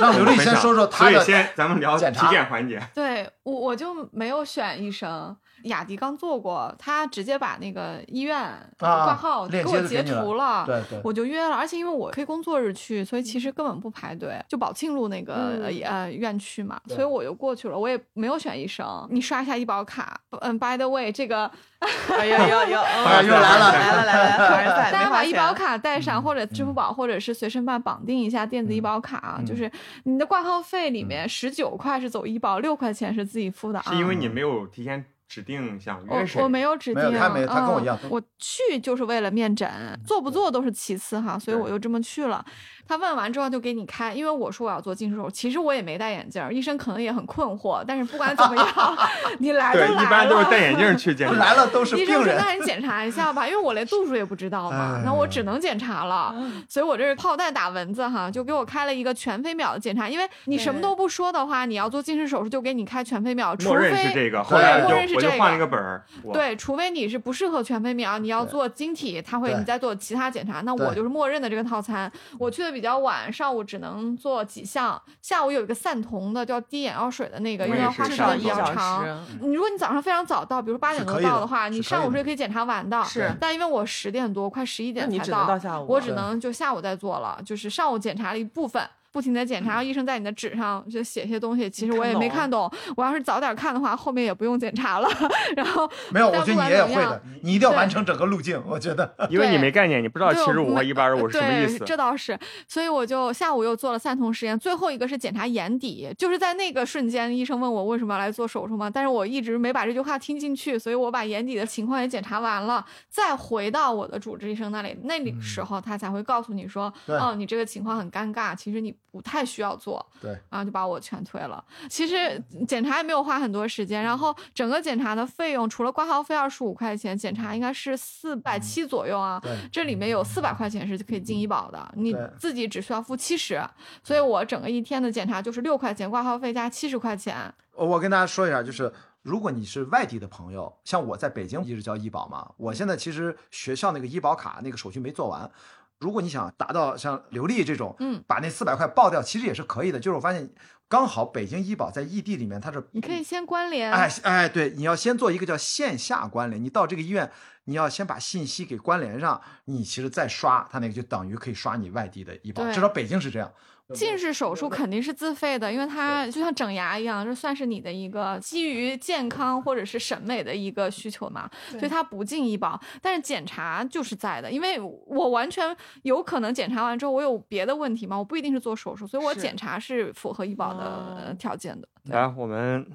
Speaker 2: 让刘丽
Speaker 1: 分
Speaker 2: 先
Speaker 1: 享
Speaker 2: 说说她
Speaker 1: 所以
Speaker 2: 的
Speaker 1: 先咱们聊
Speaker 2: 检
Speaker 1: 体
Speaker 2: 查
Speaker 1: 检环节。
Speaker 3: 对我我就没有选医生，雅迪刚做过，他直接把那个医院挂号给
Speaker 2: 啊链
Speaker 3: 我
Speaker 2: 接就
Speaker 3: 截
Speaker 2: 给你了
Speaker 3: 图了。
Speaker 2: 对对，
Speaker 3: 我就约了，而且因为我可以工作日去，所以其实根本不排队，就宝庆路那个、
Speaker 4: 嗯
Speaker 3: 呃呃院区嘛，
Speaker 2: 对
Speaker 3: 所以我就过去了，我也没有选医生。你刷一下医保卡，嗯，by the way，这个
Speaker 4: 哎呀呀呀，
Speaker 2: 哎又来了
Speaker 4: 来了来 了，凡尔赛，
Speaker 3: 大家
Speaker 4: 没
Speaker 3: 把
Speaker 4: 花
Speaker 3: 医
Speaker 4: 钱
Speaker 3: 保卡带上，
Speaker 2: 嗯
Speaker 3: 或者支付宝，或者是随身办绑定一下电子医保卡啊，
Speaker 2: 嗯
Speaker 3: 就是你的挂号费里面十九块是走医保，六块钱是自己付的啊。
Speaker 1: 是因为你没有提前指定想约谁
Speaker 3: 我我没有指
Speaker 2: 没
Speaker 3: 定，
Speaker 2: 有他没有他跟我
Speaker 3: 嗯
Speaker 2: 一样
Speaker 3: 我去就是为了面诊，做不做都是其次哈，所以我就这么去了。他问完之后就给你开，因为我说我要做近视手术，其实我也没戴眼镜儿，医生可能也很困惑，但是不管怎么样，你来都
Speaker 1: 对，
Speaker 3: 来了，
Speaker 1: 一般都是戴眼镜去检查。
Speaker 2: 来了都是
Speaker 3: 医
Speaker 2: 病
Speaker 3: 生说：“
Speaker 2: 人，
Speaker 3: 那你检查一下吧，因为我连度数也不知道嘛
Speaker 2: 哎，
Speaker 3: 那我只能检查了。所以我这是炮弹打蚊子哈，就给我开了一个全飞秒的检查，因为你什么都不说的话，你要做近视手术就给你开全飞秒，除
Speaker 1: 默认是
Speaker 3: 非。”
Speaker 1: 这个，后来
Speaker 2: 对
Speaker 1: 我
Speaker 3: 默认是
Speaker 1: 就我就
Speaker 3: 这
Speaker 1: 换
Speaker 3: 个
Speaker 1: 了一个本儿。我，
Speaker 3: 对，除非你是不适合全飞秒，你要
Speaker 2: 对
Speaker 3: 做晶体，他会
Speaker 2: 对
Speaker 3: 你再做其他检查。那我
Speaker 2: 对
Speaker 3: 就是默认的这个套餐。我去的比较晚，上午只能做几项，下午有一个散瞳的，叫滴眼药水的那个，
Speaker 1: 我
Speaker 3: 因为
Speaker 1: 也
Speaker 3: 要
Speaker 1: 是
Speaker 3: 花
Speaker 4: 至
Speaker 3: 时
Speaker 4: 少
Speaker 3: 间
Speaker 4: 一
Speaker 3: 比较
Speaker 4: 小
Speaker 3: 长。啊
Speaker 4: 时，
Speaker 3: 你如果你早上非常早到，比如八点
Speaker 2: 是
Speaker 3: 多
Speaker 2: 可以
Speaker 3: 到
Speaker 2: 的
Speaker 3: 的话，你
Speaker 2: 是可
Speaker 3: 上
Speaker 2: 以
Speaker 3: 午
Speaker 2: 的
Speaker 3: 是可以检查完的。
Speaker 4: 是
Speaker 3: 但因为我十点多，快十一
Speaker 4: 那
Speaker 3: 点
Speaker 4: 你
Speaker 3: 才
Speaker 4: 只能到下午啊，
Speaker 3: 我只能就下午再做了，就是上午检查了一部分。不停的检查，然后医生在你的纸上就写些东西，其实我
Speaker 4: 嗯
Speaker 3: 也
Speaker 4: 看
Speaker 3: 没
Speaker 4: 懂
Speaker 3: 看懂。我要是早点看的话，后面也不用检查了。 然后
Speaker 2: 没有，我
Speaker 3: 但
Speaker 2: 觉得
Speaker 3: 不
Speaker 2: 你
Speaker 3: 管
Speaker 2: 也
Speaker 3: 怎么
Speaker 2: 会
Speaker 3: 样
Speaker 2: 的，你一定要
Speaker 3: 对
Speaker 2: 完成整个路径。我 觉得，
Speaker 1: 因为你
Speaker 3: 对
Speaker 1: 没概念，你不知道
Speaker 3: 对
Speaker 1: 七十
Speaker 3: 我
Speaker 1: 五和
Speaker 3: 没
Speaker 1: 一百二十五是什么意
Speaker 3: 呃对
Speaker 1: 思。
Speaker 3: 这倒是，所以我就下午又做了三重实验，最后一个是检查眼底，就是在那个瞬间，医生问我为什么要来做手术嘛，但是我一直没把这句话听进去，所以我把眼底的情况也检查完了，再回到我的主治医生那里，那里
Speaker 1: 嗯
Speaker 3: 时候他才会告诉你说，
Speaker 2: 对
Speaker 3: 哦，你这个情况很尴尬，其实你不太需要做，
Speaker 2: 对，
Speaker 3: 然后就把我劝退了。其实检查也没有花很多时间，然后整个检查的费用除了挂号费二十五块钱，检查应该是四
Speaker 1: 嗯
Speaker 3: 百七左右啊。
Speaker 2: 对，
Speaker 3: 这里面有四百块钱是可以进医保的，你
Speaker 2: 对
Speaker 3: 自己只需要付七十，所以我整个一天的检查就是六块钱挂号费加七十块钱。
Speaker 2: 我跟大家说一下，就是如果你是外地的朋友，像我在北京一直交医保嘛，我现在其实学校那个医保卡那个手续没做完。如果你想达到像刘丽这种，
Speaker 3: 嗯，
Speaker 2: 把那四百块报掉，其实也是可以的。就是我发现，刚好北京医保在异地里面，它是
Speaker 3: 你可以先关
Speaker 4: 嗯
Speaker 3: 联，
Speaker 2: 哎哎，对，你要先做一个叫线下关联，你到这个医院，你要先把信息给关联上，你其实再刷它那个就等于可以刷你外地的医保，
Speaker 3: 对
Speaker 2: 至少北京是这样。
Speaker 3: 近视手术肯定是自费的，因为它就像整牙一样，这算是你的一个基于健康或者是审美的一个需求嘛，所以它不进医保。但是检查就是在的，因为我完全有可能检查完之后我有别的问题嘛，我不一定是做手术，所以我
Speaker 4: 是
Speaker 3: 检查是符合医保的
Speaker 4: 哦
Speaker 3: 呃条件的。
Speaker 1: 来，我们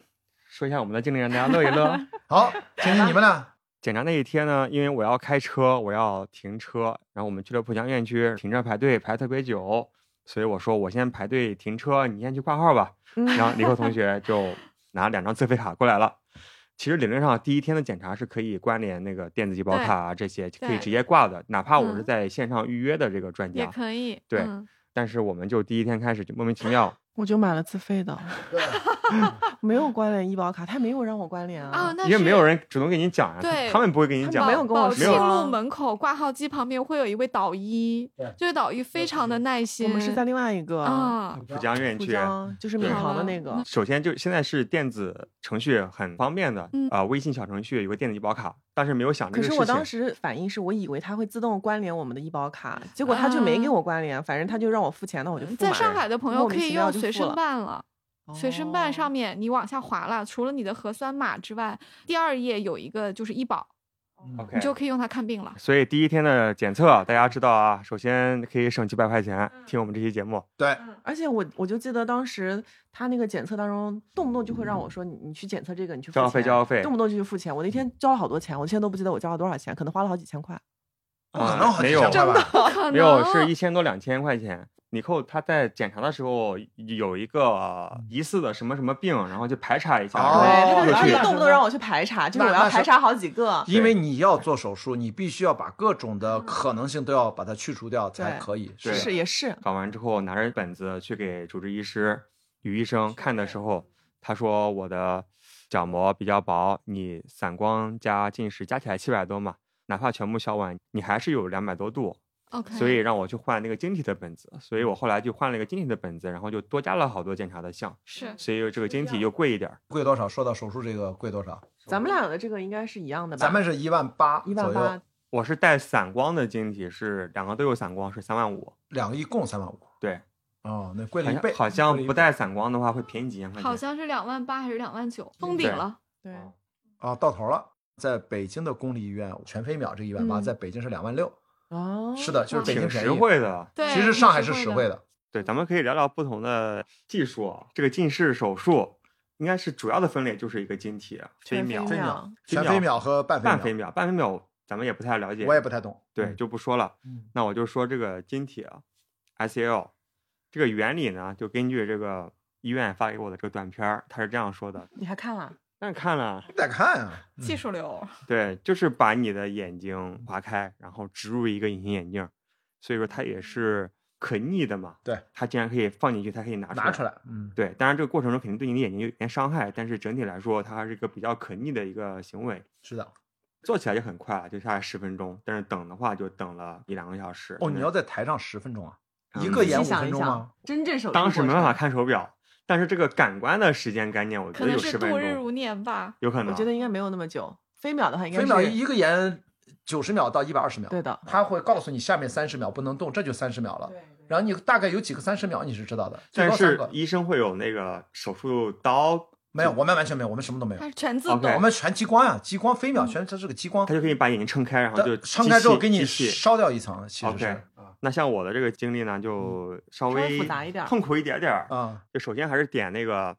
Speaker 1: 说一下我们的经历，让大家乐一 乐。
Speaker 2: 好，听听你们俩，
Speaker 1: 检查那一天呢，因为我要开车，我要停车，然后我们俱乐部江院区停车排队排特别久，所以我说我先排队停车，你先去挂号吧。
Speaker 3: 嗯
Speaker 1: 然后李克 同学就拿两张自费卡过来了。其实理论上第一天的检查是可以关联那个电子医保
Speaker 3: 对
Speaker 1: 卡啊这些，可以
Speaker 3: 对
Speaker 1: 直接挂的，哪怕我是
Speaker 3: 嗯
Speaker 1: 在线上预约的这个专
Speaker 3: 也
Speaker 1: 家。
Speaker 3: 可以，
Speaker 1: 对
Speaker 3: 嗯
Speaker 1: 但是我们就第一天开始就莫名其妙，
Speaker 4: 我就买了自费的，
Speaker 2: 对，
Speaker 4: 没有关联医保卡，他没有让我关联
Speaker 3: 啊，
Speaker 4: 啊。
Speaker 3: 那
Speaker 1: 因为
Speaker 3: 是
Speaker 1: 没有人主动给你讲呀、
Speaker 3: 对
Speaker 1: 他们不会给你
Speaker 4: 他
Speaker 1: 讲
Speaker 4: 没
Speaker 1: 的，
Speaker 4: 有跟我
Speaker 3: 宝
Speaker 1: 说
Speaker 3: 鸡路门口挂号机旁边会有一位导医
Speaker 2: 对，
Speaker 3: 这位导医非常的耐心。
Speaker 4: 我们是在另外一个
Speaker 3: 啊，
Speaker 1: 浦江院
Speaker 4: 浦
Speaker 1: 区。
Speaker 4: 江，就是闵
Speaker 1: 对
Speaker 4: 行的那个，
Speaker 1: 首先就现在是电子程序很方便的，啊、
Speaker 3: 嗯
Speaker 1: 微信小程序有个电子医保卡，但是没有想这
Speaker 4: 可
Speaker 1: 个事
Speaker 4: 是
Speaker 1: 情。
Speaker 4: 我当时反应是我以为它会自动关联我们的医保卡，结果它就没给我关联，反正它就让我付钱，那我就付
Speaker 3: 在
Speaker 4: 嘛
Speaker 3: 上海的朋友可以用随身
Speaker 4: 莫名其妙就付
Speaker 3: 办了。随身办上
Speaker 4: 哦
Speaker 3: 面你往下滑了，除了你的核酸码之外，第二页有一个就是医保，
Speaker 1: OK，
Speaker 3: 你就可以用它看病了。
Speaker 1: 所以第一天的检测，大家知道啊，首先可以省几百块钱，
Speaker 4: 嗯
Speaker 1: 听我们这期节目。
Speaker 2: 对，
Speaker 4: 而且我我就记得当时他那个检测当中，动不动就会让我说你你去检测这个，你去付
Speaker 1: 交
Speaker 4: 钱
Speaker 1: 号费交号费嗯
Speaker 4: 动不动就去付钱。我那天交了好多钱，我现在都不记得我交了多少钱，可能花了好几千块。
Speaker 2: 不可
Speaker 1: 啊
Speaker 2: 能好
Speaker 1: 没
Speaker 2: 几
Speaker 1: 有
Speaker 2: 千块吧？
Speaker 3: 可
Speaker 1: 没有
Speaker 3: 能
Speaker 1: 是一千多两千块钱。你扣他在检查的时候有一个疑似的什么什么病，然后就排查一下，
Speaker 2: 哦
Speaker 1: 然后
Speaker 4: 对，
Speaker 1: 过
Speaker 4: 他
Speaker 2: 哎
Speaker 4: 就
Speaker 1: 去
Speaker 2: 那。
Speaker 4: 动不动让我去排查，就是
Speaker 2: 那
Speaker 4: 我要
Speaker 2: 那是
Speaker 4: 排查好几个。
Speaker 2: 因为你要做手术，你必须要把各种的可能性都要把它去除掉才可以。
Speaker 1: 对
Speaker 4: 嗯是
Speaker 2: 是，
Speaker 4: 也是，
Speaker 1: 搞完之后拿着本子去给主治医师于医生看的时候，他说我的角膜比较薄，你散光加近视加起来七百多嘛，哪怕全部消完，你还是有两百多度，
Speaker 3: OK，
Speaker 1: 所以让我去换那个晶体的本子，所以我后来就换了一个晶体的本子，然后就多加了好多检查的项，
Speaker 3: 是
Speaker 1: 所以这个晶体又贵一点儿。
Speaker 2: 贵多少？说到手术这个贵多少？
Speaker 4: 咱们俩的这个应该是一样的吧？
Speaker 2: 咱们是一万八
Speaker 4: 一万
Speaker 2: 左右
Speaker 4: 八，，
Speaker 1: 我是带散光的晶体，是两个都有散光，是三万五。
Speaker 2: 两个一共三万五。
Speaker 1: 对，
Speaker 2: 哦，那贵
Speaker 1: 好
Speaker 2: 了一
Speaker 1: 像
Speaker 2: 倍，
Speaker 1: 好
Speaker 2: 贵了
Speaker 1: 像
Speaker 2: 一
Speaker 1: 不
Speaker 2: 倍
Speaker 1: 带散光的话会便宜几千块
Speaker 3: 好
Speaker 1: 钱。
Speaker 3: 像是两万八还是两万九，封顶
Speaker 1: 对
Speaker 3: 了。
Speaker 4: 对，
Speaker 2: 啊，到头了。在北京的公立医院，全飞秒这一万八，
Speaker 3: 嗯
Speaker 2: 在北京是两万六。
Speaker 4: 哦，
Speaker 2: 是的，就是北京
Speaker 1: 挺
Speaker 2: 便
Speaker 1: 实
Speaker 2: 宜。
Speaker 1: 惠的，
Speaker 3: 对，
Speaker 2: 其实上海是实惠
Speaker 3: 的。
Speaker 2: 的。
Speaker 1: 对，咱们可以聊聊不同的技术啊。这个近视手术应该是主要的分类就是一个晶体、飞
Speaker 4: 全
Speaker 1: 秒、
Speaker 4: 飞秒
Speaker 2: 全飞秒和半
Speaker 1: 半飞
Speaker 2: 飞秒，
Speaker 1: 秒、半飞秒，咱们也不太了解。
Speaker 2: 我也不太懂。
Speaker 1: 对，就不说了。
Speaker 2: 嗯
Speaker 1: 那我就说这个晶体啊，ICL 这个原理呢，就根据这个医院发给我的这个短片儿，它是这样说的。
Speaker 4: 你还看了？
Speaker 1: 但是看了，
Speaker 2: 你得看啊，
Speaker 3: 技术流，
Speaker 1: 对，就是把你的眼睛划开，然后植入一个隐形眼镜儿，所以说它也是可逆的嘛。
Speaker 2: 对，
Speaker 1: 它既然可以放进去，它可以拿出
Speaker 2: 拿出来。嗯，
Speaker 1: 对，当然这个过程中肯定对你的眼睛有点伤害，但是整体来说，它还是一个比较可逆的一个行为。
Speaker 2: 是的。
Speaker 1: 做起来就很快，啊就大概十分钟，但是等的话就等了一两个小时。
Speaker 2: 哦，
Speaker 1: 因
Speaker 2: 你
Speaker 1: 为
Speaker 2: 要在台上十分钟啊，
Speaker 1: 嗯
Speaker 2: 一个
Speaker 4: 细
Speaker 2: 演五
Speaker 4: 想
Speaker 2: 分
Speaker 4: 一
Speaker 2: 钟
Speaker 4: 想
Speaker 2: 吗？，
Speaker 4: 真正手术
Speaker 1: 当时
Speaker 4: 过
Speaker 1: 没办法
Speaker 4: 程，
Speaker 1: 看手表，但是这个感官的时间概念，我觉
Speaker 3: 可
Speaker 1: 得
Speaker 3: 能
Speaker 1: 有
Speaker 3: 是
Speaker 1: 十分
Speaker 3: 度日
Speaker 1: 钟，
Speaker 3: 如年吧。
Speaker 1: 有可能。
Speaker 4: 我觉得应该没有那么久。飞秒的话应该
Speaker 2: 飞秒
Speaker 4: 是
Speaker 2: 一个演九十秒到一百二十秒，
Speaker 4: 对的，
Speaker 2: 他会告诉你下面三十秒不能动，这就三十秒了。
Speaker 4: 对对
Speaker 2: 然后你大概有几个三十秒你是知道的，最
Speaker 1: 但
Speaker 2: 高三
Speaker 1: 是
Speaker 2: 个
Speaker 1: 医生会有那个手术刀，
Speaker 2: 没有，我们完全没有，我们什么都没有
Speaker 3: 它，是全自
Speaker 1: OK
Speaker 3: 动
Speaker 2: 我们全激光呀，激光飞秒全它是个激光
Speaker 1: 他，就给你把眼睛撑开，然后就
Speaker 2: 它撑开之后
Speaker 1: 机器
Speaker 2: 给你
Speaker 1: 机器
Speaker 2: 烧掉一层，其实
Speaker 1: OK
Speaker 2: 是啊
Speaker 1: 那像我的这个经历呢，
Speaker 2: 嗯
Speaker 1: 就稍
Speaker 4: 稍微
Speaker 1: 微
Speaker 4: 复杂一点儿
Speaker 1: 痛苦一点点儿。
Speaker 2: 啊
Speaker 1: 就首先还是点那个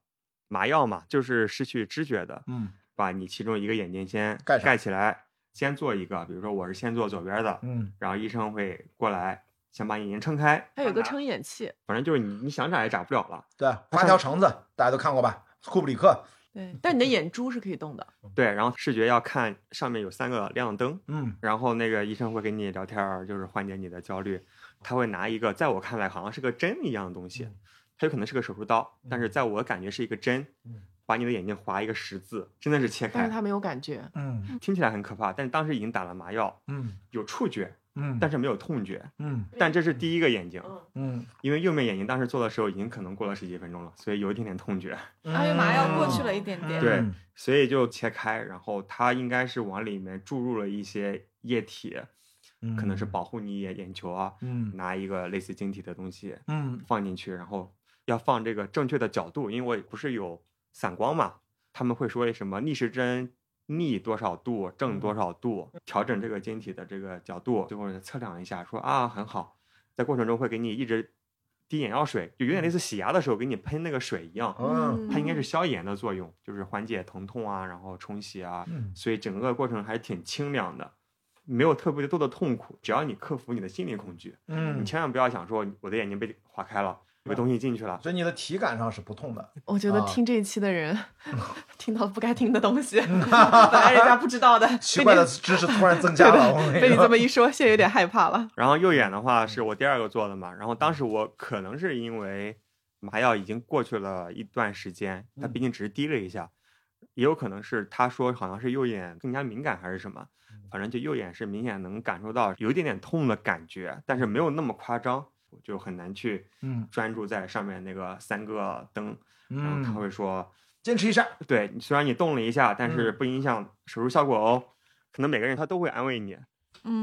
Speaker 1: 麻药嘛，就是失去知觉的，
Speaker 2: 嗯
Speaker 1: 把你其中一个眼睛先
Speaker 2: 盖上
Speaker 1: 盖起来，先做一个，比如说我是先做左边的，
Speaker 2: 嗯
Speaker 1: 然后医生会过来先把眼睛撑开，
Speaker 4: 它有个
Speaker 1: 然后拿，
Speaker 4: 撑眼器，
Speaker 1: 反正就是你你想眨也眨不了了。
Speaker 2: 对，八条橙子大家都看过吧？库布里克，
Speaker 4: 对，
Speaker 2: 嗯
Speaker 4: 但你的眼珠是可以动的。
Speaker 1: 对，然后视觉要看上面有三个亮灯，
Speaker 2: 嗯
Speaker 1: 然后那个医生会跟你聊天儿，就是缓解你的焦虑。他会拿一个，在我看来好像是个针一样的东西
Speaker 2: 嗯，
Speaker 1: 它有可能是个手术刀，但是在我感觉是一个针
Speaker 2: 嗯，
Speaker 1: 把你的眼睛划一个十字，真的是切
Speaker 4: 但
Speaker 1: 开
Speaker 4: 是，它没有感觉，
Speaker 2: 嗯
Speaker 1: 听起来很可怕，但是当时已经打了麻药，
Speaker 2: 嗯
Speaker 1: 有触觉，
Speaker 2: 嗯
Speaker 1: 但是没有痛觉。
Speaker 2: 嗯
Speaker 1: 但这是第一个眼睛，
Speaker 2: 嗯，
Speaker 1: 因为右面眼睛当时做的时候已经可能过了十几分钟了，所以有一点点痛觉，
Speaker 3: 阿维麻药过去了一点点。
Speaker 1: 对
Speaker 2: 嗯
Speaker 1: 所以就切开，然后它应该是往里面注入了一些液体，
Speaker 2: 嗯
Speaker 1: 可能是保护你眼眼球啊，
Speaker 2: 嗯
Speaker 1: 拿一个类似晶体的东西，
Speaker 2: 嗯
Speaker 1: 放进去，然后要放这个正确的角度，因为不是有散光嘛，他们会说什么逆时针逆多少度，正多少度，调整这个晶体的这个角度，最后测量一下，说啊很好，在过程中会给你一直滴眼药水，就有点类似洗牙的时候给你喷那个水一样，
Speaker 2: 嗯
Speaker 1: 它应该是消炎的作用，就是缓解疼痛啊，然后冲洗啊，
Speaker 2: 嗯
Speaker 1: 所以整个过程还挺清凉的。没有特别多的痛苦，只要你克服你的心理恐惧，你
Speaker 2: 嗯，
Speaker 1: 千万不要想说我的眼睛被划开了，有个东西进去了。
Speaker 2: 所以你的体感上是不痛的。
Speaker 4: 我觉得
Speaker 2: 啊
Speaker 4: 听这一期的人、听到不该听的东西，本来人家不知道的，
Speaker 2: 奇怪的
Speaker 4: 被
Speaker 2: 知识突然增加了，我跟
Speaker 4: 你被
Speaker 2: 你
Speaker 4: 你这
Speaker 2: 说
Speaker 4: 么一说，现在有点害怕了。
Speaker 1: 然后右眼的
Speaker 2: 嗯
Speaker 1: 话是我第二个做的嘛，然后当时我可能是因为麻药已经过去了一段时间，它
Speaker 2: 嗯
Speaker 1: 毕竟只是滴了一下，也有可能是他说好像是右眼更加敏感还是什么，
Speaker 2: 嗯
Speaker 1: 反正就右眼是明显能感受到有一点点痛的感觉，但是没有那么夸张，我就很难去
Speaker 2: 嗯
Speaker 1: 专注在上面那个三个灯，然后他
Speaker 2: 嗯，
Speaker 1: 会说。
Speaker 2: 坚持一下，
Speaker 1: 对，你虽然你动了一下，但是
Speaker 2: 嗯
Speaker 1: 不影响手术效果哦。可能每个人他都会安慰你。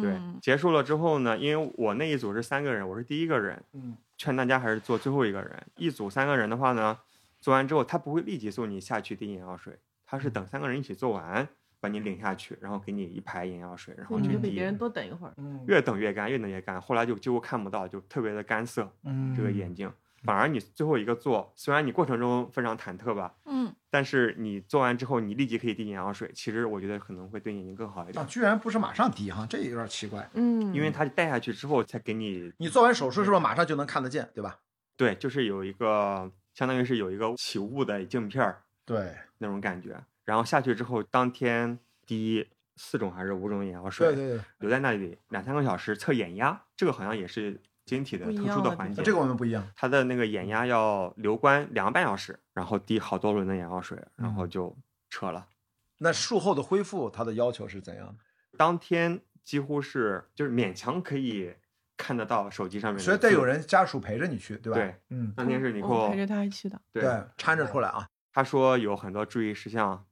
Speaker 1: 对，
Speaker 3: 嗯，
Speaker 1: 结束了之后呢，因为我那一组是三个人，我是第一个人，
Speaker 2: 嗯
Speaker 1: 劝大家还是做最后一个人。一组三个人的话呢，做完之后他不会立即送你下去滴眼药水，他是
Speaker 4: 嗯
Speaker 1: 等三个人一起做完，把你领下去，然后给你一排眼药水，然后
Speaker 4: 你
Speaker 1: 去
Speaker 4: 嗯就比别
Speaker 1: 滴。
Speaker 4: 人多等一会儿。
Speaker 2: 嗯
Speaker 1: 越等越干，越等越干，后来就几乎看不到，就特别的干涩，
Speaker 2: 嗯
Speaker 1: 这个
Speaker 4: 嗯
Speaker 1: 眼睛。反而你最后一个做，虽然你过程中非常忐忑吧，
Speaker 3: 嗯，
Speaker 1: 但是你做完之后，你立即可以滴眼药水，其实我觉得可能会对眼睛更好一
Speaker 2: 啊，
Speaker 1: 点，
Speaker 2: 居然不是马上滴哈，这有点奇怪。
Speaker 4: 嗯，
Speaker 1: 因为它带下去之后才给你，
Speaker 2: 你做完手术是不是马上就能看得见，对吧？
Speaker 1: 对，就是有一个相当于是有一个起雾的镜片儿
Speaker 2: 对，
Speaker 1: 那种感觉，然后下去之后，当天滴四种还是五种眼药水，
Speaker 2: 对对对，
Speaker 1: 留在那里两三个小时测眼压，这个好像也是晶体的
Speaker 4: 不一
Speaker 1: 特
Speaker 4: 样
Speaker 1: 殊的
Speaker 4: 了
Speaker 1: 环
Speaker 4: 这
Speaker 1: 节，
Speaker 4: 个
Speaker 2: 这个我们不一样。
Speaker 1: 它的那个眼压要留观两个半小时，然后滴好多轮的眼药水，然
Speaker 2: 嗯
Speaker 1: 后就撤了。
Speaker 2: 那术后的恢复，它的要求是怎样的？
Speaker 1: 当天几乎是就是勉强可以看得到手机上面，
Speaker 2: 所以得有。人家属陪着你去，对吧？
Speaker 1: 对，
Speaker 2: 嗯，
Speaker 1: 当天是尼
Speaker 4: 我
Speaker 1: 寇
Speaker 4: 哦陪，着他一起的。
Speaker 1: 对
Speaker 2: 对，搀着出来啊，
Speaker 1: 他说有很多注意事项，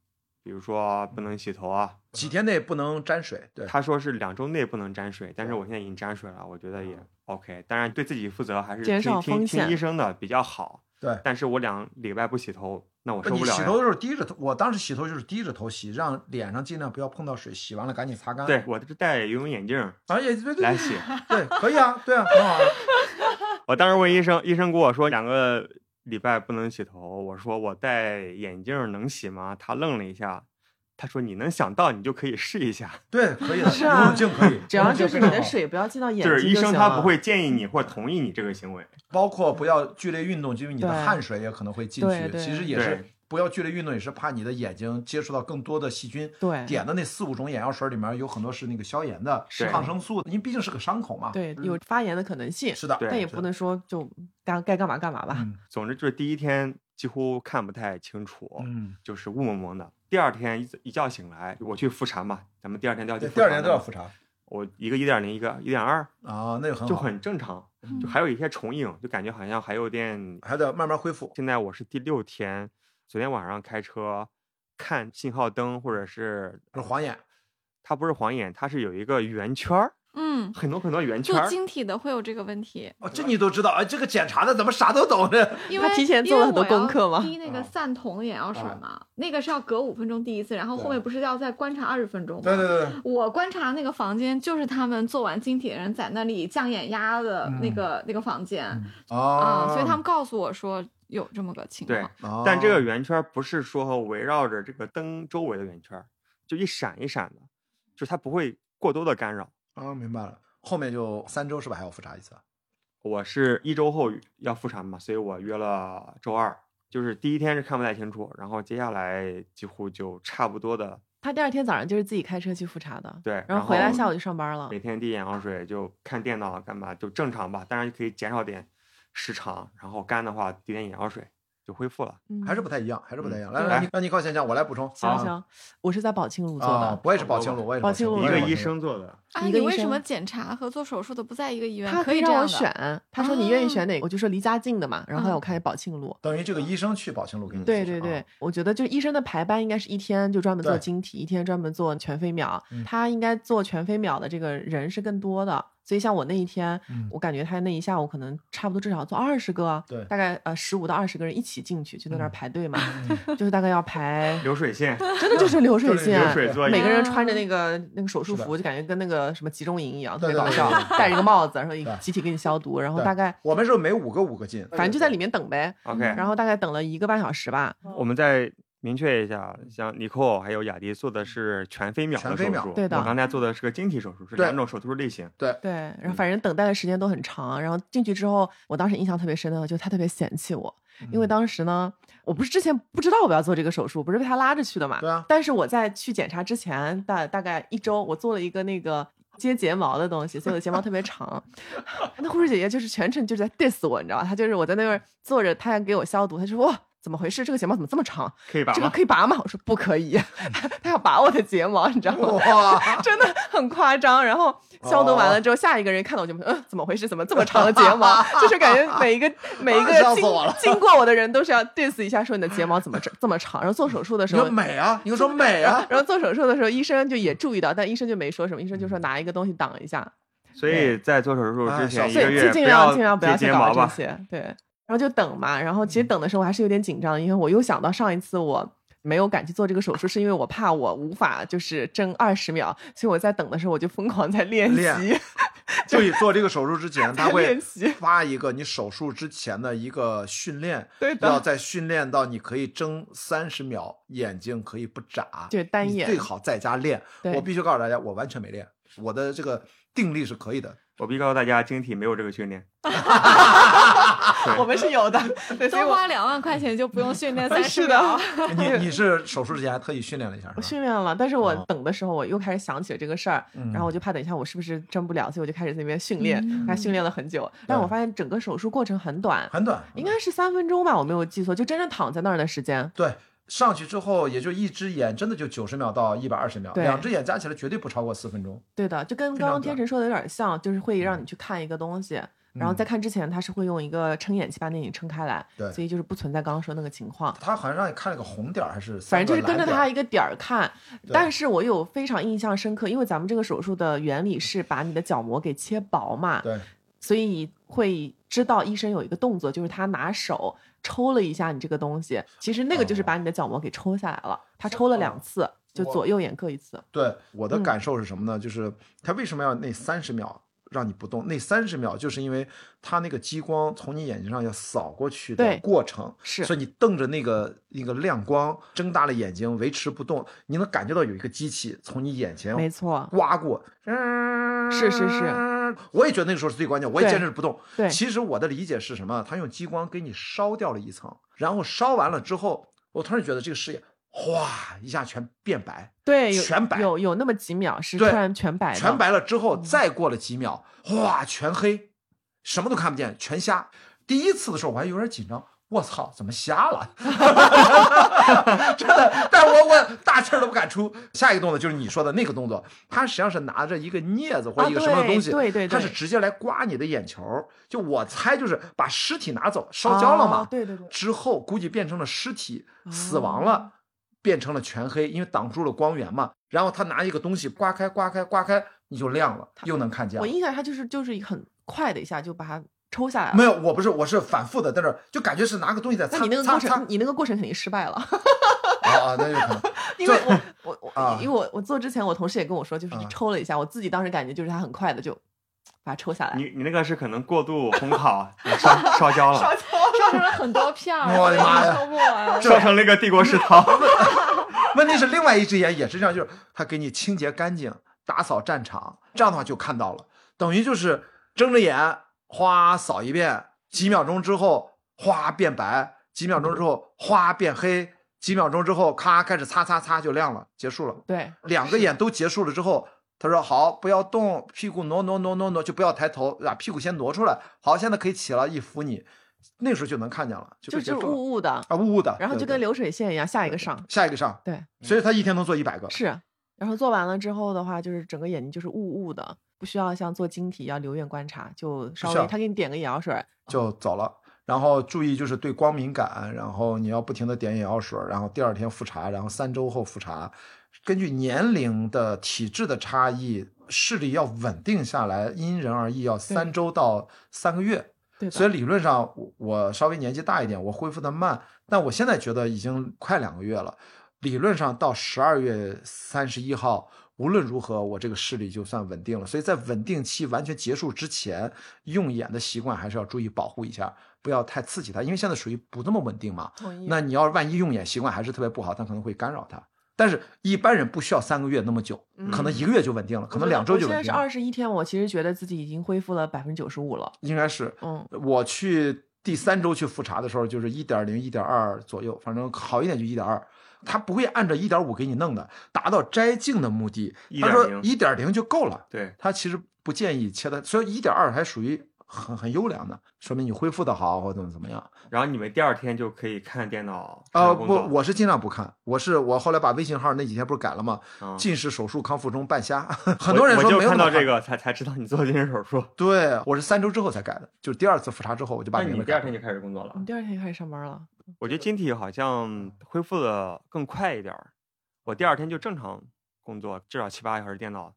Speaker 1: 比如说不能洗头啊。
Speaker 2: 几天内不能沾水。对，
Speaker 1: 他说是两周内不能沾水，但是我现在已经沾水了，我觉得也
Speaker 2: 嗯
Speaker 1: OK。当然对自己负责，还是
Speaker 4: 减
Speaker 1: 听
Speaker 4: 少
Speaker 1: 听
Speaker 4: 风
Speaker 1: 听
Speaker 4: 险
Speaker 1: 医生的比较好。
Speaker 2: 对
Speaker 1: 但是我两礼拜不洗头，那我
Speaker 2: 不
Speaker 1: 受
Speaker 2: 你
Speaker 1: 不了
Speaker 2: 洗头的
Speaker 1: 呀。
Speaker 2: 时候低着头，我当时洗头就是低着头洗，让脸上尽量不要碰到水，洗完了赶紧擦干。
Speaker 1: 对，我是戴游泳眼镜
Speaker 2: 啊，也对对
Speaker 1: 来
Speaker 2: 对
Speaker 1: 洗。
Speaker 2: 对，可以啊，对啊，很好啊。
Speaker 1: 我当时问医生，医生跟我说两个礼拜不能洗头。我说我戴眼镜能洗吗？他愣了一下，他说你能想到你就可以试一下。
Speaker 2: 对，可以 的，
Speaker 4: 是啊
Speaker 2: 游泳镜可以，啊
Speaker 4: 只要就
Speaker 2: 就是
Speaker 4: 你的，水不要进到眼睛
Speaker 1: 就是医
Speaker 4: 行
Speaker 1: 生他
Speaker 4: 了
Speaker 1: 不会建议
Speaker 2: 嗯
Speaker 1: 你或同意你这个行为。
Speaker 2: 包括不要剧烈运动，因为你的
Speaker 4: 对
Speaker 2: 汗水也可能会进
Speaker 4: 对
Speaker 2: 去。
Speaker 4: 对
Speaker 2: 其实也是
Speaker 1: 对
Speaker 2: 不要剧烈运动，也是怕你的眼睛接触到更多的细菌。
Speaker 4: 对
Speaker 2: 点的那四五种眼药水里面有很多是那个消炎的、
Speaker 1: 是
Speaker 2: 抗生素的，因为毕竟是个伤口嘛。，
Speaker 4: 对有发炎的可能性，
Speaker 2: 是的，
Speaker 1: 对
Speaker 4: 但也不
Speaker 2: 是的
Speaker 4: 能说就大家该干嘛干嘛吧。
Speaker 2: 嗯
Speaker 1: 总之就是第一天几乎看不太清楚，
Speaker 2: 嗯，
Speaker 1: 就是雾蒙蒙的。第二天一一觉醒来，我去复查嘛，咱们第二天都要去
Speaker 2: 对，
Speaker 1: 复
Speaker 2: 第二
Speaker 1: 查
Speaker 2: 天
Speaker 1: 的
Speaker 2: 都要
Speaker 1: 嘛
Speaker 2: 复查
Speaker 1: 我一个一点零，一个一点二，
Speaker 2: 啊，那就很
Speaker 1: 就
Speaker 2: 好，嗯
Speaker 1: 很正常，
Speaker 3: 嗯
Speaker 1: 就还有一些重影，就感觉好像还有点
Speaker 2: 还得慢慢恢复。
Speaker 1: 现在我是第六天，昨天晚上开车看信号灯，或者是
Speaker 2: 是黄眼
Speaker 1: 它不是晃眼，它是有一个圆圈儿，
Speaker 3: 嗯，
Speaker 1: 很多很多圆圈
Speaker 3: 做
Speaker 1: 儿。
Speaker 3: 晶体的会有这个问题，
Speaker 2: 哦，这你都知道啊？哎这个检查的怎么啥都懂呢？
Speaker 3: 因为
Speaker 4: 提前做了很多功课吗嗯
Speaker 3: 因为我要滴那个散瞳的眼药水嘛，那个是要隔五分钟滴一次，然后后面不是要再观察二十分钟吗？
Speaker 2: 对对对，
Speaker 3: 我观察那个房间，就是他们做完晶体的人在那里降眼压的那
Speaker 4: 嗯
Speaker 3: 个、那个房间
Speaker 2: 哦，
Speaker 3: 啊、所以他们告诉我说有这么个情
Speaker 1: 对
Speaker 3: 况。，
Speaker 2: 哦，
Speaker 1: 但这个圆圈儿不是说围绕着这个灯周围的圆圈儿，就一闪一闪的，就是它不会过多的干扰。
Speaker 2: 啊，明白了。后面就三周是吧？还要复查一次啊？
Speaker 1: 我是一周后要复查嘛，所以我约了周二。就是第一天是看不太清楚，然后接下来几乎就差不多的
Speaker 4: 他第二天早上就是自己开车去复查的，
Speaker 1: 对，
Speaker 4: 然后回来下午就上班了
Speaker 1: 每。天滴眼药水就看电脑干嘛就正常吧，当然可以减少点时长，然后干的话滴点眼药水就恢复了。
Speaker 4: 嗯
Speaker 2: 还是不太一样，还是不太一样。
Speaker 1: 嗯
Speaker 2: 来，
Speaker 1: 对
Speaker 2: 来，你让你靠先讲，我来补充。
Speaker 4: 行
Speaker 2: 啊
Speaker 4: 行，我是在宝庆路做
Speaker 2: 啊
Speaker 4: 的，，
Speaker 2: 我也是宝清路，我也是宝清
Speaker 4: 宝
Speaker 2: 路，
Speaker 4: 清
Speaker 1: 一
Speaker 4: 路
Speaker 1: 个
Speaker 2: 我也
Speaker 1: 医
Speaker 2: 是宝清
Speaker 1: 生
Speaker 2: 路。
Speaker 1: 做的，
Speaker 3: 啊，
Speaker 4: 一
Speaker 3: 你
Speaker 4: 个医
Speaker 3: 为什
Speaker 4: 生
Speaker 3: 么检查和做手术的不在一个医院？
Speaker 4: 他
Speaker 3: 可以这
Speaker 4: 让
Speaker 3: 样
Speaker 4: 我
Speaker 3: 的
Speaker 4: 选，他说你愿意
Speaker 2: 哦
Speaker 4: 选哪个，
Speaker 3: 啊
Speaker 4: 我就说离家近的嘛，然后后来
Speaker 3: 嗯
Speaker 4: 我看宝庆路。
Speaker 2: 等于这个医生去宝清路给你。
Speaker 4: 对
Speaker 2: 其实
Speaker 4: 对对
Speaker 2: 啊，
Speaker 4: 我觉得就医生的排班应该是一天就专门做
Speaker 2: 对
Speaker 4: 晶体，一天专门做全飞秒
Speaker 2: 嗯。
Speaker 4: 他应该做全飞秒的这个人是更多的，所以像我那一天
Speaker 2: 嗯，
Speaker 4: 我感觉他那一下午可能差不多至少做二十个，
Speaker 2: 对
Speaker 4: 大概呃十五到二十个人一起进去，就在那儿
Speaker 2: 嗯
Speaker 4: 排队嘛，就是大概要排
Speaker 1: 流水 线，
Speaker 4: 真的就是流水
Speaker 2: 就是流
Speaker 4: 线，
Speaker 1: 流水作
Speaker 4: 每
Speaker 1: 业
Speaker 4: 个。人
Speaker 3: 啊
Speaker 4: 穿着那个那个手术
Speaker 2: 是的
Speaker 4: 服，就感觉跟那个什么集中营一样，特别
Speaker 2: 对对
Speaker 4: 搞
Speaker 2: 对
Speaker 4: 笑
Speaker 2: 对对，对
Speaker 4: 戴着一个帽子，然后
Speaker 2: 对
Speaker 4: 集体给你消毒，然后
Speaker 2: 对
Speaker 4: 大概
Speaker 2: 我们是每五个五个进，
Speaker 4: 反正就在里面等呗，
Speaker 1: OK，
Speaker 4: 然后大概等了一个半小时吧。
Speaker 1: 我们再明确一下，像尼寇还有雅迪做的是全飞秒
Speaker 2: 全
Speaker 1: 的
Speaker 2: 飞
Speaker 1: 手
Speaker 2: 秒
Speaker 1: 术，
Speaker 4: 对的
Speaker 1: 我刚才做的是个晶体手术，是
Speaker 2: 对
Speaker 1: 两种手术类型。
Speaker 4: 对，然后反正等待的时间都很长，然后进去之后，我当时印象特别深的，就他特别嫌弃我，因
Speaker 2: 嗯
Speaker 4: 为当时呢，我不是之前不知道我要做这个手术，不是被他拉着去的嘛。
Speaker 2: 对啊
Speaker 4: 但是我在去检查之前，大大概一周，我做了一个那个接睫毛的东西，所以我的睫毛特别长。那护士姐姐就是全程就是在 diss 我，你知道吧？她就是我在那边坐着，她还给我消毒，她说哇。怎么回事？这个睫毛怎么这么长？
Speaker 1: 可以拔
Speaker 4: 这个
Speaker 1: 吗
Speaker 4: 可？以拔吗？我说不可以，她要拔我的睫毛，你知道吗？
Speaker 2: 哇，
Speaker 4: 真的很夸张。然后消毒完了之后，下一个人看到我就，嗯，怎么回事？怎么这么长的睫毛？就是感觉每一个每一个
Speaker 2: 笑
Speaker 4: 经
Speaker 2: 死我 了
Speaker 4: 经过我的人都是要 diss 一下，说你的睫毛怎么这这么长。然后做手术的
Speaker 2: 你
Speaker 4: 时候
Speaker 2: 说。美 啊，你说美啊，
Speaker 4: 然后做手术的时候，医生就也注意到，但医生就没说什么，医生就说拿一个东西挡一下，
Speaker 1: 所以在做手术
Speaker 2: 哎
Speaker 1: 之
Speaker 2: 小
Speaker 1: 前一
Speaker 4: 所
Speaker 1: 个
Speaker 4: 以
Speaker 1: 月
Speaker 4: 尽尽量尽量不
Speaker 1: 接
Speaker 4: 要去
Speaker 1: 睫
Speaker 4: 搞
Speaker 1: 毛
Speaker 4: 这
Speaker 1: 吧。
Speaker 4: 些，对。然后就等嘛，然后其实等的时候我还是有点紧张，因为我又想到上一次我没有敢去做这个手术，是因为我怕我无法就是争二十秒，所以我在等的时候我就疯狂在练习，
Speaker 2: 练所以做这个手术之前，他
Speaker 4: 在
Speaker 2: 会
Speaker 4: 练习。
Speaker 2: 发一个你手术之前的一个训练，
Speaker 4: 对的
Speaker 2: 要在训练到你可以睁三十秒，眼睛可以不眨，
Speaker 4: 对单
Speaker 2: 你
Speaker 4: 眼
Speaker 2: 最好在家练。
Speaker 4: 对
Speaker 2: 我必须告诉大家，我完全没练，我的这个定力是可以的。
Speaker 1: 我必须告诉大家，晶体没有这个训练。
Speaker 4: 我们是有 的， 对，所以
Speaker 3: 多
Speaker 4: 我哎
Speaker 3: 花两万块钱就不用 训练三十
Speaker 4: 是
Speaker 3: 秒，
Speaker 4: 的。
Speaker 2: 你你是手术之前还特意训练了一下
Speaker 4: 我
Speaker 2: 是吧？
Speaker 4: 训练了，但是我
Speaker 2: 哦
Speaker 4: 等的时候我又开始想起了这个事儿，
Speaker 2: 嗯
Speaker 4: 然后我就怕等一下我是不是争不了，所以我就开始在那边训练，
Speaker 3: 嗯
Speaker 4: 还训练了很久，但我发现整个手术过程很短，
Speaker 2: 很短，
Speaker 4: 应该是三分钟吧，我没有记错，就真正躺在那儿的时间。
Speaker 2: 对。上去之后，也就一只眼，真的就九十秒到一百二十秒，
Speaker 4: 对
Speaker 2: 两只眼加起来绝对不超过四分钟。
Speaker 4: 对的，就跟
Speaker 2: 非
Speaker 4: 刚
Speaker 2: 常
Speaker 4: 刚天
Speaker 2: 短嗯
Speaker 4: 成说的有点像，就是会让你去看一个东西，然后在看之前，他是会用一个撑眼器把那眼撑开来，
Speaker 2: 对
Speaker 4: 所以就是不存在刚刚说那个情况。
Speaker 2: 他好像让你看了个红点儿还是
Speaker 4: 反
Speaker 2: 三
Speaker 4: 正就
Speaker 2: 个
Speaker 4: 是
Speaker 2: 蓝
Speaker 4: 跟
Speaker 2: 点
Speaker 4: 着
Speaker 2: 儿？
Speaker 4: 他一个点儿看，
Speaker 2: 对
Speaker 4: 但是我有非常印象深刻，因为咱们这个手术的原理是把你的角膜给切薄嘛，
Speaker 2: 对，
Speaker 4: 所以你会知道医生有一个动作，就是他拿手抽了一下你这个东西，其实那个
Speaker 2: 哦
Speaker 4: 就是把你的角膜给抽下来了，他抽了两次，就左右眼各一次。
Speaker 2: 对，我
Speaker 4: 嗯
Speaker 2: 的感受是什么呢？就是它为什么要那三十秒让你不动？那三十秒就是因为它那个激光从你眼睛上要扫过去的
Speaker 4: 对
Speaker 2: 过程，
Speaker 4: 是
Speaker 2: 所以你瞪着那个那个亮光，睁大了眼睛维持不动，你能感觉到有一个机器从你眼前
Speaker 4: 没错，
Speaker 2: 刮过，嗯
Speaker 4: 是是是，
Speaker 2: 我也觉得那个时候是最关键，我也
Speaker 4: 对
Speaker 2: 坚持不动。
Speaker 4: 对
Speaker 2: 其实我的理解是什么？他用激光给你烧掉了一层，然后烧完了之后，我突然觉得这个视野哗一下全变白。
Speaker 4: 对，有
Speaker 2: 全白
Speaker 4: 有有那么几秒是突
Speaker 2: 对
Speaker 4: 然全白的，嗯
Speaker 2: 全白了之后，再过了几秒，哇，全黑，什么都看不见，全瞎。第一次的时候我还有点紧张，我操，怎么瞎了？ 真的，但是我我大气儿都不敢出。下一个动作就是你说的那个动作，他实际上是拿着一个镊子或者一个什么的东西，
Speaker 4: 啊对对对对
Speaker 2: 他是直接来刮你的眼球儿。就我猜就是把尸体拿走，烧焦了嘛，
Speaker 4: 哦对对对
Speaker 2: 之后
Speaker 4: 哦
Speaker 2: 估计变成了尸体，死亡了，变成了全黑，因为挡住了光源嘛。然后他拿一个东西刮开、刮开、刮开，你就亮了，又能看见
Speaker 4: 我
Speaker 2: 了。
Speaker 4: 印象他就是就是很快的一下就把它抽下来了。
Speaker 2: 没有，我不是，我是反复的在这儿，就感觉是拿个东西在
Speaker 4: 那
Speaker 2: 擦
Speaker 4: 你那个
Speaker 2: 擦
Speaker 4: 过
Speaker 2: 擦
Speaker 4: 程，你那个过程肯定失败了，
Speaker 2: 啊啊，那有可能。
Speaker 4: 因为
Speaker 2: 就
Speaker 4: 我我我、
Speaker 2: 啊
Speaker 4: 因为我我做之前，我同事也跟我说，就是你
Speaker 2: 啊
Speaker 4: 抽了一下，我自己当时感觉就是它很快的就把它抽下来，
Speaker 1: 你你那个是可能过度烘烤烧烧焦了，
Speaker 3: 烧成了很多片儿，
Speaker 2: 我的妈 呀
Speaker 3: 收不完。
Speaker 1: 烧成那个帝国食 堂。
Speaker 2: 问题是另外一只眼也是这样，就是他给你清洁干净，打扫战场，这样的话就看到了，等于就是睁着眼哗扫一遍，几秒钟之后哗变白，几秒钟之后哗变黑，几秒钟之后咔开始擦擦擦就亮了，结束了。
Speaker 4: 对，
Speaker 2: 两个眼都结束了之后，他说好，不要动，屁股挪挪挪挪挪，就不要抬头，把屁股先挪出来。好，现在可以起了，一扶你，那时候就能看见了，就
Speaker 4: 就
Speaker 2: 可以
Speaker 4: 是
Speaker 2: 结束了
Speaker 4: 雾雾的，
Speaker 2: 啊，雾雾的，
Speaker 4: 然后
Speaker 2: 对
Speaker 4: 就
Speaker 2: 对
Speaker 4: 跟嗯
Speaker 2: 对啊
Speaker 4: 流水线一样，下一个上
Speaker 2: 下一个上，
Speaker 4: 对
Speaker 2: 所以他一天能做一百个。
Speaker 4: 是，然后做完了之后的话，就是整个眼睛就是雾雾的，不需要像做晶体要留院观察，就稍
Speaker 2: 需要
Speaker 4: 微他给你点个眼药水儿，
Speaker 2: 就走了。然后注意就是对光敏感，然后你要不停的点眼药水，然后第二天复查，然后三周后复查。根据年龄的体质的差异，视力要稳定下来，因人而异，要三周到三个月。
Speaker 4: 对
Speaker 2: 所以
Speaker 4: 吧？
Speaker 2: 理论上，我我稍微年纪大一点，我恢复的慢，但我现在觉得已经快两个月了。理论上到十二月三十一号，无论如何，我这个视力就算稳定了。所以在稳定期完全结束之前，用眼的习惯还是要注意保护一下，不要太刺激它，因为现在属于不那么稳定嘛。
Speaker 4: 同意。
Speaker 2: 那你要万一用眼习惯还是特别不好，它可能会干扰它。但是一般人不需要三个月那么久，可能一个月就稳定了，可能两周就
Speaker 4: 我现嗯在
Speaker 2: 稳
Speaker 4: 是
Speaker 2: 定了，
Speaker 4: 二十一天，我其实觉得自己已经恢复了百分之九十五了。
Speaker 2: 应该是。
Speaker 4: 嗯，
Speaker 2: 我去第三周去复查的时候，就是一点零、一点二左右，反正好一点就一点二。他不会按照一点五给你弄的，达到摘镜的目的。他说
Speaker 1: 1.0
Speaker 2: 一点零就够了，
Speaker 1: 对，
Speaker 2: 他其实不建议切的，所以一点二还属于很很优良的，说明你恢复的好或怎么怎么样。
Speaker 1: 然后你们第二天就可以看电脑
Speaker 2: 呃，
Speaker 1: 看工
Speaker 2: 不，
Speaker 1: 作
Speaker 2: 我是尽量不看，我是我后来把微信号那几天不是改了吗？
Speaker 1: 啊
Speaker 2: 近视手术康复中半瞎，很
Speaker 1: 我
Speaker 2: 多人说
Speaker 1: 我就
Speaker 2: 没有
Speaker 1: 看
Speaker 2: 那么
Speaker 1: 到这
Speaker 2: 看，
Speaker 1: 个才才知道你做近视手术。
Speaker 2: 对我是三周之后才改的，就是第二次复查之后我就把
Speaker 1: 那
Speaker 2: 名
Speaker 1: 你
Speaker 2: 字
Speaker 1: 第
Speaker 2: 改
Speaker 1: 二
Speaker 2: 了
Speaker 1: 天。就开始工作了
Speaker 4: 我？们第二天就开始上班了。
Speaker 1: 我觉得晶体好像恢复的更快一点儿。我第二天就正常工作，至少七八个小时电脑，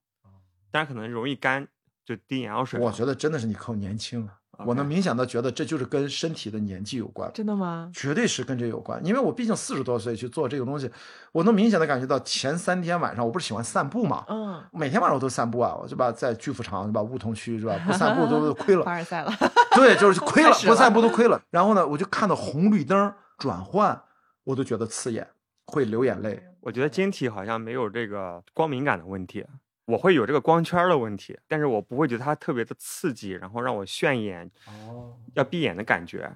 Speaker 1: 但是可能容易干，就滴眼药水嘛。
Speaker 2: 哦我觉得真的是你靠年轻啊
Speaker 1: OK
Speaker 2: 我能明显的觉得这就是跟身体的年纪有关，
Speaker 4: 真的吗？
Speaker 2: 绝对是跟这有关。因为我毕竟四十多岁去做这个东西，我能明显的感觉到前三天晚上，我不是喜欢散步嘛，
Speaker 4: 嗯，
Speaker 2: 每天晚上我都散步啊，我就把在巨富场，就把梧桐区是 吧，不散步都亏
Speaker 4: 凡
Speaker 2: 了，
Speaker 4: 尔赛了。
Speaker 2: 对， 就是亏了
Speaker 4: 开，始
Speaker 2: 不
Speaker 4: 了
Speaker 2: 散步都亏了。然后呢，我就看到红绿灯转换，我都觉得刺眼，会流眼泪。
Speaker 1: 我觉得晶体好像没有这个光敏感的问题，我会有这个光圈儿的问题，但是我不会觉得它特别的刺激，然后让我炫眼
Speaker 2: 哦，
Speaker 1: 要闭眼的感觉。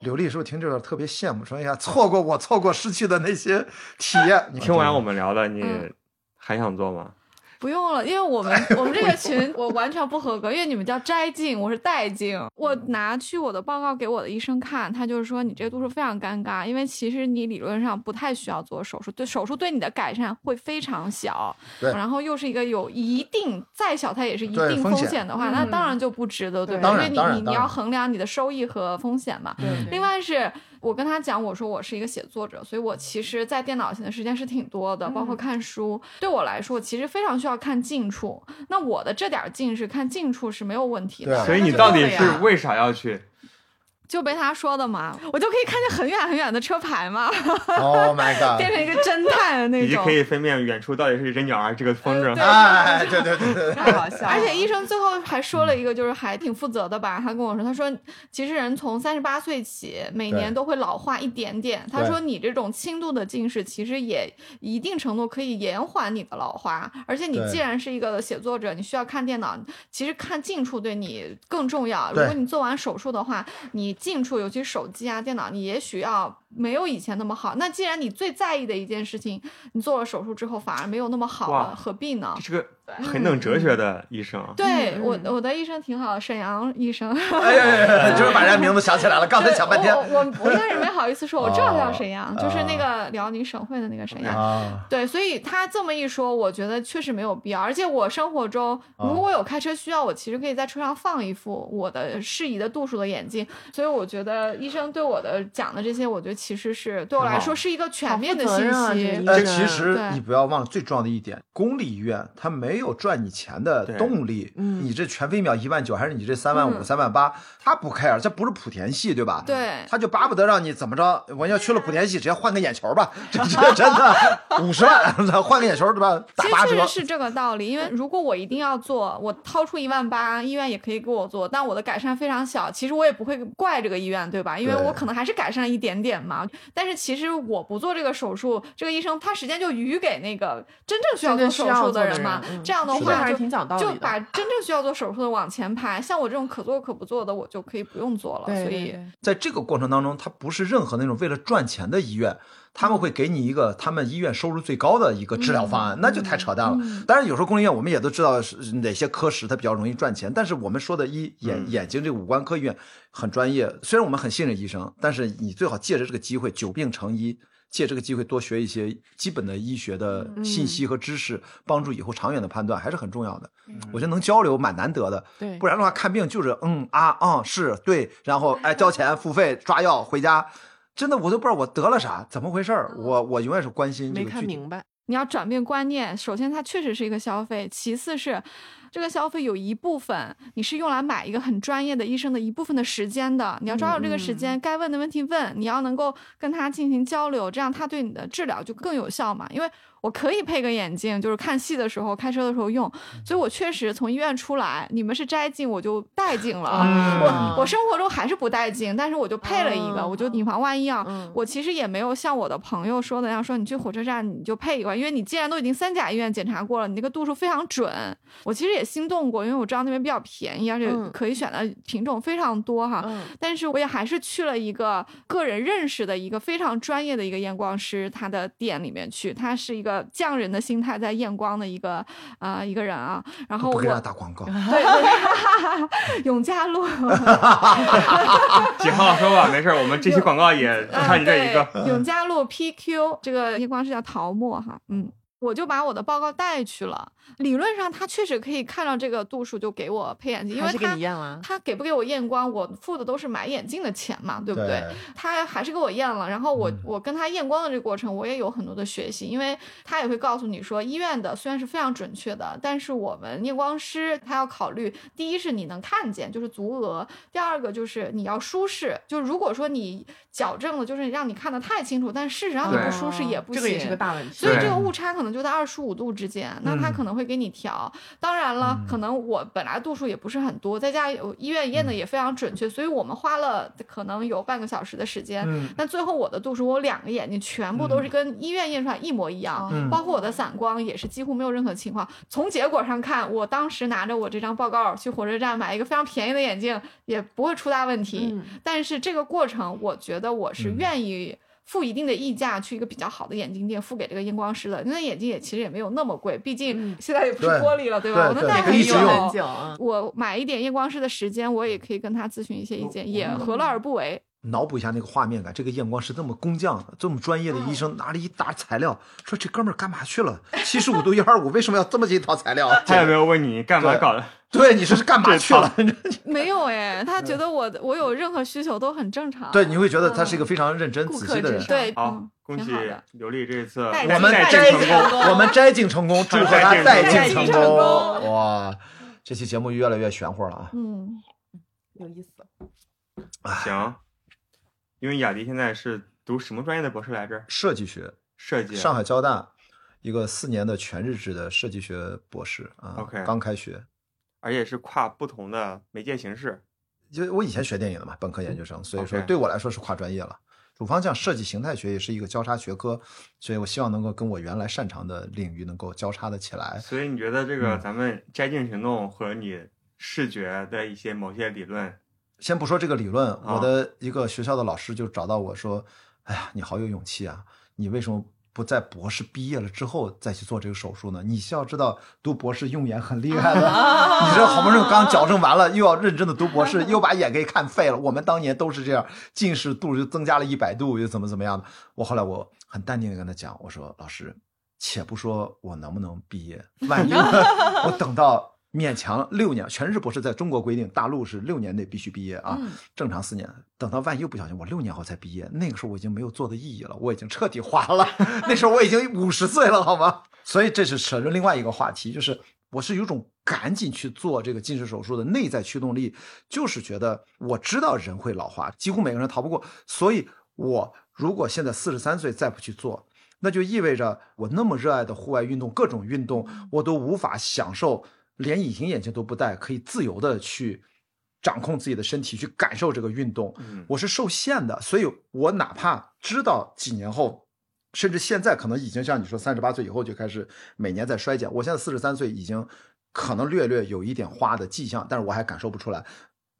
Speaker 2: 刘丽是不是听这段特别羡慕？说哎呀，错过我错过失去的那些体验。 你
Speaker 1: 听完我们聊的，你
Speaker 3: 嗯
Speaker 1: 还想做吗？
Speaker 3: 不用了，因为我们我们这个群我完全不合格，因为你们叫摘镜，我是戴镜。我
Speaker 2: 嗯
Speaker 3: 拿去我的报告给我的医生看，他就是说你这个度数非常尴尬，因为其实你理论上不太需要做手术，对手术对你的改善会非常小。
Speaker 2: 对
Speaker 3: 然后又是一个有一定再小它也是一
Speaker 2: 对
Speaker 3: 定
Speaker 2: 风
Speaker 3: 风
Speaker 2: 险
Speaker 3: 险的话，
Speaker 4: 嗯
Speaker 3: 那当然就不值得，对吧？
Speaker 2: 当
Speaker 3: 因
Speaker 2: 然
Speaker 3: 为你
Speaker 2: 当然
Speaker 3: 你
Speaker 2: 当
Speaker 3: 你
Speaker 2: 然
Speaker 3: 要衡量你的收益和风险嘛。
Speaker 2: 嗯
Speaker 3: 另外是我跟他讲，我说我是一个写作者，所以我其实，在电脑前的时间是挺多的，包括看书。对我来说，其实非常需要看近处。那我的这点儿近视，看近处是没有问题的。
Speaker 2: 对
Speaker 1: 所以
Speaker 4: 那
Speaker 1: 你
Speaker 4: 就
Speaker 1: 到
Speaker 4: 够
Speaker 1: 底
Speaker 4: 了
Speaker 1: 是
Speaker 4: 呀
Speaker 1: 为啥要去？
Speaker 3: 就被他说的嘛，我就可以看见很远很远的车牌嘛，
Speaker 2: Oh my god！
Speaker 3: 变成一个侦探的那
Speaker 1: 以及
Speaker 3: 种
Speaker 1: 啊可。以分辨远处到底是一只鸟儿还是啊这个风筝。
Speaker 3: 对
Speaker 2: 哎，对对对 对，
Speaker 4: 太好笑了。
Speaker 3: 而且医生最后还说了一个，就是还挺负责的吧。他跟我说，他说其实人从三十八岁起，每年都会老化一点点。他说你这种轻度的近视，其实也一定程度可以延缓你的老化。而且你
Speaker 2: 对
Speaker 3: 既然是一个写作者，你需要看电脑，其实看近处对你更重要。如
Speaker 2: 对
Speaker 3: 果你做完手术的话，你近处，尤其手机啊、电脑，你也许要没有以前那么好。那既然你最在意的一件事情，你做了手术之后反而没有那么好
Speaker 1: 哇
Speaker 3: 了，何必呢
Speaker 1: 这？是个很懂哲学的医生啊。
Speaker 3: 对
Speaker 4: 嗯
Speaker 3: 我
Speaker 4: 嗯
Speaker 3: 我的医生挺好，沈阳医生。
Speaker 2: 哎呀呀呀，就是把人家名字想起来了，刚才想半天
Speaker 3: 我我我一开始没好意思说，我知道他叫沈阳，
Speaker 2: 哦
Speaker 3: 就是那个辽宁省会的那个沈阳。
Speaker 2: 啊，
Speaker 3: 对，所以他这么一说，我觉得确实没有必要。而且我生活中
Speaker 2: 哦
Speaker 3: 如果有开车需要，我其实可以在车上放一副我的适宜的度数的眼镜。所以我觉得医生对我的讲的这些，我觉得其实是对我来说是一个全面的
Speaker 4: 好负责
Speaker 3: 信
Speaker 4: 任啊
Speaker 3: 息。
Speaker 4: 这个医
Speaker 2: 呃，
Speaker 4: 真
Speaker 2: 其
Speaker 4: 的
Speaker 2: 实
Speaker 3: 对
Speaker 2: 你不要忘了最重要的一点，公立医院它没有赚你钱的
Speaker 1: 对
Speaker 2: 动力。
Speaker 4: 嗯
Speaker 2: 你这全飞秒一万九，还是你这三万五、
Speaker 3: 嗯
Speaker 2: 三万八，他不 care，这不是莆田系对吧？
Speaker 3: 对
Speaker 2: 他就巴不得让你怎么着，我要去了莆田系，直接换个眼球吧，这 这真的五十万，咱换个眼球对吧？打
Speaker 3: 其实
Speaker 2: 八
Speaker 3: 确
Speaker 2: 折
Speaker 3: 实。是这个道理，因为如果我一定要做，我掏出一万八，医院也可以给我做，但我的改善非常小，其实我也不会怪这个医院，对吧？因为
Speaker 2: 对
Speaker 3: 我可能还是改善了一点点嘛。但是其实我不做这个手术，这个医生他时间就余给那个真正需要做
Speaker 4: 真正需
Speaker 3: 手
Speaker 4: 要
Speaker 3: 术
Speaker 4: 做的
Speaker 3: 人嘛。
Speaker 4: 人嗯
Speaker 3: 这样的
Speaker 2: 是
Speaker 4: 这
Speaker 3: 话
Speaker 4: 还
Speaker 3: 就是
Speaker 4: 挺讲道理
Speaker 3: 就
Speaker 4: 的。
Speaker 3: 把真正需要做手术的往前排，像我这种可做可不做的，我就可以不用做了。
Speaker 4: 对
Speaker 3: 所
Speaker 4: 对
Speaker 3: 以
Speaker 4: 对
Speaker 2: 在这个过程当中，它不是任何那种为了赚钱的医院，他们会给你一个他们医院收入最高的一个治疗方案，那就太扯淡了。当然，有时候公立医院我们也都知道是哪些科室它比较容易赚钱，但是我们说的医眼、
Speaker 1: 嗯
Speaker 2: 眼睛这个五官科医院很专业，虽然我们很信任医生，但是你最好借着这个机会久病成医。借这个机会多学一些基本的医学的信息和知识，帮助以后长远的判断还是很重要的。我觉得能交流蛮难得的，
Speaker 4: 对
Speaker 2: 不然的话看病就是嗯啊嗯是对，然后哎交钱付费抓药回家，真的我都不知道我得了啥，怎么回事儿，我我永远是关心这
Speaker 4: 嗯没
Speaker 2: 个
Speaker 4: 看
Speaker 2: 具体。
Speaker 4: 明白，
Speaker 3: 你要转变观念，首先它确实是一个消费，其次是这个消费有一部分你是用来买一个很专业的医生的一部分的时间的，你要抓住这个时间，该问的问题问，你要能够跟他进行交流，这样他对你的治疗就更有效嘛。因为我可以配个眼镜，就是看戏的时候、开车的时候用，所以我确实从医院出来，你们是摘镜，我就戴镜了。
Speaker 4: 啊
Speaker 2: 嗯
Speaker 3: 我我生活中还是不带劲，但是我就配了一个，
Speaker 4: 哦
Speaker 3: 我就以防万一啊。
Speaker 4: 嗯
Speaker 3: 我其实也没有像我的朋友说的那样，说你去火车站你就配一个，因为你既然都已经三甲医院检查过了，你那个度数非常准。我其实也心动过，因为我知道那边比较便宜，而且
Speaker 4: 嗯
Speaker 3: 可以选的品种非常多哈。
Speaker 4: 嗯
Speaker 3: 但是我也还是去了一个个人认识的一个非常专业的一个验光师他的店里面去，他是一个匠人的心态在验光的一个呃一个人啊。然后
Speaker 2: 不
Speaker 3: 我
Speaker 2: 给大家打 广告，
Speaker 3: 对对， 永嘉路。
Speaker 1: 几号说吧，没事儿，我们这期广告也
Speaker 3: 啊，
Speaker 1: 看你这
Speaker 3: 对，
Speaker 1: 一个。
Speaker 3: 永嘉路 PQ 这个夜光是叫桃木哈，嗯。我就把我的报告带去了，理论上他确实可以看到这个度数就给我配眼镜，因
Speaker 4: 还
Speaker 3: 为
Speaker 4: 是给
Speaker 3: 他
Speaker 4: 你验啊了。
Speaker 3: 他给不给我验光，我付的都是买眼镜的钱嘛，对不对？他还是给我验了，然后
Speaker 4: 嗯
Speaker 3: 我我跟他验光的这个过程，我也有很多的学习，因为他也会告诉你说，医院的虽然是非常准确的，但是我们验光师他要考虑，第一是你能看见，就是足额；第二个就是你要舒适，就如果说你矫正了，就是让你看得太清楚，但事实上你
Speaker 1: 对
Speaker 3: 不舒适也不行。
Speaker 4: 这个也是个大问题。
Speaker 3: 所以
Speaker 1: 对
Speaker 3: 这个误差可能就在二十五度之间，那
Speaker 2: 嗯
Speaker 3: 他可能会给你调。当然了，可能我本来度数也不是很多，再加有医院
Speaker 2: 嗯
Speaker 3: 验的也非常准确，所以我们花了可能有半个小时的时间。
Speaker 2: 嗯
Speaker 3: 但最后我的度数，我两个眼睛全部都是跟医院验出来一模一样，
Speaker 2: 嗯
Speaker 3: 包括我的散光也是几乎没有任何情况。从结果上看，我当时拿着我这张报告去火车站买一个非常便宜的眼镜，也不会出大问题。
Speaker 4: 嗯
Speaker 3: 但是这个过程，我觉得我是
Speaker 2: 嗯
Speaker 3: 愿意付一定的溢价去一个比较好的眼镜店付给这个验光师的，因为眼镜也其实也没有那么贵，毕竟
Speaker 4: 嗯
Speaker 3: 现在也不是
Speaker 2: 对
Speaker 3: 玻璃了，对
Speaker 2: 对
Speaker 3: 吧？我能
Speaker 2: 对
Speaker 3: 戴
Speaker 2: 可
Speaker 3: 很
Speaker 2: 以
Speaker 4: 以
Speaker 2: 一直
Speaker 3: 久。
Speaker 2: 用
Speaker 4: 很久
Speaker 2: 嗯
Speaker 4: 啊。
Speaker 3: 我买一点验光师的时间，我也可以跟他咨询一些意见，也何乐而不为？
Speaker 2: 脑补一下那个画面感，这个验光师这么工匠，这么专业的
Speaker 4: 嗯
Speaker 2: 医生，拿了一沓材料，说这哥们儿干嘛去了？七十五度 幺二五为什么要这么一套材料？
Speaker 1: 他有没有问你干嘛搞的？
Speaker 2: 对，你说是干嘛去了？
Speaker 3: 没有哎，他觉得我我有任何需求都很正常。
Speaker 2: 对，你会觉得他是一
Speaker 3: 嗯
Speaker 2: 个非常认真、
Speaker 4: 顾
Speaker 2: 仔
Speaker 4: 客
Speaker 2: 细的
Speaker 4: 至
Speaker 2: 人。
Speaker 4: 上
Speaker 3: 对，
Speaker 1: 好
Speaker 3: 嗯，
Speaker 1: 恭喜
Speaker 3: 挺好的
Speaker 1: 刘丽这次
Speaker 3: 带
Speaker 2: 我们
Speaker 1: 带
Speaker 2: 摘
Speaker 1: 进
Speaker 2: 镜
Speaker 1: 成功。
Speaker 2: 我们摘镜成功，祝贺他带
Speaker 1: 带
Speaker 3: 镜
Speaker 2: 镜成
Speaker 3: 成功带镜成
Speaker 2: 功！哇，这期节目越来越玄乎了啊！
Speaker 3: 嗯，
Speaker 4: 有意思。
Speaker 1: 行，因为雅迪现在是读什么专业的博士来着？
Speaker 2: 设计学，
Speaker 1: 设计。
Speaker 2: 上海交大一个四年的全日制的设计学博士啊
Speaker 1: OK
Speaker 2: 刚开学。
Speaker 1: 而且是跨不同的媒介形式。
Speaker 2: 就我以前学电影的嘛，本科研究生，所以说
Speaker 1: OK
Speaker 2: 对我来说是跨专业了。主方向设计形态学也是一个交叉学科，所以我希望能够跟我原来擅长的领域能够交叉的起来。
Speaker 1: 所以你觉得这个
Speaker 2: 嗯
Speaker 1: 咱们摘镜行动和你视觉的一些某些理论，
Speaker 2: 先不说这个理论，我的一个学校的老师就找到我说：“哎呀，你好有勇气啊！你为什么不不在博士毕业了之后再去做这个手术呢？你需要知道，读博士用眼很厉害的。 你 这好不容易刚矫正完了，又要认真的读博士，又把眼给看废了。我们当年都是这样，近视度就增加了一百度，又怎么怎么样的。我后来我很淡定的跟他讲，我说老师，且不说我能不能毕业，万一 我等到勉强六年，全日制博士在中国规定，大陆是六年内必须毕业啊，
Speaker 3: 嗯
Speaker 2: 正常四年。等到万一又不小心，我六年后才毕业，那个时候我已经没有做的意义了，我已经彻底花了。 那时候我已经五十岁了，好吗？所以这是扯着另外一个话题，就是我是有种赶紧去做这个近视手术的内在驱动力，就是觉得我知道人会老化，几乎每个人逃不过，所以我如果现在四十三岁再不去做，那就意味着我那么热爱的户外运动，各种运动我都无法享受，连隐形眼镜都不戴，可以自由的去掌控自己的身体，去感受这个运动。
Speaker 1: 嗯，
Speaker 2: 我是受限的，所以我哪怕知道几年后，甚至现在可能已经像你说三十八岁以后就开始每年在衰减，我现在四十三岁已经可能略略有一点花的迹象，但是我还感受不出来。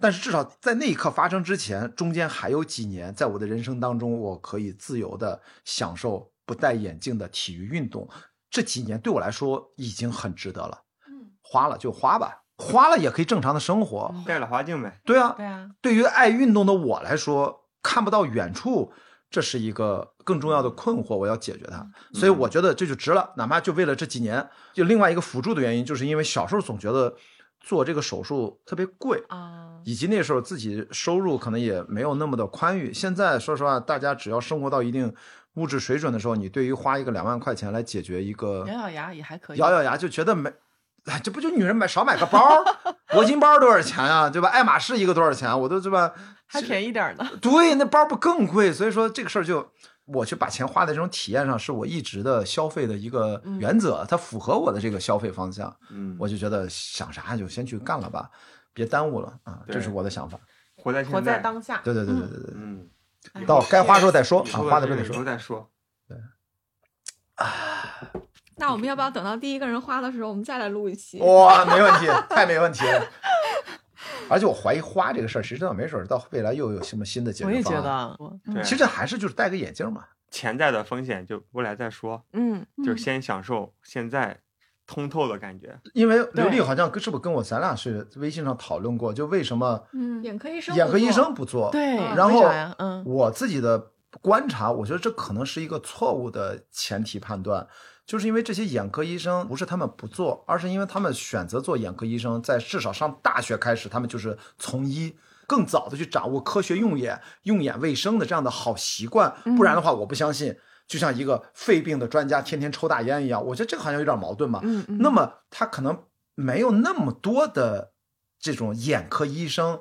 Speaker 2: 但是至少在那一刻发生之前，中间还有几年，在我的人生当中，我可以自由的享受不戴眼镜的体育运动。这几年对我来说已经很值得了，
Speaker 3: 嗯，
Speaker 2: 花了就花吧，花了也可以正常的生活。
Speaker 1: 戴老花镜呗。
Speaker 2: 对啊，
Speaker 4: 对啊，
Speaker 2: 对于爱运动的我来说，看不到远处，这是一个更重要的困惑，我要解决它。所以我觉得这就值了，哪怕就为了这几年。就另外一个辅助的原因，就是因为小时候总觉得做这个手术特别贵，
Speaker 4: 啊，
Speaker 2: 以及那时候自己收入可能也没有那么的宽裕。现在说实话，大家只要生活到一定物质水准的时候，你对于花一个两万块钱来解决一个
Speaker 4: 咬咬牙也还可以，
Speaker 2: 咬咬牙就觉得没，哎，这不就女人买少买个包，铂金包多少钱啊，对吧？爱马仕一个多少钱？我都对吧？
Speaker 4: 还便宜点儿呢。
Speaker 2: 对，那包不更贵？所以说这个事儿就我去把钱花在这种体验上，是我一直的消费的一个
Speaker 4: 嗯
Speaker 2: 原则，它符合我的这个消费方向，
Speaker 1: 嗯，
Speaker 2: 我就觉得想啥就先去干了吧，别耽误了啊，这
Speaker 1: 对
Speaker 2: 是我的想法。
Speaker 1: 活在现在
Speaker 4: 活在当下。
Speaker 2: 对对对对对对，
Speaker 1: 嗯，
Speaker 4: 哎
Speaker 2: 到该花时候再说啊，
Speaker 1: 说
Speaker 2: 花的时
Speaker 1: 这
Speaker 2: 候
Speaker 1: 个
Speaker 2: 再
Speaker 1: 时候
Speaker 2: 说。
Speaker 1: 再说。
Speaker 3: 那我们要不要等到第一个人花的时候，我们再来录一期？
Speaker 2: 哇，没问题，太没问题了。而且我怀疑花这个事儿，实际上没准儿到未来又有什么新的解
Speaker 4: 我
Speaker 2: 决
Speaker 4: 也觉
Speaker 2: 方案。
Speaker 4: 得，
Speaker 1: 对，
Speaker 2: 嗯其实还是就是戴个眼镜嘛。
Speaker 1: 潜在的风险就未来再说，
Speaker 4: 嗯，
Speaker 1: 就是先享受现在通透的感觉。
Speaker 2: 因为
Speaker 4: 对
Speaker 2: 刘丽好像跟是不是跟我咱俩是微信上讨论过，就为什么
Speaker 3: 嗯，眼科医生，
Speaker 2: 眼科医，生不做？
Speaker 4: 对，
Speaker 3: 嗯
Speaker 2: 然
Speaker 4: 为
Speaker 2: 后
Speaker 4: 啥呀嗯，
Speaker 2: 我自己的观察，我觉得这可能是一个错误的前提判断，就是因为这些眼科医生不是他们不做，而是因为他们选择做眼科医生，在至少上大学开始，他们就是从医。更早的去掌握科学用眼、用眼卫生的这样的好习惯，不然的话，我不相信，就像一个肺病的专家天天抽大烟一样，我觉得这个好像有点矛盾嘛。
Speaker 4: 嗯嗯，
Speaker 2: 那么他可能没有那么多的这种眼科医生，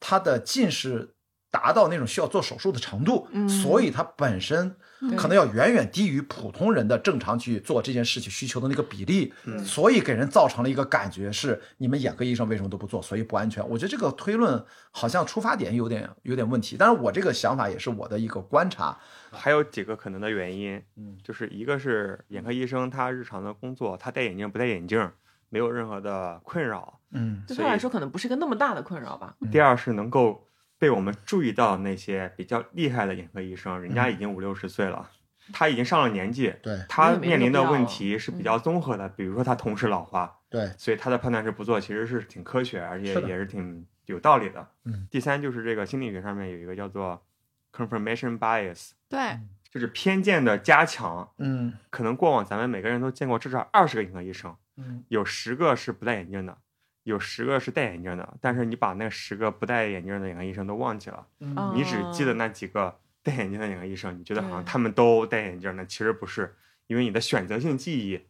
Speaker 2: 他的近视达到那种需要做手术的程度，
Speaker 4: 嗯
Speaker 2: 所以他本身
Speaker 3: 嗯
Speaker 2: 可能要远远低于普通人的正常去做这件事情需求的那个比例，
Speaker 1: 嗯
Speaker 2: 所以给人造成了一个感觉是你们眼科医生为什么都不做，所以不安全。我觉得这个推论好像出发点有点有点问题，但是我这个想法也是我的一个观察，
Speaker 1: 还有几个可能的原因，
Speaker 2: 嗯
Speaker 1: 就是一个是眼科医生他日常的工作，他戴眼镜不戴眼镜没有任何的困扰。
Speaker 2: 嗯
Speaker 4: 对
Speaker 1: 所
Speaker 4: 他
Speaker 1: 以
Speaker 4: 来说可能不是个那么大的困扰吧。
Speaker 1: 第二是能够被我们注意到那些比较厉害的眼科医生，人
Speaker 4: 嗯
Speaker 1: 家已经五六十岁了，他已经上了年纪，
Speaker 2: 对
Speaker 1: 他
Speaker 4: 也没
Speaker 1: 面
Speaker 4: 那
Speaker 1: 临
Speaker 4: 个
Speaker 1: 的
Speaker 4: 必要
Speaker 1: 问
Speaker 4: 了
Speaker 1: 题是比
Speaker 4: 嗯
Speaker 1: 较综合的，比如说他同时老花，
Speaker 2: 对，
Speaker 1: 所以他的判断是不做，其实是挺科学，而且
Speaker 2: 是的
Speaker 1: 也是挺有道理的。
Speaker 2: 嗯，
Speaker 1: 第三就是这个心理学上面有一个叫做 confirmation bias，
Speaker 3: 对，
Speaker 1: 就是偏见的加强。
Speaker 2: 嗯
Speaker 1: 可能过往咱们每个人都见过至少二十个眼科医生，
Speaker 2: 嗯
Speaker 1: 有十个是不戴眼镜的，有十个是戴眼镜的，但是你把那十个不戴眼镜的眼科医生都忘记了，
Speaker 4: 嗯
Speaker 1: 你只记得那几个戴眼镜的眼科医生，你觉得好像
Speaker 4: 对
Speaker 1: 他们都戴眼镜呢，其实不是，因为你的选择性记忆。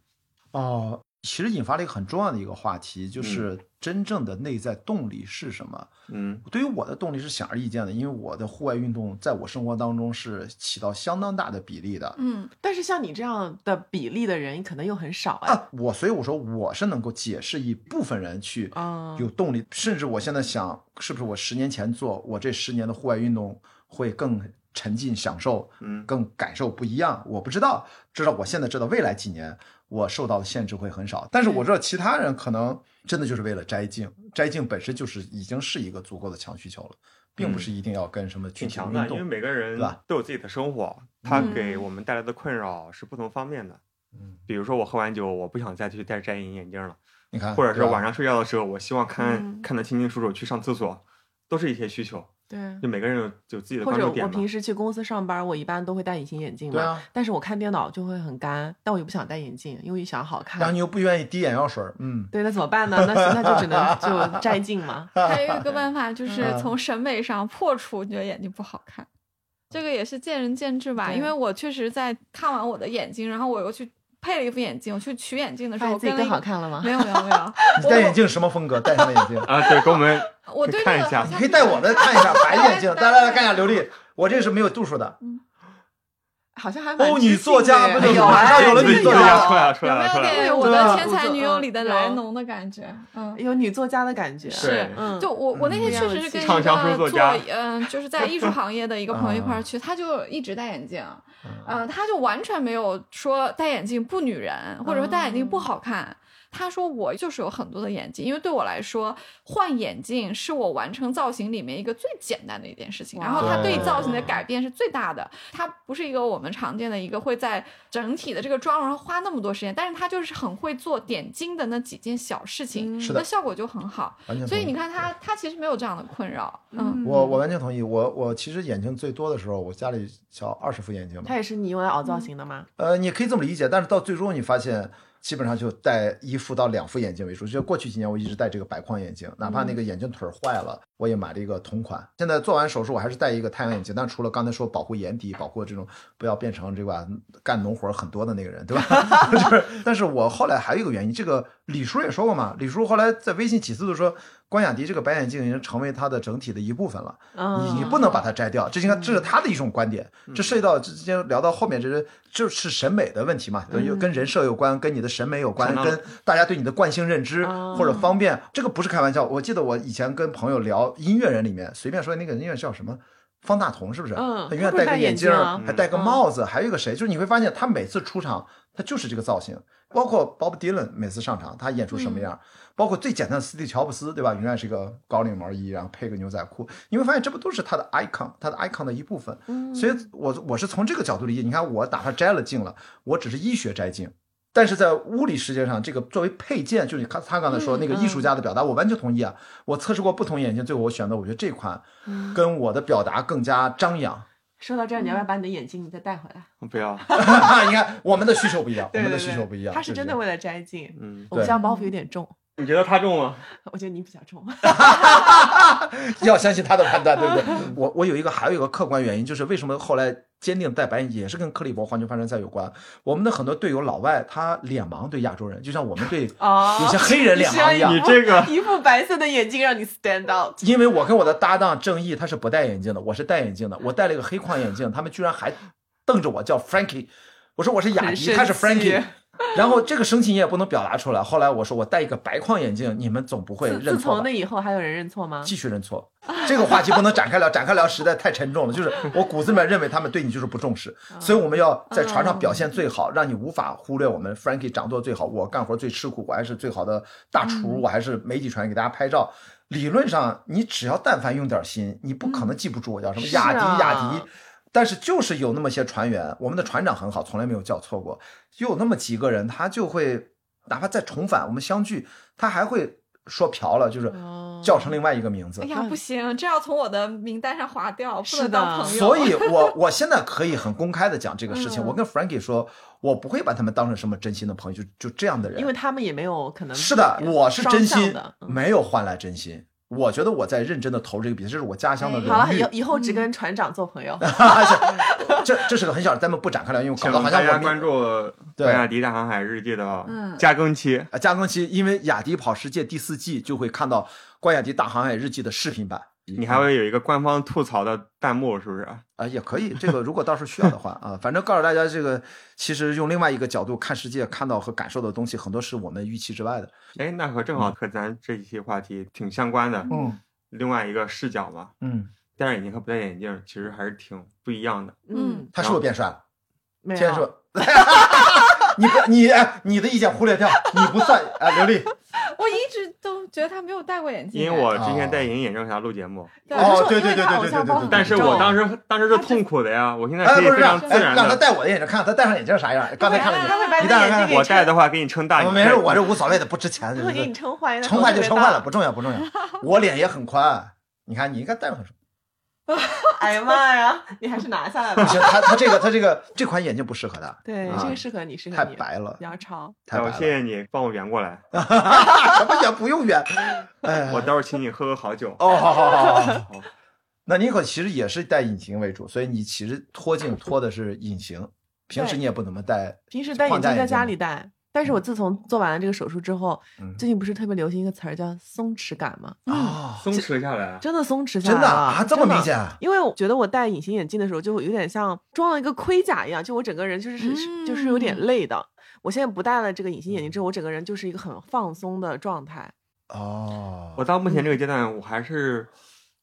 Speaker 2: 哦，其实引发了一个很重要的一个话题，就是真正的内在动力是什么？
Speaker 1: 嗯
Speaker 2: 对于我的动力是显而易见的，因为我的户外运动在我生活当中是起到相当大的比例的。
Speaker 3: 嗯，
Speaker 4: 但是像你这样的比例的人，可能又很少哎。
Speaker 2: 啊，我所以我说我是能够解释一部分人去
Speaker 4: 啊
Speaker 2: 有动力，甚至我现在想，是不是我十年前做，我这十年的户外运动会更沉浸享受，
Speaker 1: 嗯
Speaker 2: 更感受不一样。我不知道，知道我现在知道未来几年我受到的限制会很少，但是我知道其他人可能真的就是为了摘镜，摘镜本身就是已经是一个足够的强需求了。并不是一定要跟什么
Speaker 1: 嗯挺
Speaker 2: 群体
Speaker 1: 强
Speaker 2: 运
Speaker 1: 的，因为
Speaker 2: 动。
Speaker 1: 每个人
Speaker 2: 对吧
Speaker 1: 都有自己的生活，他
Speaker 4: 嗯
Speaker 1: 给我们带来的困扰是不同方面的。
Speaker 2: 嗯
Speaker 1: 比如说，我喝完酒，我不想再去戴摘隐形眼镜了，
Speaker 2: 你看，
Speaker 1: 或者是
Speaker 2: 对吧
Speaker 1: 晚上睡觉的时候，我希望看
Speaker 4: 嗯
Speaker 1: 看得清清楚楚，去上厕所，都是一些需求。
Speaker 4: 对。
Speaker 1: 就每个人有有自己的
Speaker 4: 或
Speaker 1: 关
Speaker 4: 者
Speaker 1: 注
Speaker 4: 我
Speaker 1: 点嘛
Speaker 4: 平。时去公司上班，我一般都会戴隐形眼镜嘛。
Speaker 2: 对啊
Speaker 4: 但是我看电脑就会很干，但我又不想戴眼镜，因为想好
Speaker 2: 然后
Speaker 4: 看
Speaker 2: 你。又不愿意滴眼药水儿， 嗯，
Speaker 4: 对，那怎么办呢？那行，那就只 能就摘镜 嘛。
Speaker 3: 还有一 个办法就是
Speaker 2: 嗯
Speaker 3: 从审美上破除你觉得眼睛不好看，这个也是见仁见智吧。
Speaker 4: 对
Speaker 3: 因为我确实在看完我的眼睛，然后我又去配了一副眼镜，我去取眼镜的时
Speaker 4: 发
Speaker 3: 候，我
Speaker 4: 现自己
Speaker 3: 跟了
Speaker 4: 更
Speaker 3: 一
Speaker 4: 好看了吗
Speaker 3: 没？有没有 没有，
Speaker 2: 你戴眼镜什么风格？戴什么眼镜？
Speaker 1: 啊，对，给我们
Speaker 3: 我对这
Speaker 1: 看一
Speaker 3: 个
Speaker 1: 下
Speaker 3: 好
Speaker 2: 你
Speaker 3: 像
Speaker 2: 可以戴我的看一下，白眼镜。
Speaker 3: 对
Speaker 2: 来来来，看一下刘丽，我这个是没有度数的。
Speaker 4: 好像还蛮
Speaker 2: 欧哦女
Speaker 4: 知性
Speaker 2: 作家
Speaker 4: 的
Speaker 2: 不
Speaker 4: 哎
Speaker 2: 就
Speaker 4: 呦
Speaker 2: 马 上有了
Speaker 1: 自己
Speaker 2: 女作
Speaker 1: 出来
Speaker 2: 家？
Speaker 1: 出来了出
Speaker 3: 有
Speaker 1: 来
Speaker 3: 没
Speaker 1: 了出来
Speaker 3: 有
Speaker 1: 了。
Speaker 3: 点
Speaker 4: 有
Speaker 3: 我
Speaker 4: 对
Speaker 3: 的
Speaker 4: 啊
Speaker 3: 天才女友里的
Speaker 4: 有
Speaker 3: 莱农的感觉？嗯，
Speaker 4: 有女作家的感觉。
Speaker 3: 是
Speaker 4: 嗯，
Speaker 3: 就我我那天
Speaker 4: 嗯
Speaker 3: 确实是跟一
Speaker 1: 畅
Speaker 3: 个
Speaker 1: 销书
Speaker 3: 做
Speaker 1: 作家
Speaker 3: 嗯，就是在艺术行业的一个朋友一块儿去，他就一直戴眼镜，嗯，他就完全没有说戴眼镜不女人，或者说戴眼镜不好看。他说我就是有很多的眼镜，因为对我来说换眼镜是我完成造型里面一个最简单的一件事情。
Speaker 4: 哇
Speaker 3: 然后他对
Speaker 2: 对
Speaker 3: 造型的改变是最大的，他不是一个我们常见的一个会在整体的这个妆容上花那么多时间，但是他就是很会做点睛的那几件小事情，
Speaker 4: 嗯
Speaker 2: 是的
Speaker 3: 那效果就很好。
Speaker 2: 完全同意。
Speaker 3: 所以你看他，他其实没有这样的困扰。嗯，
Speaker 2: 我我完全同意。我我其实眼镜最多的时候，我家里小二十副眼镜嘛
Speaker 4: 她。也是你用来熬造型的吗？
Speaker 2: 呃，你可以这么理解，但是到最终你发现，基本上就戴一副到两副眼镜为主。就过去几年，我一直戴这个白框眼
Speaker 3: 嗯
Speaker 2: 镜，哪怕那个眼镜腿儿坏了，我也买了一个同款。现在做完手术，我还是戴一个太阳眼镜，但除了刚才说保护眼底，保护这种不要变成这个吧干农活儿很多的那个人，对吧？ 就是，但是我后来还有一个原因，这个李叔也说过嘛，李叔后来在微信几次都说，关雅迪这个白眼镜已经成为他的整体的一部分了。你你
Speaker 4: 嗯，
Speaker 2: 不能把它摘掉，这应该这是他的一种观点，这涉及到之前聊到后面，这是就是审美的问题嘛，对，
Speaker 4: 嗯
Speaker 2: 有跟人设有关，跟你的审美有关，
Speaker 1: 相当
Speaker 2: 跟大家对你的惯性认知
Speaker 4: 哦
Speaker 2: 或者方便，这个不是开玩笑。我记得我以前跟朋友聊音乐人里面，随便说那个音乐叫什么。方大同是不是？
Speaker 4: 嗯
Speaker 2: 他永远
Speaker 4: 他不
Speaker 2: 戴个
Speaker 4: 是戴眼
Speaker 2: 镜
Speaker 4: 镜啊，
Speaker 2: 还戴个帽子，还有一个谁？就是你会发现他每次出场，他就是这个造型。包括 Bob Dylan 每次上场，他演出什
Speaker 4: 嗯
Speaker 2: 么样？包括最简单的斯蒂乔布斯，对吧？永远是一个高领毛衣，然后配个牛仔裤。你会发现这不都是他的 icon，他的 icon 的一部分。
Speaker 4: 嗯
Speaker 2: 所以我我是从这个角度理解。你看，我哪怕摘了镜了，我只是医学摘镜。但是在物理世界上，这个作为配件，就是你看他刚才
Speaker 4: 嗯
Speaker 2: 说那个艺术家的表达，我完全同意啊。我测试过不同眼镜，最后我选择我觉得这款
Speaker 4: 嗯
Speaker 2: 跟我的表达更加张扬。
Speaker 4: 说到这儿，你要不要把你的眼镜再带回来？
Speaker 1: 不要，
Speaker 2: 你看，我们的需求不一样，我
Speaker 4: 对
Speaker 2: 们的
Speaker 4: 对
Speaker 2: 需
Speaker 4: 对
Speaker 2: 求不一样。
Speaker 4: 她是
Speaker 2: 对
Speaker 4: 真
Speaker 2: 对
Speaker 4: 的为了摘镜。
Speaker 1: 嗯，
Speaker 4: 我们
Speaker 2: 对
Speaker 4: 家包袱有点重，
Speaker 1: 你觉得他中吗？
Speaker 4: 我觉得你比较重。
Speaker 2: 要相信他 的判断，对不对？我我有一个还有一个客观原因，就是为什么后来坚定戴白眼镜也是跟克利伯环球帆船赛有关。我们的很多队友老外他脸盲对亚洲人，就像我们对
Speaker 4: 哦
Speaker 2: 有些黑人脸盲一样
Speaker 1: 你。这个
Speaker 4: 一副白色的眼镜让你 stand out。
Speaker 2: 因为我跟我的搭档郑毅他是不戴眼镜的，我是戴眼镜的，我戴了一个黑框眼镜，他们居然还瞪着我叫 Frankie，我说我是雅
Speaker 4: 很
Speaker 2: 迪，
Speaker 4: 生
Speaker 2: 他是 Frankie
Speaker 4: 气。
Speaker 2: 然后这个生气你也不能表达出来。后来我说我戴一个白框眼镜，你们总不会
Speaker 4: 自自
Speaker 2: 认错
Speaker 4: 从
Speaker 2: 吧
Speaker 4: 那？以后，还有人认错吗？
Speaker 2: 继续认错， 这个话题不能展开聊，展开聊实在太沉重了。就是我骨子里面认为他们对你就是不重视，
Speaker 4: 嗯
Speaker 2: 所以我们要在船上表现最好，让你无法忽略我们 Frankie 掌舵最好，我干活最吃苦，我还是最好的大厨，
Speaker 4: 嗯
Speaker 2: 我还是媒体船给大家拍照。理论上，你只要但凡用点心，你不可能记不住我叫什么
Speaker 4: 是啊
Speaker 2: 雅迪雅迪。但是就是有那么些船员，我们的船长很好，从来没有叫错过。就有那么几个人，他就会哪怕再重返我们相聚，他还会说瓢了，就是
Speaker 4: 哦
Speaker 2: 叫成另外一个名字。
Speaker 3: 哎呀，不行，这要从我的名单上划掉，不
Speaker 4: 是
Speaker 3: 能
Speaker 4: 的
Speaker 3: 当朋友。
Speaker 2: 所以我，我 现在可以很公开的讲这个事
Speaker 4: 嗯
Speaker 2: 情。我跟 Frankie 说，我不会把他们当成什么真心的朋友，就就这样的人。
Speaker 4: 因为他们也没有可能。
Speaker 2: 是的，我是真
Speaker 4: 双
Speaker 2: 心
Speaker 4: 向的，嗯
Speaker 2: 没有换来真心。我觉得我在认真的投这个比赛，这是我家乡的
Speaker 3: 哎
Speaker 2: 荣誉。
Speaker 4: 好了，以后以后只跟船长做朋友。 嗯
Speaker 2: 这这是个很小的，咱们不展开聊，因为搞
Speaker 1: 请
Speaker 2: 得好像
Speaker 1: 大
Speaker 2: 我
Speaker 1: 家
Speaker 2: 们
Speaker 1: 关注
Speaker 2: 对
Speaker 1: 关雅迪大航海日记的
Speaker 3: 嗯
Speaker 1: 加更期，
Speaker 2: 啊，加更期，因为雅迪跑世界第四季就会看到关雅迪大航海日记的视频版。
Speaker 1: 你还会有一个官方吐槽的弹幕，是不是？
Speaker 2: 啊，也可以。这个如果到时候需要的话啊，反正告诉大家，这个其实用另外一个角度看世界，看到和感受的东西，很多是我们预期之外的。
Speaker 1: 哎，那和正好和咱这一期话题挺相关的，
Speaker 2: 嗯
Speaker 1: 另外一个视角嘛，
Speaker 2: 嗯，
Speaker 1: 戴上眼镜和不戴眼镜其实还是挺不一样的。
Speaker 3: 嗯
Speaker 4: 嗯，
Speaker 2: 啊他是不是变帅了？
Speaker 4: 没
Speaker 2: 先
Speaker 4: 有
Speaker 2: 说， 你不你哎你的意见忽略掉，你不算哎，刘丽，
Speaker 3: 我一直都觉得他没有戴过眼镜，哎
Speaker 1: 因为我之前戴隐形眼镜下录节目，
Speaker 3: 对
Speaker 2: 哦
Speaker 4: 我就说
Speaker 2: 对
Speaker 4: 因为
Speaker 2: 对
Speaker 4: 他
Speaker 2: 对
Speaker 4: 偶
Speaker 2: 对
Speaker 4: 像
Speaker 2: 对
Speaker 4: 包
Speaker 2: 对
Speaker 4: 很
Speaker 2: 对
Speaker 1: 但是我
Speaker 4: 重
Speaker 1: 当时当时是痛苦的呀，我现在
Speaker 2: 哎
Speaker 1: 可以
Speaker 2: 不是
Speaker 1: 非
Speaker 2: 让
Speaker 1: 常
Speaker 2: 哎
Speaker 1: 自然
Speaker 2: 让
Speaker 1: 的。
Speaker 2: 他
Speaker 1: 啊
Speaker 2: 戴我的眼镜，看看他戴上眼镜啥样。刚才看了
Speaker 4: 他会把你
Speaker 2: 你，你
Speaker 4: 的
Speaker 2: 戴上
Speaker 4: 眼
Speaker 2: 看
Speaker 4: 镜
Speaker 2: 看。
Speaker 1: 我戴的话给你撑大，
Speaker 2: 我
Speaker 1: 你
Speaker 2: 没事，
Speaker 1: 戴
Speaker 2: 我这无所谓的，不值钱。
Speaker 1: 啊
Speaker 4: 他会给你撑坏，那
Speaker 2: 撑坏
Speaker 4: 头特
Speaker 2: 就
Speaker 4: 别
Speaker 2: 撑坏
Speaker 4: 大
Speaker 2: 了，不重要不重要。我脸也很宽，你看你应该戴上很
Speaker 4: 哎呀妈呀，你还是拿下来吧
Speaker 2: 不。行，他他这个他这个这款眼镜不适合他，
Speaker 4: 对，
Speaker 2: 啊
Speaker 4: 这个适合你，适合
Speaker 2: 太
Speaker 4: 你，
Speaker 2: 白了
Speaker 4: 比，较长。
Speaker 2: 太白
Speaker 1: 我谢谢
Speaker 2: 了。
Speaker 1: 你帮我圆过来，
Speaker 2: 什么远不用远，哎，
Speaker 1: 我待会儿请你喝个好酒。
Speaker 2: 哦，好好好好好。那妮可其实也是戴隐形为主，所以你其实脱镜脱的是隐形，平时
Speaker 4: 对
Speaker 2: 你也不怎么戴。
Speaker 4: 平时戴眼
Speaker 2: 放大
Speaker 4: 镜在
Speaker 2: 眼嗯
Speaker 4: 家
Speaker 2: 镜
Speaker 4: 里戴，但是我自从做完了这个手术之后，
Speaker 2: 嗯
Speaker 4: 最近不是特别流行一个词儿叫松弛感吗？
Speaker 2: 哦，
Speaker 1: 松弛下来，
Speaker 4: 真的松弛下
Speaker 2: 真
Speaker 4: 来
Speaker 2: 的
Speaker 4: 了
Speaker 2: 啊，这么
Speaker 4: 真的
Speaker 2: 明显？
Speaker 4: 因为我觉得我戴隐形眼镜的时候，就有点像装了一个盔甲一样，就我整个人就是、是就是有点
Speaker 3: 嗯
Speaker 4: 累的。我现在不戴了这个隐形眼镜之后，
Speaker 2: 嗯
Speaker 4: 我整个人就是一个很放松的状态。
Speaker 2: 哦，
Speaker 1: 我到目前这个阶段，我还是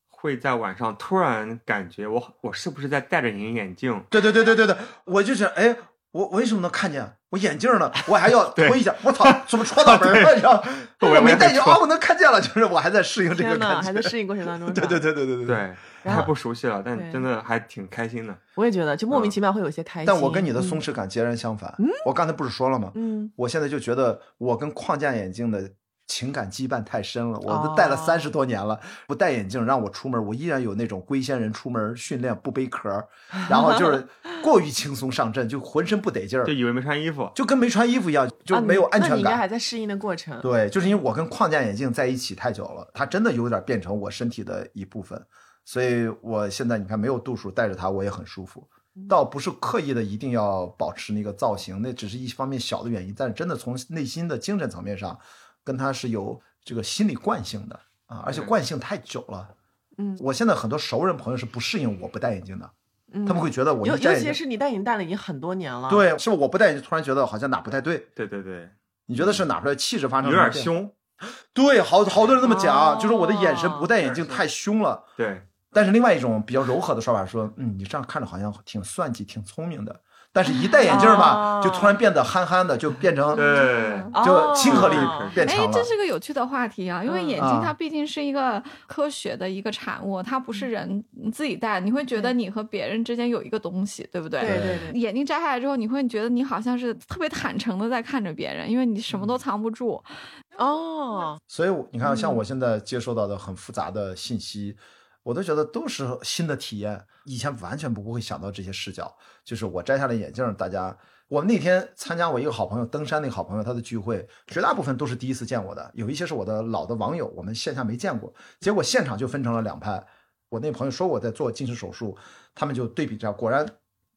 Speaker 1: 会在晚上突然感觉我我是不是在戴着隐形眼镜？
Speaker 2: 对对对对对对，我就是哎，我我为什么能看见？我眼镜呢？我还要
Speaker 1: 对
Speaker 2: 推一下，我操，怎么戳到门了？你 知道？
Speaker 1: 对
Speaker 2: 我没戴镜，
Speaker 1: 我也没戳
Speaker 2: 啊，我能看见了，就是我还在适应这个
Speaker 4: 天呐，
Speaker 2: 感
Speaker 4: 还
Speaker 2: 觉。
Speaker 4: 在适应过程当中
Speaker 2: 。对对，对对对对。
Speaker 1: 对，
Speaker 4: 然
Speaker 1: 太
Speaker 4: 后
Speaker 1: 不熟悉了，但
Speaker 4: 对
Speaker 1: 真的还挺开心的。
Speaker 4: 我也觉得就莫名其妙会有一些开心。
Speaker 2: 嗯但我跟你的
Speaker 4: 嗯
Speaker 2: 松，弛感截然相反。我刚才不是说了吗？
Speaker 4: 嗯，
Speaker 2: 我现在就觉得我跟框架眼镜的情感羁绊太深了，我都戴了
Speaker 4: 哦
Speaker 2: 三十多年了，不戴眼镜让我出门，我依然有那种龟仙人出门训练不背壳儿，然 后就是过于轻松上阵，就浑身不得劲儿
Speaker 1: 就，以为没穿衣服，
Speaker 2: 就跟没穿衣服一样，就
Speaker 4: 啊
Speaker 2: 没有安
Speaker 4: 那
Speaker 2: 全
Speaker 4: 你应该
Speaker 2: 感。
Speaker 4: 还在适应的过程。
Speaker 2: 对，就是因为我跟框架眼镜在一起太久了，它真的有点变成我身体的一部分，所以我现在你看没有度数戴着它我也很舒服，
Speaker 4: 嗯
Speaker 2: 倒不是刻意的一定要保持那个造型，那只是一方面小的原因，但是真的从内心的精神层面上，跟它是有这个心理惯性的啊，而且
Speaker 1: 嗯
Speaker 2: 惯性太久了。
Speaker 4: 嗯
Speaker 2: 我现在很多熟人朋友是不适应我不戴眼镜的，
Speaker 4: 嗯，
Speaker 2: 他们会觉得我一
Speaker 4: 尤
Speaker 2: 戴
Speaker 4: 尤
Speaker 2: 眼
Speaker 4: 其
Speaker 2: 镜，
Speaker 4: 是你戴眼镜戴了已经很多年了。，
Speaker 2: 对，是不是我不戴眼镜突然觉得好像哪不太对？
Speaker 1: 对对对，
Speaker 2: 你觉得是哪块气质发生
Speaker 1: 有
Speaker 2: 了什么
Speaker 1: 点
Speaker 2: 变化
Speaker 1: 凶，
Speaker 2: 对，好好多人这么讲，
Speaker 4: 哦
Speaker 2: 就是我的眼神不戴眼镜太凶了。
Speaker 1: 对，
Speaker 2: 但是另外一种比较柔和的说法说，嗯，你这样看着好像挺算计、挺聪明的，但是一戴眼镜吧，
Speaker 4: 哦
Speaker 2: 就突然变得憨憨的，就变成
Speaker 1: 对，
Speaker 2: 就亲和力
Speaker 4: 哦
Speaker 2: 变
Speaker 3: 嗯哎
Speaker 2: 强，了
Speaker 3: 这。是个有趣的话题啊，因为
Speaker 4: 嗯
Speaker 3: 眼睛它
Speaker 2: 啊
Speaker 3: 毕竟是一个科学的一个产物，它不是人自己戴，你会觉得
Speaker 4: 嗯对
Speaker 3: 你和别人之间有一个东西，对不对？
Speaker 4: 对对对。
Speaker 3: 眼镜摘下来之后，你会觉得你好像是特别坦诚的在看着别人，因为你什么都
Speaker 4: 嗯
Speaker 3: 藏不住。
Speaker 4: 哦，
Speaker 2: 所以我你看，像我现在接收到的很复杂的信息，我都觉得都是新的体验，以前完全不会想到这些视角。就是我摘下了眼镜，大家。我那天参加我一个好朋友登山那个好朋友他的聚会，绝大部分都是第一次见我的，有一些是我的老的网友，我们线下没见过，结果现场就分成了两派。我那朋友说我在做近视手术，他们就对比着，果然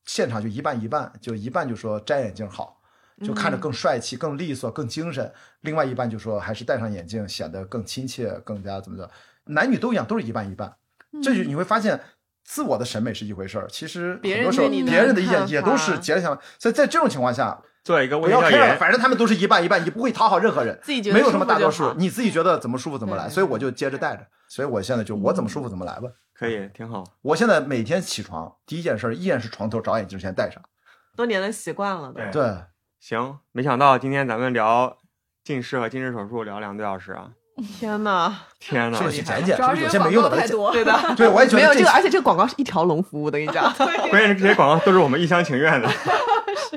Speaker 2: 现场就一半一半，就一半就说摘眼镜好，就看着更帅气、更利索、更精神；另外一半就说还是戴上眼镜显得更亲切、更加怎么的。男女都一样，都是一半一半。
Speaker 4: 嗯
Speaker 2: 这
Speaker 3: 嗯
Speaker 2: 就你会发现，自我的审美是一回事儿，其实
Speaker 4: 别
Speaker 2: 很
Speaker 4: 人
Speaker 2: 多时候
Speaker 4: 对
Speaker 2: 别
Speaker 4: 你的
Speaker 2: 人的意见
Speaker 4: 看
Speaker 2: 也都是
Speaker 4: 法啊
Speaker 2: 截然相反。所以在这种情况下，
Speaker 1: 做一个
Speaker 2: 不
Speaker 1: 问
Speaker 2: 要
Speaker 1: 调
Speaker 2: care，
Speaker 1: 研，
Speaker 2: 反正他们都是一半一半，你不会讨好任何人，
Speaker 4: 自己觉得
Speaker 2: 没有什
Speaker 4: 舒服
Speaker 2: 么
Speaker 4: 就
Speaker 2: 大多数
Speaker 4: 好，
Speaker 2: 你自己觉得怎么舒服怎么来。
Speaker 4: 对嗯
Speaker 2: 所以我就接着戴着，所以我现在就我怎么舒服怎么来吧。
Speaker 1: 可以挺好。
Speaker 2: 我现在每天起床第一件事儿依然是床头找眼镜先戴上。
Speaker 4: 多年的习惯了
Speaker 1: 对
Speaker 4: 的。
Speaker 2: 对，
Speaker 1: 行，没想到今天咱们聊近视和近视手术聊两个多小时啊！
Speaker 4: 天呐，
Speaker 1: 天哪
Speaker 2: 是，不是去剪剪？
Speaker 3: 主
Speaker 2: 是不
Speaker 3: 要
Speaker 2: 是
Speaker 3: 是
Speaker 2: 有
Speaker 3: 因
Speaker 2: 些
Speaker 3: 为
Speaker 2: 没用的
Speaker 3: 广
Speaker 2: 把
Speaker 3: 告
Speaker 2: 它
Speaker 3: 太
Speaker 2: 剪？
Speaker 3: 多。
Speaker 4: 对的，
Speaker 2: 对， 我也 觉
Speaker 4: 没
Speaker 2: 得
Speaker 4: 有
Speaker 2: 这
Speaker 4: 这个，而且这个广告是一条龙服务的，跟你 讲，
Speaker 1: 关键是这些广告都是我们一厢情愿的。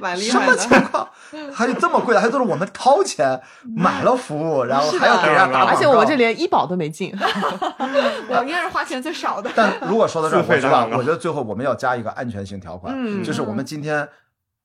Speaker 4: 蛮厉
Speaker 2: 什
Speaker 4: 害
Speaker 2: 么
Speaker 4: 的。
Speaker 2: 情 况？还有这么贵的，还都是我们掏钱买了服务，然后还要给人家打广告。
Speaker 4: 而且我这连医保都没进，
Speaker 3: 我应该是花钱最少的。
Speaker 2: 但如果说到这儿，
Speaker 1: 自
Speaker 2: 我
Speaker 1: 费
Speaker 2: 觉
Speaker 1: 的
Speaker 2: 得
Speaker 1: 广告
Speaker 2: 我觉得最后我们要加一个安全性条款，
Speaker 4: 嗯
Speaker 2: 就是我们今天。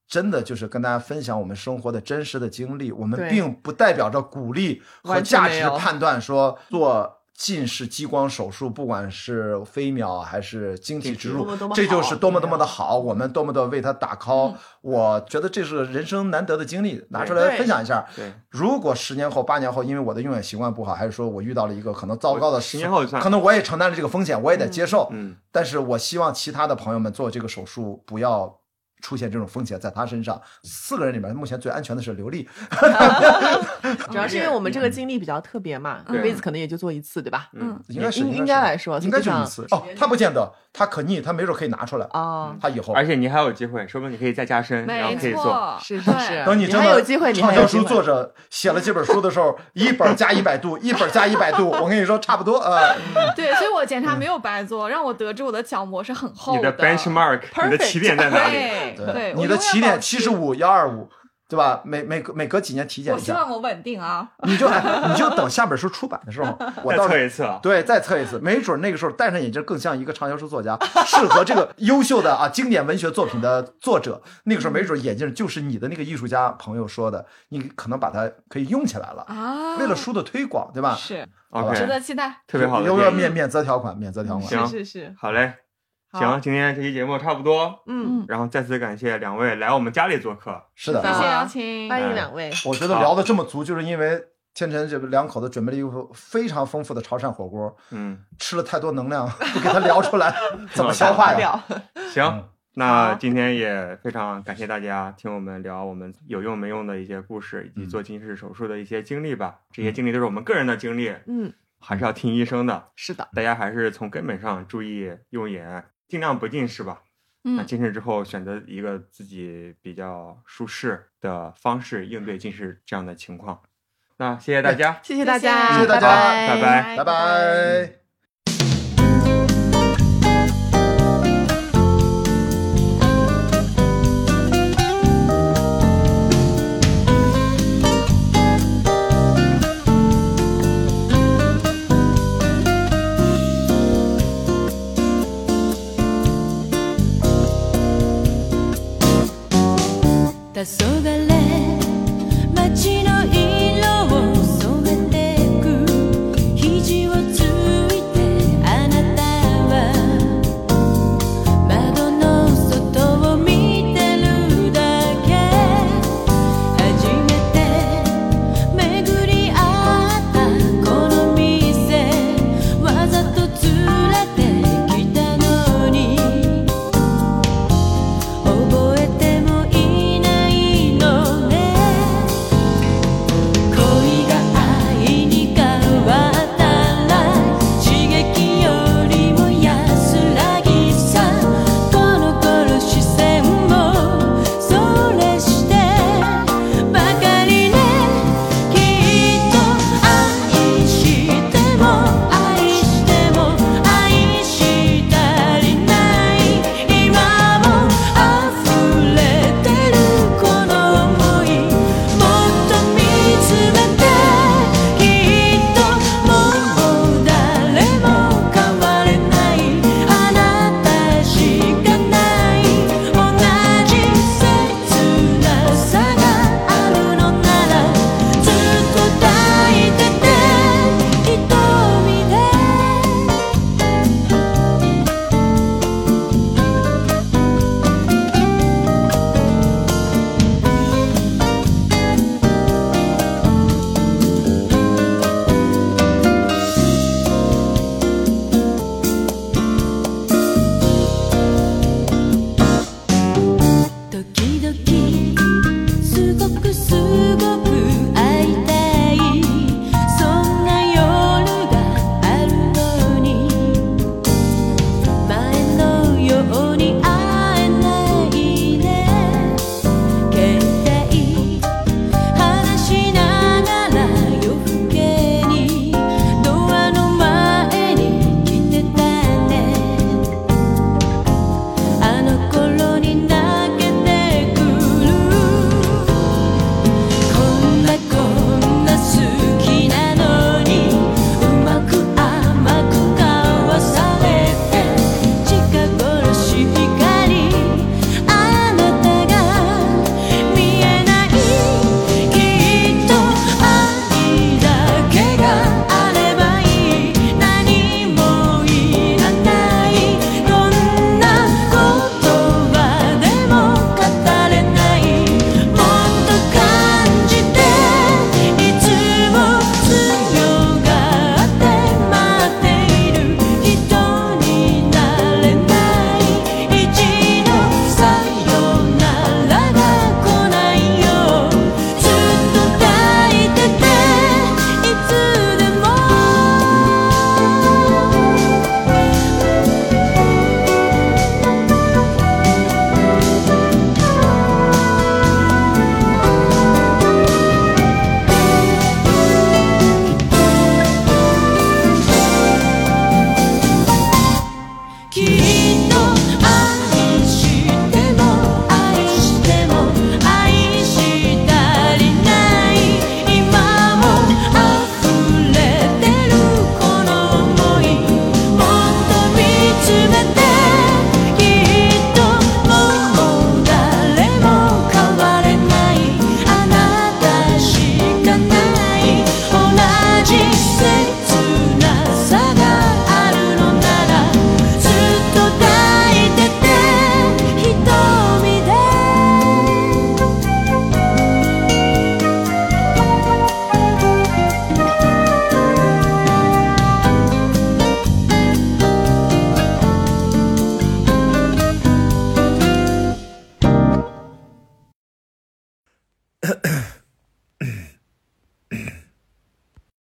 Speaker 2: 真的就是跟大家分享我们生活的真实的经历，我们
Speaker 4: 对
Speaker 2: 并不代表着鼓励和
Speaker 4: 完全
Speaker 2: 价
Speaker 4: 没
Speaker 2: 值
Speaker 4: 有
Speaker 2: 判断说做近视激光手术，不管是飞秒还是晶体植
Speaker 4: 多
Speaker 2: 入
Speaker 4: 么多么，好
Speaker 2: 这就是多么多么的
Speaker 4: 对啊嗯
Speaker 2: 好，我们多么的为他打 call。我觉得这是人生难得的经历，拿出来
Speaker 4: 对
Speaker 2: 分享一下。
Speaker 1: 对，
Speaker 2: 如果十年后、八年后，因为我的用眼习惯不好，还是说我遇到了一个可能糟糕的
Speaker 1: 十年后就算
Speaker 2: 可能我也承担了这个风险，我也得接受。
Speaker 1: 嗯，
Speaker 2: 但是我希望其他的朋友们做这个手术不要出现这种风险在他身上。四个人里面，目前最安全的是刘丽，
Speaker 4: 主要是因为我们这个经历比较特别嘛，一
Speaker 1: 对
Speaker 4: 辈子可能也就做一次，对吧？
Speaker 1: 嗯，
Speaker 2: 应该是
Speaker 4: 应
Speaker 2: 应
Speaker 4: 该
Speaker 2: 该
Speaker 4: 来
Speaker 2: 是
Speaker 4: 说，
Speaker 2: 应该就
Speaker 4: 就
Speaker 2: 一
Speaker 4: 像
Speaker 2: 次哦，他不见得，他可逆，他没准可以拿出来，
Speaker 4: 啊，
Speaker 2: 他以后
Speaker 1: 而且你还有机会，说不定你可以再加深，然后
Speaker 3: 嗯没
Speaker 1: 可以做。
Speaker 3: 错，
Speaker 4: 是是
Speaker 3: 对
Speaker 4: 是，
Speaker 2: 等你
Speaker 4: 你
Speaker 2: 真
Speaker 4: 还
Speaker 2: 的
Speaker 4: 有机会，你
Speaker 2: 畅
Speaker 4: 还
Speaker 2: 销
Speaker 4: 有机
Speaker 2: 书作
Speaker 4: 会。
Speaker 2: 者写了几本书的时候，一本加一百度，一本加一百度，我跟你说差不多啊。
Speaker 3: 对，所以我检查没有白做，让我得知我的角膜是很厚
Speaker 1: 嗯
Speaker 3: 哎
Speaker 1: 你的 benchmark，你的起点在哪里？
Speaker 3: 对对，
Speaker 2: 你
Speaker 3: 我
Speaker 2: 的
Speaker 3: 永远
Speaker 2: 起点
Speaker 3: 保持
Speaker 2: 七十，五幺二五，对吧？每每隔每隔几年体检
Speaker 3: 我
Speaker 2: 一
Speaker 3: 希
Speaker 2: 下，
Speaker 3: 望我稳定啊。
Speaker 2: 你就哎你就等下本书出版的 时候，我
Speaker 1: 再
Speaker 2: 到时候
Speaker 1: 测一次啊！
Speaker 2: 对，再测一次，没准那个时候戴上眼镜更像一个畅销书作家，适合这个优秀的啊经典文学作品的作者。那个时候没准眼镜就是你的那个艺术家朋友说的，你可能把它可以用起来了，
Speaker 3: 啊，
Speaker 2: 为了书的推广，对吧？
Speaker 3: 是值
Speaker 1: OK，
Speaker 3: 得期待。
Speaker 1: 特别好的
Speaker 2: 有点
Speaker 1: 建
Speaker 2: 免
Speaker 1: 议。
Speaker 2: 免责条款，免责条款。
Speaker 1: 行
Speaker 4: 是是是，
Speaker 1: 好嘞，
Speaker 4: 好
Speaker 1: 行，今天这期节目差不多，
Speaker 4: 嗯，
Speaker 1: 然后再次感谢两位来我们家里做客。
Speaker 2: 是的
Speaker 3: 谢
Speaker 4: 好，
Speaker 3: 谢
Speaker 4: 啊
Speaker 3: 邀请，
Speaker 4: 欢
Speaker 2: 哎
Speaker 4: 迎两位，
Speaker 2: 我觉得聊的这么足，就是因为天辰这两口子准备了一个非常丰富的潮汕火锅，
Speaker 1: 嗯，
Speaker 2: 吃了太多能量，不给他聊出来，怎么消化呀？
Speaker 4: 了，
Speaker 1: 行，那今天也非常感谢大家听我们聊我们有用没用的一些故事，以及
Speaker 2: 嗯
Speaker 1: 做近视手术的一些经历吧。这些经历都是我们个人的经历，
Speaker 4: 嗯，
Speaker 1: 还是要听医生的。
Speaker 4: 是的，
Speaker 1: 大家还是从根本上注意用眼，尽量不近视吧。那
Speaker 3: 嗯，
Speaker 1: 近视之后，选择一个自己比较舒适的方式应对近视这样的情况。那谢谢大家。嗯
Speaker 4: 谢谢大家，
Speaker 2: 谢谢大家
Speaker 1: 拜拜
Speaker 2: 拜拜。
Speaker 6: 黄昏街の色を染めてく肘をついてあなたは窓の外を見てるだけ初めて巡り合ったこの店わざと連れてきたのに覚えてもいないのね恋が愛に変わったら刺激よりも安らぎさこの頃視線をそれしてばかりねきっと愛しても愛しても愛したりない今も溢れてるこの想いもっと見つめてきっともう誰も変われないあなたしかない同じ切なさがあるのならずっと抱いてて瞳で時々すごくすごく会いたいそんな夜があるのに前のように会えないね携帯話しながら夜更けにドアの前に来てたねあの頃に泣けてくるこん